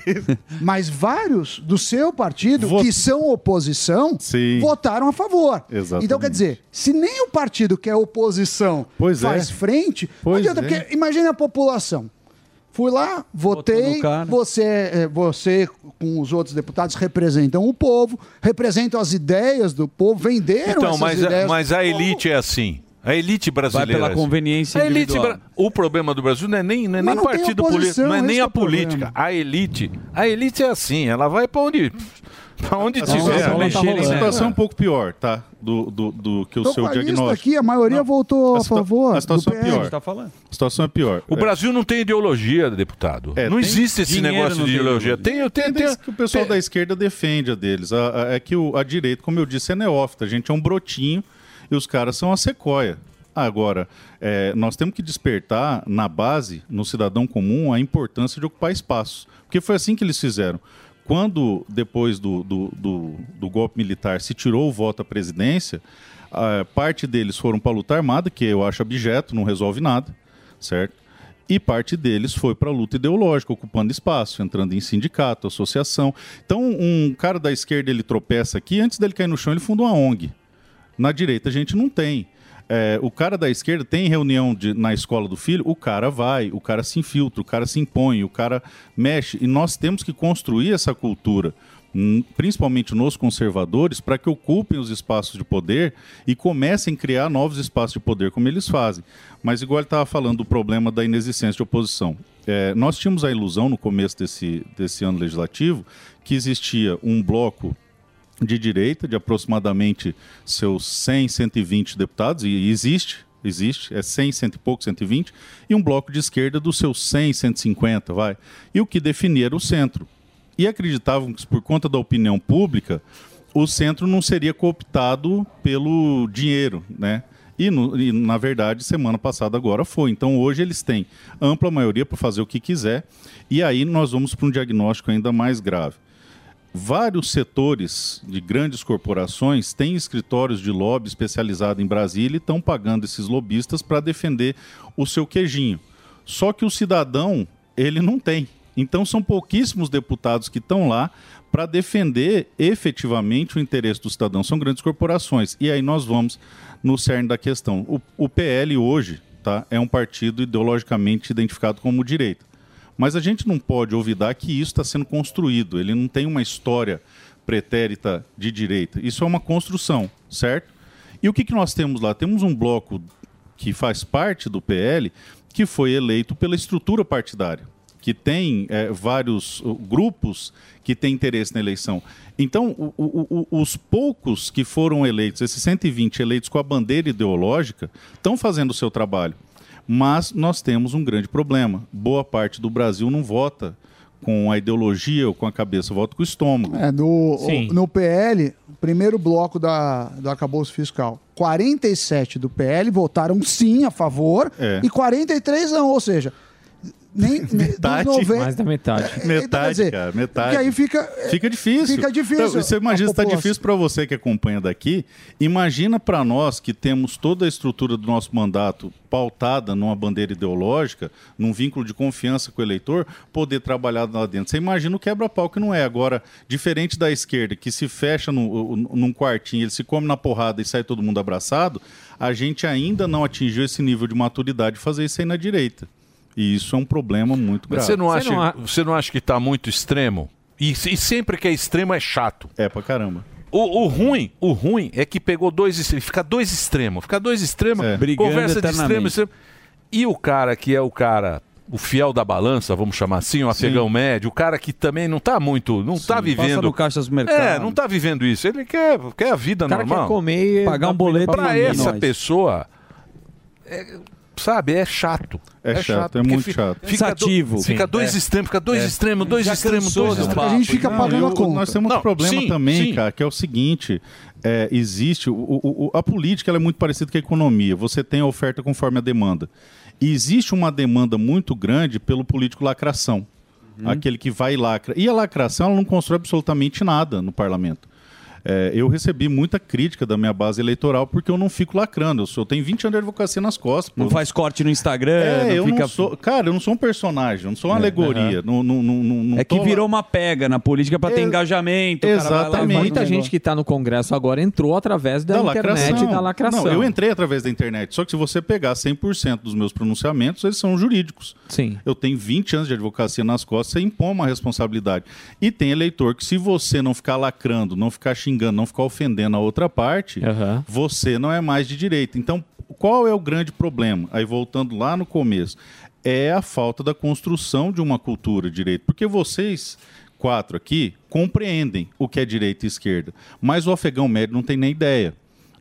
Mas vários do seu partido, que são oposição, votaram a favor. Exatamente. Então, quer dizer, se nem o partido que é oposição Pois é. faz frente, Pois não adianta, é. porque imagine a população. Fui lá, votei, você, eh, você com os outros deputados representam o povo, representam as ideias do povo, venderam Então, essas mas, é, a- ideias. mas a elite é assim. A elite brasileira. pela é assim. conveniência a elite individual. O problema do Brasil não é nem, não é Mas nem não tem partido oposição, político, não é esse nem que é a o problema. política. A elite. A elite é assim. Ela vai para onde. Pra onde A situação, tiver, mexer, a né? situação é um pouco pior, tá? Do, do, do que o Tô seu com a lista diagnóstico. aqui, a maioria voltou a, favor. A situação do é PL. pior. Tá A situação é pior. O É. Brasil não tem ideologia, deputado. É, não existe esse negócio de ideologia. Tem, eu tenho, tem, que o pessoal da esquerda defende a deles. A- a- é que o- a direita, como eu disse, é neófita. A gente é um brotinho e os caras são a sequoia. Agora, é, nós temos que despertar na base, no cidadão comum, a importância de ocupar espaço. Porque foi assim que eles fizeram. Quando, depois do, do- do- do golpe militar, se tirou o voto à presidência, a parte deles foram para a luta armada, que eu acho abjeto, não resolve nada, certo? e parte deles foi para a luta ideológica, ocupando espaço, entrando em sindicato, associação. Então, um cara da esquerda ele tropeça aqui, antes dele cair no chão, ele funda uma ONG. Na direita a gente não tem. É, o cara da esquerda tem reunião de- na escola do filho, o cara vai, o cara se infiltra, o cara se impõe, o cara mexe. E nós temos que construir essa cultura, hum, principalmente nos conservadores, para que ocupem os espaços de poder e comecem a criar novos espaços de poder, como eles fazem. Mas, igual ele estava falando do problema da inexistência de oposição. É, nós tínhamos a ilusão no começo desse, desse ano legislativo que existia um bloco de direita, de aproximadamente seus 100, 120 deputados, e existe, existe, é 100, cento e pouco, 120, e um bloco de esquerda dos seus 100, 150, vai. E o que definia era o centro. E acreditavam que, por conta da opinião pública, o centro não seria cooptado pelo dinheiro, né? E, no- e, na verdade, semana passada agora foi. Então, hoje eles têm ampla maioria para fazer o que quiser. E aí nós vamos para um diagnóstico ainda mais grave vários setores de grandes corporações têm escritórios de lobby especializado em Brasília e estão pagando esses lobistas para defender o seu queijinho. Só que o cidadão, ele não tem. Então são pouquíssimos deputados que estão lá para defender efetivamente o interesse do cidadão. São grandes corporações. E aí nós vamos no cerne da questão. O, o PL hoje tá, é um partido ideologicamente identificado como direita. Mas a gente não pode olvidar que isso está sendo construído. Ele não tem uma história pretérita de direita. Isso é uma construção, certo? E o que, que nós temos lá? Temos um bloco que faz parte do PL que foi eleito pela estrutura partidária, que tem eh, vários uh, grupos que têm interesse na eleição. Então, o- o- o- os poucos que foram eleitos, esses 120 eleitos com a bandeira ideológica, estão fazendo o seu trabalho. Mas nós temos um grande problema. Boa parte do Brasil não vota com a ideologia ou com a cabeça, vota com o estômago. É, no, Sim. o- no PL, primeiro bloco da, do arcabouço fiscal, 47 do PL votaram sim a favor É. e 43 não, ou seja, nem, nem Metade. dos noven- Mais da metade. Metade, Então, dizer, cara, metade. porque aí fica- é, Fica difícil. fica difícil Então, você imagina, a está população. difícil para você que acompanha daqui. Imagina para nós que temos toda a estrutura do nosso mandato pautada numa bandeira ideológica, num vínculo de confiança com o eleitor, poder trabalhar lá dentro. Você imagina o quebra-pau que não é. Agora, diferente da esquerda, que se fecha no, num quartinho, ele se come na porrada e sai todo mundo abraçado, a gente ainda não atingiu esse nível de maturidade de fazer isso aí na direita. E isso é um problema muito grave. Mas você não, acha, você, não acha que está muito extremo? E, se- e sempre que é extremo é chato. É pra caramba. O, o ruim, o ruim é que pegou dois extremos, fica dois extremos, fica dois extremos, É. Brigando conversa de extremo, eternamente. extremo. E o cara que é o cara, o fiel da balança, vamos chamar assim, o afegão médio, o cara que também não tá muito, não tá vivendo. Passa no caixa do mercado. É, não tá vivendo isso. Ele quer, quer a vida O cara normal. quer comer e Pagar um dar boleto comida pra Pra família. essa Nós. pessoa, é, sabe, é chato. É chato, é porque muito fi- chato. Fica Cansativo. Do, fica Sim. dois É. extremos, fica dois É. extremos, dois Já extremos, cansou dois desse extremos. papo. Não, eu- Nós temos Não, outro problema sim, também, sim. cara, que é o seguinte: é, existe. o- o- o- a política ela é muito parecida com a economia. Você tem a oferta conforme a demanda. E existe uma demanda muito grande pelo político lacração. Uhum. Aquele que vai e lacra. E a lacração ela não constrói absolutamente nada no parlamento. É, eu recebi muita crítica da minha base eleitoral porque eu não fico lacrando. Eu, sou, eu tenho 20 anos de advocacia nas costas. pô. Não faz corte no Instagram, É, eu não fica... não sou, cara, eu não sou um personagem, eu não sou uma alegoria. Não, não, não, não, não É tô que lá- virou uma pega na política pra ter engajamento. o cara vai lá e Exatamente. faz um Muita gente negócio. gente que está no Congresso agora entrou através da, internet e da lacração. Não, eu entrei através da internet. Só que se você pegar 100% dos meus pronunciamentos, eles são jurídicos. Sim. Eu tenho 20 anos de advocacia nas costas, você impõe uma responsabilidade. E tem eleitor que, se você não ficar lacrando, não ficar xingando, não ficar ofendendo a outra parte, você não é mais de direita. Então, qual é o grande problema? Aí, voltando lá no começo, é a falta da construção de uma cultura de direito. Porque vocês quatro aqui compreendem o que é direita e esquerda, mas o afegão médio não tem nem ideia.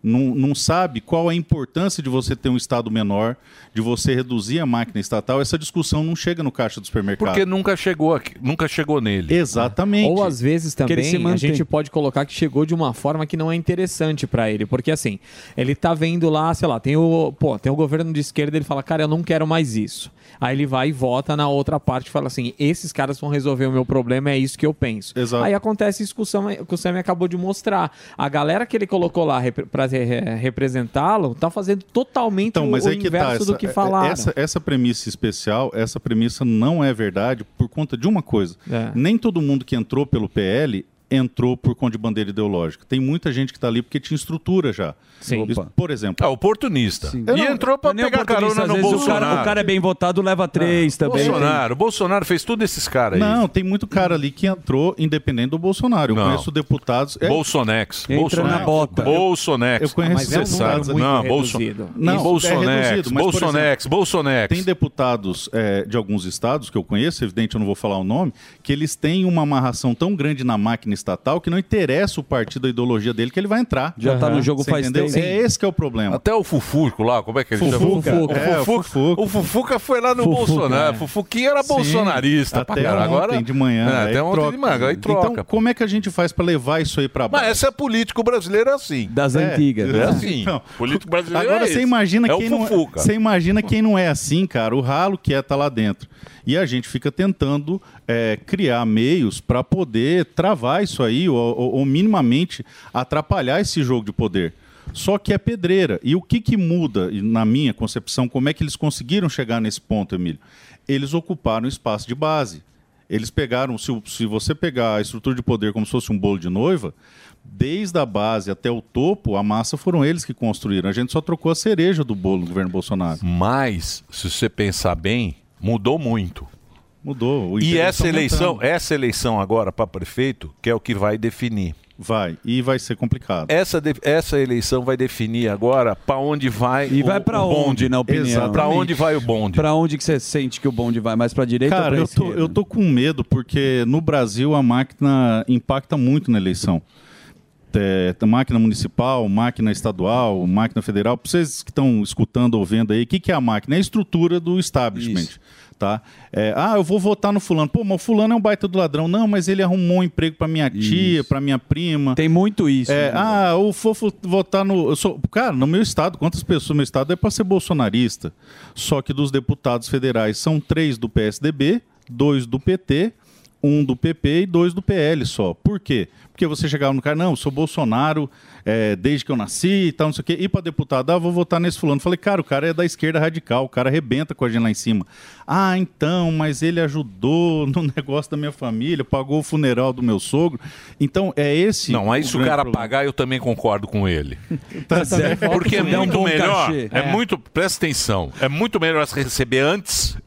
Não, não sabe qual a importância de você ter um Estado menor, de você reduzir a máquina estatal. Essa discussão não chega no caixa do supermercado. Porque nunca chegou aqui, nunca chegou nele. Exatamente. Ou às vezes Que ele se também a mantém. gente pode colocar que chegou de uma forma que não é interessante pra ele, porque assim, ele tá vendo lá, sei lá, tem o, pô, tem o governo de esquerda, ele fala: "Cara, eu não quero mais isso". Aí ele vai e vota na outra parte e fala assim: "Esses caras vão resolver o meu problema, é isso que eu penso". Aí acontece isso que o Sam, que o Sam acabou de mostrar. A galera que ele colocou lá repre- pra eh, representá-lo tá fazendo totalmente Então, o, mas o aí que tá. inverso Essa, do que falaram. Essa, essa premissa especial, essa premissa não é verdade por conta de uma coisa. É. Nem todo mundo que entrou pelo PL entrou por conta de bandeira ideológica. Tem muita gente que está ali porque tinha estrutura já. Sim. Isso, Por exemplo. É oportunista. E entrou pra não é nem pegar oportunista, carona às no vezes o Bolsonaro. Ah, cara- o cara é bem votado, leva três também. Bolsonaro, Bolsonaro fez tudo esses caras aí. Não, tem muito cara ali que entrou independente do Bolsonaro. Eu Não. conheço deputados. É- Bolsonex. Entra Bolsonex. na bota. Bolsonex. Eu conheço Mas é um número cessados. muito Não, Bolso- reduzido. Não, Bolsonex, é mas, por Bolsonex, Bolsonex. Tem deputados é, de alguns estados que eu conheço, evidente eu não vou falar o nome, que eles têm uma amarração tão grande na máquina estatal que não interessa o partido, a ideologia dele, que ele vai entrar. Já tá no Aham. jogo Você faz entendeu? tempo. É esse que é o problema. Até o Fufuco lá, como é que ele Fufuca. chama? É, O o Fufuca. O Fufuca foi lá no Fufuca, Bolsonaro. é. Fufuquinha era Sim, bolsonarista. pra Até caralho. ontem Agora- de manhã. É, aí até ontem troca. de manhã. Aí troca. Então, como é que a gente faz para levar isso aí para baixo? Mas essa é político brasileiro é assim. Das É. antigas, É né? assim. Então, político brasileiro Agora é você esse. imagina é quem o não Fufuca. você imagina quem não é assim, cara, o ralo que é tá lá dentro. E a gente fica tentando é, criar meios para poder travar isso aí ou, ou- ou minimamente atrapalhar esse jogo de poder. Só que é pedreira. E o que, que muda, e na minha concepção, como é que eles conseguiram chegar nesse ponto, Emílio? Eles ocuparam o espaço de base. Eles pegaram, se, o- se você pegar a estrutura de poder como se fosse um bolo de noiva, desde a base até o topo, a massa foram eles que construíram. A gente só trocou a cereja do bolo no governo Bolsonaro. Mas, se você pensar bem, mudou muito. Mudou. o E interesse essa tá eleição, aumentando. essa eleição agora para prefeito, que é o que vai definir. Vai, e vai ser complicado. Essa, de- essa eleição vai definir agora para onde vai E o, vai pra o bonde. onde, na opinião? Para onde vai o bonde? Pra onde que você sente que o bonde vai? Mais pra direita Cara, ou eu pra tô, eu tô com medo porque no Brasil a máquina impacta muito na eleição. É, t- máquina municipal, máquina estadual, máquina federal. Pra vocês que estão escutando ou vendo aí, o que, que é a máquina? É a estrutura do establishment. Tá? É, ah, eu vou votar no fulano. Pô, mas o fulano é um baita do ladrão. Não, mas ele arrumou um emprego pra minha tia, pra minha prima. Tem muito isso. né? É, ah, o fofo votar no. eu sou- cara, no meu estado, quantas pessoas no meu estado é para ser bolsonarista? Só que dos deputados federais são três do PSDB, dois do PT, um do PP e dois do PL só. Por quê? Porque você chegava no cara, não, eu sou Bolsonaro é, desde que eu nasci e tal, não sei o quê. E para deputado, ah, vou votar nesse fulano. Falei, cara, o cara é da esquerda radical, o cara arrebenta com a gente lá em cima. Ah, então, mas ele ajudou no negócio da minha família, pagou o funeral do meu sogro. Então, é esse. Não, aí se o grande cara problema. pagar, eu também concordo com ele. Tá certo. Porque é Dá um muito bom melhor. cachê. É. É. muito. Presta atenção. É muito melhor você receber antes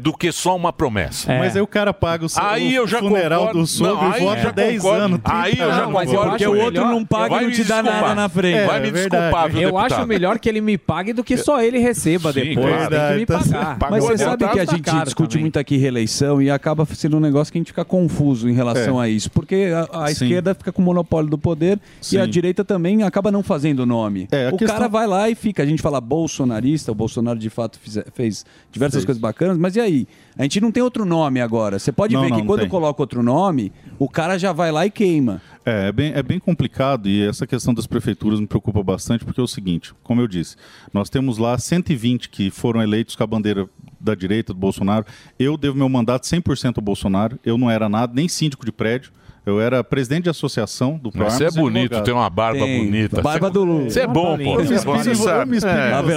do que só uma promessa. É. Mas aí o cara paga o, seu- Aí eu o já funeral concordo. do sogro Não, aí e eu vota já 10 concordo. anos. Aí eu já mas eu concordo acho que o melhor- outro não paga Vai e não me te dá desculpar. nada na frente. É, Vai me é verdade. desculpar, viu, Eu deputado? acho melhor que ele me pague do que só ele receba Sim, depois. claro. Tem que me pagar. Mas você sabe que a tá gente discute muito aqui reeleição e acaba sendo um negócio que a gente fica confuso em relação É. a isso. Porque a, a Sim. esquerda fica com o monopólio do poder Sim. e a direita também acaba não fazendo nome. a o questão- cara vai lá e fica. A gente fala bolsonarista, o Bolsonaro de fato fize- fez diversas Fez. coisas bacanas, mas e aí? A gente não tem outro nome agora. Você pode Não, ver não, que não quando tem. coloca outro nome, o cara já vai lá e queima. É, é bem, é bem complicado e essa questão das prefeituras me preocupa bastante, porque é o seguinte, como eu disse, nós temos lá 120 que foram eleitos com a bandeira da direita, do Bolsonaro. Eu devo meu mandato 100% ao Bolsonaro, eu não era nada, nem síndico de prédio, eu era presidente de associação do Mas você é Proarmas e bonito, advogado. tem uma barba bonita. Você- Você é bom, pô. Eu me inspiro em Você vo- eu sabe. me inspiro em É. você.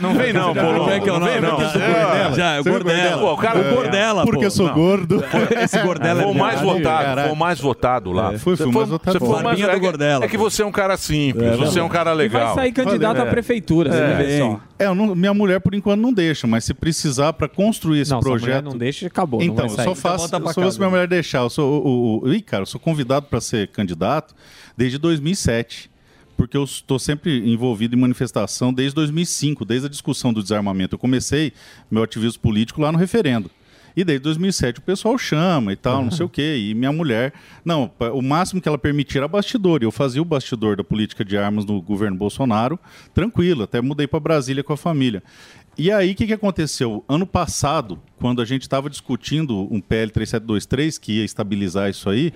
Não vem não, Paulo. Como é que é o Não vem, nome? não. Não, é. Já, é o Você viu o Gordela? Gordela. Pô, o cara- É. o Gordela, Porque pô. eu sou Não. gordo. Esse Foi o mais votado, foi o mais votado lá. É, foi, Você foi o mais votado. você foi o Barbinha mais- do é que- Gordela, É que você é um cara simples, você é um cara legal. E É, eu não- minha mulher por enquanto não deixa, mas se precisar para construir esse Não, sua projeto. mulher não deixa, acabou, não Então, vai sair. eu só Então faço. volta pra se fosse casa. minha mulher deixar, eu sou. O, o, o- ih, cara, eu sou convidado para ser candidato desde 2007. Porque eu estou sempre envolvido em manifestação desde 2005, desde a discussão do desarmamento. Eu comecei meu ativismo político lá no referendo. E desde 2007 o pessoal chama e tal, não sei o quê. E minha mulher, não, pa- o máximo que ela permitir era bastidor. E Eu fazia o bastidor da política de armas no governo Bolsonaro, tranquilo, até mudei para Brasília com a família. E aí, o que, que aconteceu? Ano passado, quando a gente estava discutindo um PL 3723 que ia estabilizar isso aí,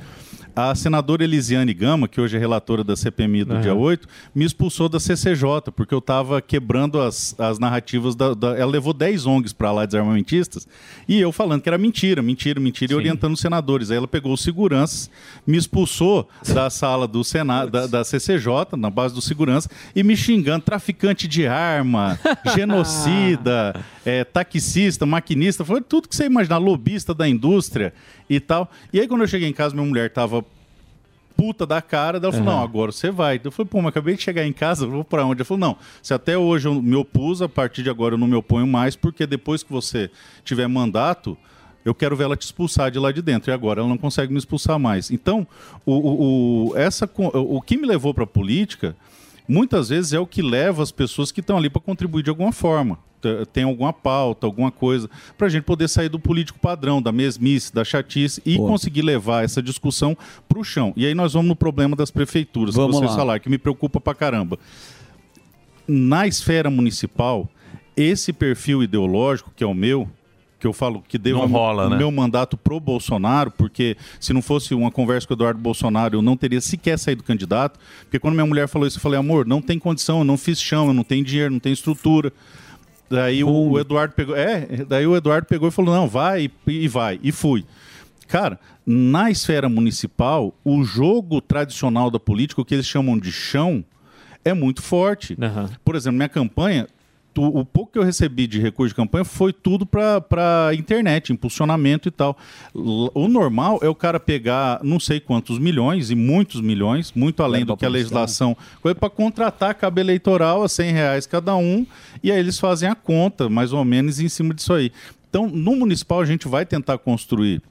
a senadora Elisiane Gama, que hoje é relatora da CPMI do Aham. dia 8, me expulsou da CCJ, porque eu estava quebrando as, as narrativas da, da- Ela levou 10 ONGs para lá, desarmamentistas, e eu falando que era mentira, mentira, mentira, e orientando os senadores. Aí ela pegou os seguranças, me expulsou da sala do Senado, da, da CCJ, na base do segurança, e me xingando, traficante de arma, genocida, é, taxista, maquinista, foi tudo que você imaginar, lobista da indústria e tal. E aí, quando eu cheguei em casa, minha mulher tava puta da cara. Daí Ela falou, Aham. não, agora você vai. Eu falei, pô, mas acabei de chegar em casa, eu vou pra onde? Ela falou, não, se até hoje eu me opus, a partir de agora eu não me oponho mais, porque depois que você tiver mandato, eu quero ver ela te expulsar de lá de dentro. E agora ela não consegue me expulsar mais. Então, o, o, o- essa, co- o que me levou pra política, muitas vezes é o que leva as pessoas que estão ali para contribuir de alguma forma. T- Tem alguma pauta, alguma coisa, para a gente poder sair do político padrão, da mesmice, da chatice e conseguir levar essa discussão para o chão. E aí nós vamos no problema das prefeituras, Vamos que vocês lá. falaram, que me preocupa para caramba na esfera municipal, esse perfil ideológico, que é o meu, que eu falo que devo Não a- rola, o né? meu mandato pro Bolsonaro, porque se não fosse uma conversa com o Eduardo Bolsonaro, eu não teria sequer saído candidato. Porque quando minha mulher falou isso, eu falei, amor, não tem condição, eu não fiz chão, eu não tenho dinheiro, não tenho estrutura. Daí o, o Eduardo pegou. É, daí o Eduardo pegou e falou: não, vai e, e vai. E fui. Cara, na esfera municipal, o jogo tradicional da política, o que eles chamam de chão, é muito forte. Por exemplo, minha campanha, tu- o pouco que eu recebi de recurso de campanha foi tudo para internet, impulsionamento e tal. L- O normal é o cara pegar não sei quantos milhões, e muitos milhões, muito além do que a legislação, para contratar a cabo eleitoral a 100 reais cada um, e aí eles fazem a conta, mais ou menos, em cima disso aí. Então, no municipal, a gente vai tentar construir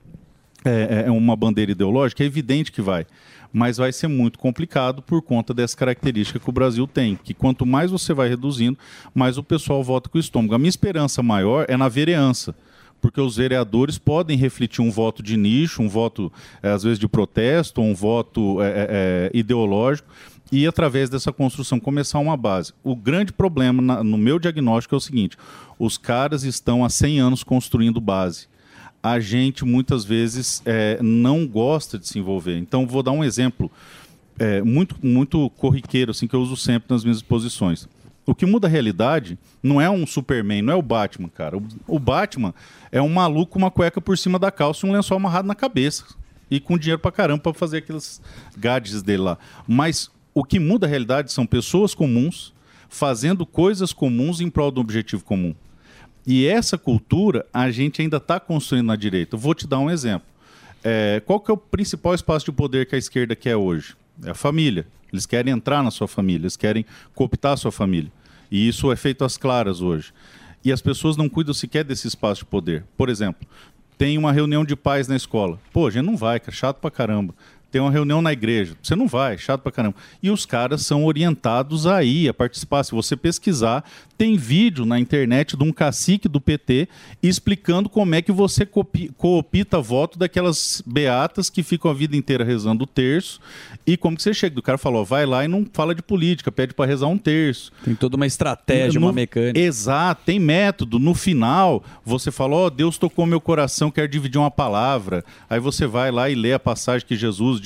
é, é uma bandeira ideológica, é evidente que vai. Mas vai ser muito complicado por conta dessa característica que o Brasil tem. Que quanto mais você vai reduzindo, mais o pessoal vota com o estômago. A minha esperança maior é na vereança. Porque os vereadores podem refletir um voto de nicho, um voto, eh, às vezes, de protesto, um voto eh, eh, eh, ideológico, e através dessa construção começar uma base. O grande problema, na- no meu diagnóstico, é o seguinte: os caras estão há 100 anos construindo base a gente muitas vezes eh, não gosta de se envolver. Então, vou dar um exemplo eh, muito, muito corriqueiro, assim, que eu uso sempre nas minhas exposições. O que muda a realidade não é um Superman, não é o Batman, cara. O, o Batman é um maluco com uma cueca por cima da calça e um lençol amarrado na cabeça. E com dinheiro pra caramba pra fazer aqueles gadgets dele lá. Mas o que muda a realidade são pessoas comuns fazendo coisas comuns em prol de um objetivo comum. E essa cultura a gente ainda está construindo na direita. Eu vou te dar um exemplo. É, qual que é o principal espaço de poder que a esquerda quer hoje? É a família. Eles querem entrar na sua família, eles querem cooptar a sua família. E isso é feito às claras hoje. E as pessoas não cuidam sequer desse espaço de poder. Por exemplo, tem uma reunião de pais na escola. Pô, a gente não vai, cara, chato pra caramba. Tem uma reunião na igreja. Você não vai, chato pra caramba. E os caras são orientados aí a participar. Se você pesquisar, tem vídeo na internet de um cacique do PT explicando como é que você copi- coopta voto daquelas beatas que ficam a vida inteira rezando o terço e como que você chega. O cara falou, vai lá e não fala de política, pede pra rezar um terço. Tem toda uma estratégia, uma mecânica. Exato, tem método. No final, você fala, ó, Deus tocou meu coração, quero dividir uma palavra. Aí você vai lá e lê a passagem que Jesus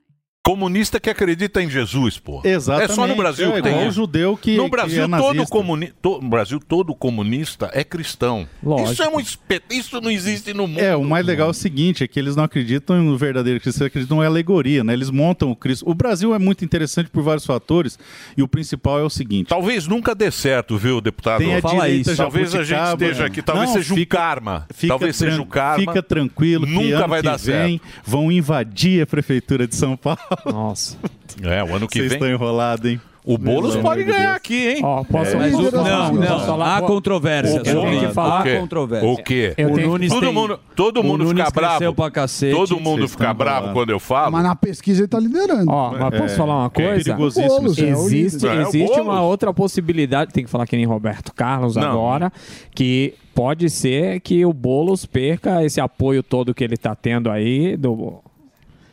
Comunista que acredita em Jesus, pô. Exatamente. É só no Brasil É que tem. igual isso. o judeu que- no que Brasil é todo nazista. comuni... to- no Brasil todo comunista é cristão. Lógico. Isso é um espet... isso não existe no mundo. É, o mais legal é o seguinte, é que eles não acreditam no verdadeiro Cristo, eles acreditam em alegoria, né? Eles montam o Cristo. O Brasil é muito interessante por vários fatores, e o principal é o seguinte. Talvez nunca dê certo, viu, deputado? Tem a Fala direita isso. Talvez a gente jabuticaba. esteja aqui, talvez Não, seja fica- um karma. fica talvez seja tran- um karma. Fica tranquilo, que Nunca ano vai que dar vem, certo. Vão invadir a prefeitura de São Paulo. Nossa. É, o ano que Vocês vem. estão enrolados, hein? O Boulos Boulos pode ganhar aqui, hein? Ó, É, posso- mas posso- o- posso- não, posso não. falar? Há Pô, controvérsias eu tenho sobre que isso. falar- O quê? Há controvérsias. O quê? Eu tenho- Todo mundo, todo O mundo Nunes fica bravo. cresceu pra cacete. todo mundo Vocês fica estão bravo falando. quando eu falo. Mas na pesquisa ele tá liderando. é Ó, É. mas É. posso falar uma coisa? existe existe uma outra possibilidade, tem que falar que nem Roberto Carlos Não. agora, que pode ser que o Boulos perca esse apoio todo que ele tá tendo aí do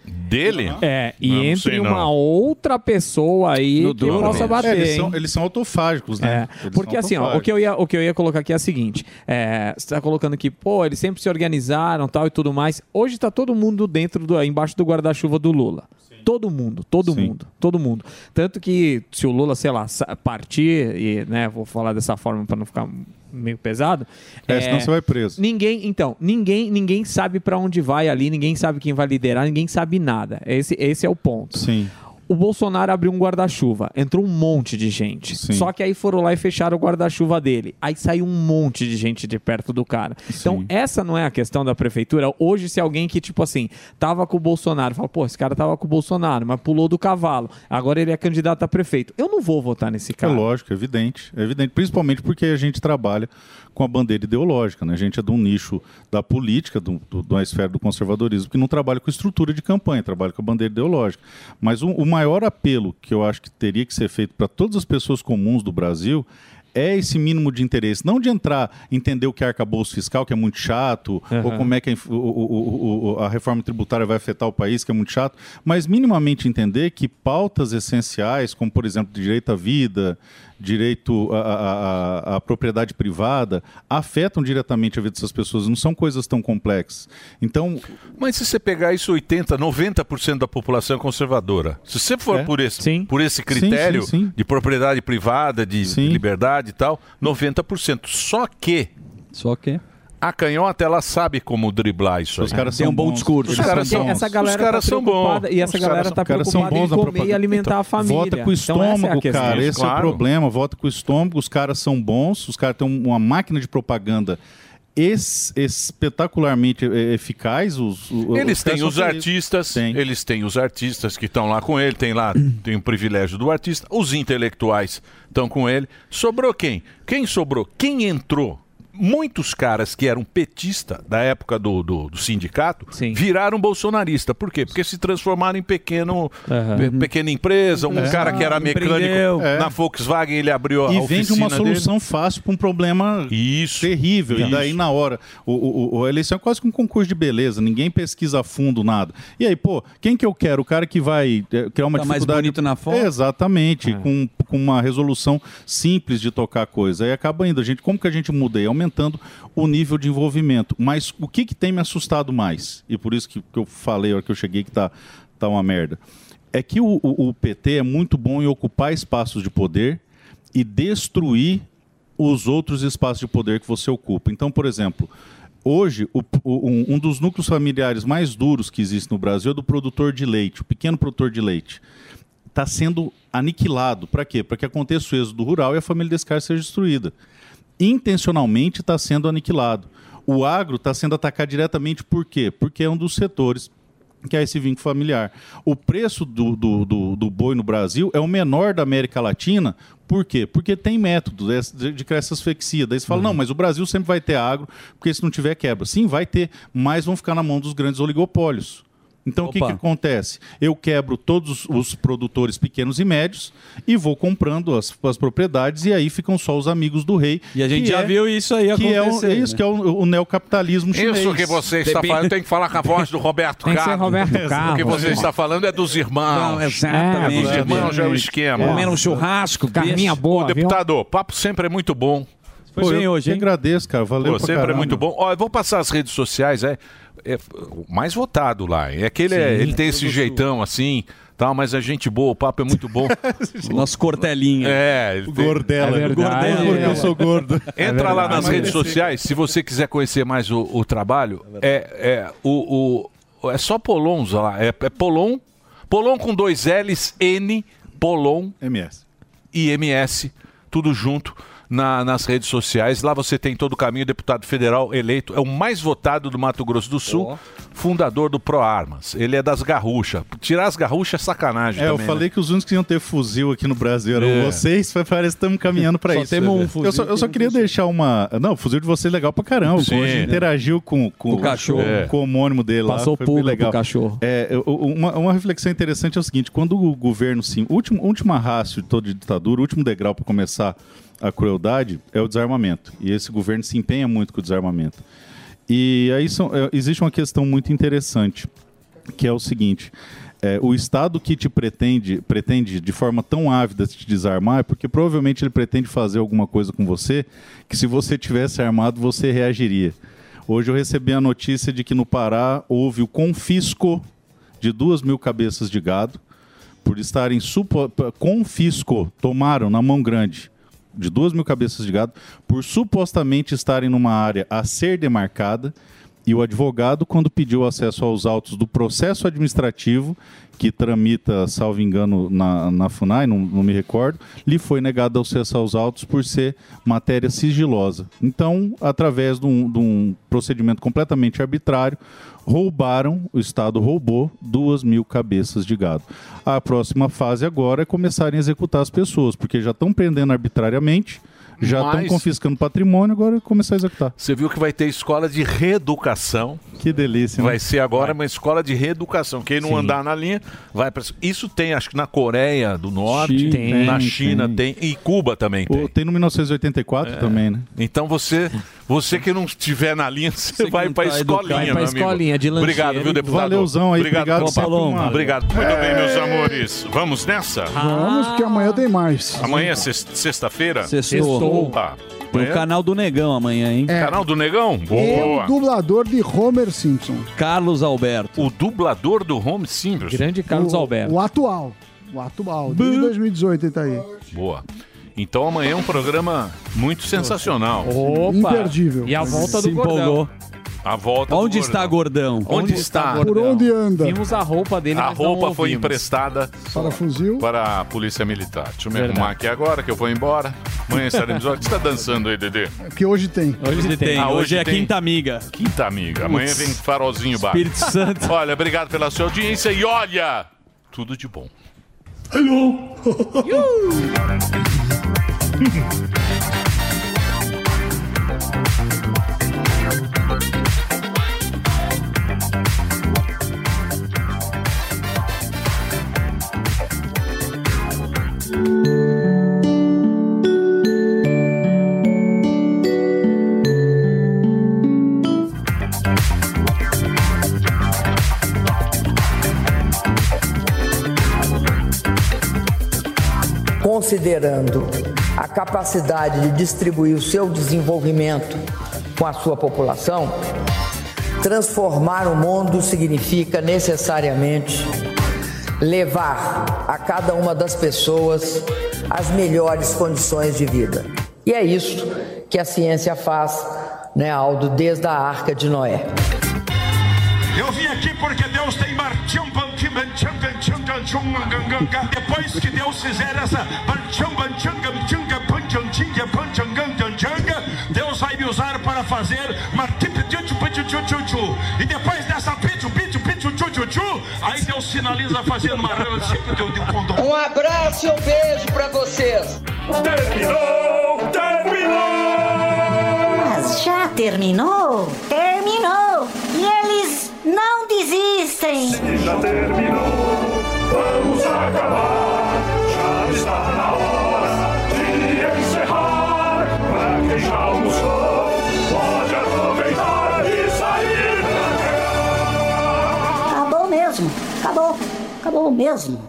Dele? É, e Não, não entre sei, não. uma outra pessoa aí que possa bater. É, eles, são, hein? eles são autofágicos, É, né? Eles porque são assim, ó, o, autofágicos. que eu ia, o que eu ia colocar aqui é o seguinte: é, você tá colocando aqui, pô, eles sempre se organizaram tal e tudo mais. Hoje tá todo mundo dentro do, embaixo do guarda-chuva do Lula. Todo mundo, todo mundo, todo mundo. Tanto que se o Lula, sei lá, sa- partir, e né, vou falar dessa forma para não ficar meio pesado. É, senão você vai preso. Ninguém, então, ninguém, ninguém sabe para onde vai ali, ninguém sabe quem vai liderar, ninguém sabe nada. Esse, esse é o ponto. Sim. O Bolsonaro abriu um guarda-chuva, entrou um monte de gente. Só que aí foram lá e fecharam o guarda-chuva dele. Aí saiu um monte de gente de perto do cara. Então, essa não é a questão da prefeitura. Hoje, se alguém que, tipo assim, tava com o Bolsonaro, fala, pô, esse cara tava com o Bolsonaro, mas pulou do cavalo. Agora ele é candidato a prefeito. Eu não vou votar nesse cara. É lógico, é evidente, é evidente. Principalmente porque a gente trabalha com a bandeira ideológica, né? A gente é de um nicho da política, do, do, da esfera do conservadorismo, que não trabalha com estrutura de campanha, trabalha com a bandeira ideológica. Mas o, o maior apelo que eu acho que teria que ser feito para todas as pessoas comuns do Brasil é esse mínimo de interesse, não de entrar, entender o que é arcabouço fiscal, que é muito chato, Aham. ou como é que a, inf- o- o- o- o- a reforma tributária vai afetar o país, que é muito chato, mas minimamente entender que pautas essenciais, como por exemplo direito à vida, direito à, à- à- à propriedade privada, afetam diretamente a vida dessas pessoas, não são coisas tão complexas. Então, Mas se você pegar isso, 80, 90% da população é conservadora. Se você for É. por, esse, por esse critério sim, sim. de propriedade privada, de liberdade e tal, 90%. Só que. Só que. A canhota, ela sabe como driblar isso Os aí. caras Tem são um bom bons. discurso. Os Eles caras são são, bons. Essa galera Os caras tá são preocupada- bons. E essa Os galera caras tá são- os caras são preocupada em bons na comer e propaganda. alimentar a família. Vota com o Então, essa estômago, é a questão. cara. Esse é o Claro. problema. Vota com o estômago. Os caras são bons, os caras têm um- uma máquina de propaganda es- espetacularmente eh, eficaz. Os, o- é caras Eles têm são os felizes. artistas, eles têm os artistas que estão lá com ele, tem lá, tem o privilégio do artista, os intelectuais estão com ele. Sobrou quem? Quem sobrou? Quem entrou? Muitos caras que eram petista da época do, do, do sindicato viraram bolsonarista. Por quê? Porque se transformaram em pequeno, pe- pequena empresa. Um Empresário, cara que era mecânico Uhum. Ah, empreendeu. É. na Volkswagen, ele abriu a e oficina vende uma dele. solução fácil para um problema terrível. E daí, na hora, o, o- o- a eleição é quase que um concurso de beleza, ninguém pesquisa a fundo nada. E aí, pô, quem que eu quero? O cara que vai eh, criar uma Tá mais dificuldade. bonito na foto? É. Exatamente, com, com uma resolução simples de tocar a coisa. Aí acaba indo. A gente, como que a gente muda? aí? Aumentando o nível de envolvimento. Mas o que, que tem me assustado mais? E por isso que, que eu falei a hora que eu cheguei que tá, tá uma merda. É que o- o- o PT é muito bom em ocupar espaços de poder e destruir os outros espaços de poder que você ocupa. Então, por exemplo, hoje o- o- um, um dos núcleos familiares mais duros que existe no Brasil é do produtor de leite, o pequeno produtor de leite. Está tá sendo aniquilado. Para quê? Para que aconteça o êxodo rural e a família desse cara seja destruída. Intencionalmente está sendo aniquilado. O agro está sendo atacado diretamente por quê? Porque é um dos setores que é esse vínculo familiar. O preço do, do, do, do boi no Brasil é o menor da América Latina. Por quê? Porque tem método de- de, de criar essas asfixia. Daí você fala, não, mas o Brasil sempre vai ter agro, porque se não tiver quebra. Sim, vai ter, mas vão ficar na mão dos grandes oligopólios. Então o que, que Opa. acontece? Eu quebro todos os produtores pequenos e médios e vou comprando as, as propriedades e aí ficam só os amigos do rei. E a gente que já é- viu isso aí que é o- acontecer, É, isso né? que é o, o neocapitalismo Um chinês. Isso que você está Depende- falando, tem que falar com a voz do Roberto Tem que ser Carlos. Roberto O que Carlos. né? você está falando é dos irmãos. Não, exatamente. É, dos irmãos já é o Exatamente. esquema. Comer um churrasco, carninha boa, Ô, deputado, o papo sempre é muito bom. Pô, eu que agradeço, cara. Valeu Pô, pra sempre é caramba. muito bom. Ó, eu vou passar as redes sociais, é. é o mais votado lá. É que ele, é- Sim. ele tem esse jeitão assim, tal, mas é gente boa, o papo é muito bom. Nosso cortelinha. É, ele tem- Gordela. É verdade. Gordela porque eu sou gordo. Entra É lá verdade. nas Emagreci. redes sociais, se você quiser conhecer mais o, o trabalho, é, é, o, o- é só Polons lá. É, é Polon, Polon com dois L's, N, Polon. MS. E MS, tudo junto. na- nas redes sociais, lá você tem todo o caminho, deputado federal eleito, é o mais votado do Mato Grosso do Sul, fundador do ProArmas. Ele é das garruchas. Tirar as garruchas é sacanagem. É, eu também, né? falei que os únicos que iam ter fuzil aqui no Brasil eram É. vocês, mas parece que estamos caminhando para Só isso. né? temos um fuzil Eu só, eu só que queria deixar uma. Não, o fuzil de vocês é legal pra caramba. Sim. Hoje interagiu com, com O cachorro. É. com o homônimo dele Passou lá. Foi bem pulga pro legal. cachorro. É, eu- eu- uma, uma reflexão interessante é o seguinte: quando o governo se. Último, última raça de toda ditadura, o último degrau para começar a crueldade é o desarmamento. E esse governo se empenha muito com o desarmamento. E aí são- é, existe uma questão muito interessante, que é o seguinte. é, o Estado que te pretende, pretende de forma tão ávida te desarmar é porque provavelmente ele pretende fazer alguma coisa com você que se você tivesse armado você reagiria. Hoje eu recebi a notícia de que no Pará houve o confisco de duas mil cabeças de gado por estarem supo... p- confisco, tomaram na mão grande de duas mil cabeças de gado por supostamente estarem numa área a ser demarcada e o advogado, quando pediu acesso aos autos do processo administrativo, que tramita, salvo engano, na, na FUNAI, não, não me recordo, lhe foi negado acesso aos autos por ser matéria sigilosa. Então, através de um, de um procedimento completamente arbitrário, roubaram, o Estado roubou duas mil cabeças de gado. A próxima fase agora é começarem a executar as pessoas, porque já estão prendendo arbitrariamente, já estão Mas- confiscando patrimônio, agora é começar a executar. Você viu que vai ter escola de reeducação. Que delícia. né? Vai ser agora uma escola de reeducação. Quem não Sim. andar na linha, vai para Isso tem, acho que na Coreia do Norte, Tem, na tem, China tem. e Cuba também tem. Pô, tem no 1984 também, né? Então você, você que não estiver na linha, você, vai para tá escolinha, educado. Vai pra meu amigo. escolinha de lancheira. Obrigado, viu, deputado? Valeuzão aí, obrigado, Opa, sempre Paloma. uma- Obrigado. É. Muito bem, meus amores. Vamos nessa? Vamos, porque amanhã tem mais. Amanhã é sex- sexta-feira? Sextou. Opa. No Amanhã- canal do Negão amanhã, hein? É. Canal do Negão? Eu, dublador de Homer Simpson. Carlos Alberto. O dublador do Home Simples. Grande o, O atual. O atual. Desde 2018 ele tá aí. Boa. Então amanhã é um programa muito sensacional. Opa. Imperdível. E a volta do Gordão. A volta Onde está Gordão? Onde está? Por onde anda? Vimos a roupa dele. A mas não roupa foi ouvimos. emprestada para fuzil para a Polícia Militar. Deixa eu me Verdade. arrumar aqui agora que eu vou embora. Amanhã estaremos. Olha, O que você está dançando aí, Dedê? Que hoje tem. Ah, é tem. é amiga. Quinta amiga. Amanhã Putz. vem farolzinho baixo. Espírito Santo. Olha, obrigado pela sua audiência e olha, tudo de bom. Hello. Considerando a capacidade de distribuir o seu desenvolvimento com a sua população, transformar o mundo significa necessariamente levar a cada uma das pessoas as melhores condições de vida. E é isso que a ciência faz, né, Aldo, desde a Arca de Noé. Eu vim aqui porque Deus tem mar- tchum, bam, tchim, bam, tchum, bam, tchum, bam, tchum, bam, gam, gam, gam. Depois que Deus fizer essa bam, tchum, bam, tchum, gam, tchum, gam, pam, tchum, tchim, gam, pam, tchum, gam, tchum, tchum, gam, Deus vai me usar para fazer mar- tip, tchum, tchum, pam, tchum, tchum, tchum, tchum. E depois dessa pichu, pichu, pichu, tchum, tchum, tchum, aí Deus sinaliza fazendo uma tipo de um condom. Um abraço e um beijo para vocês. Terminou, terminou! Mas já terminou? Terminou! E eles não desistem! Já terminou, vamos acabar. Já está na hora de encerrar. Pra quem já almoçou, pode aproveitar e sair Acabou mesmo! Acabou! Acabou mesmo!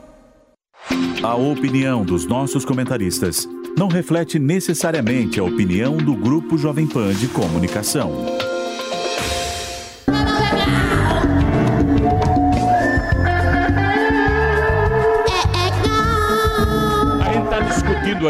A opinião dos nossos comentaristas não reflete necessariamente a opinião do Grupo Jovem Pan de Comunicação. vendo tá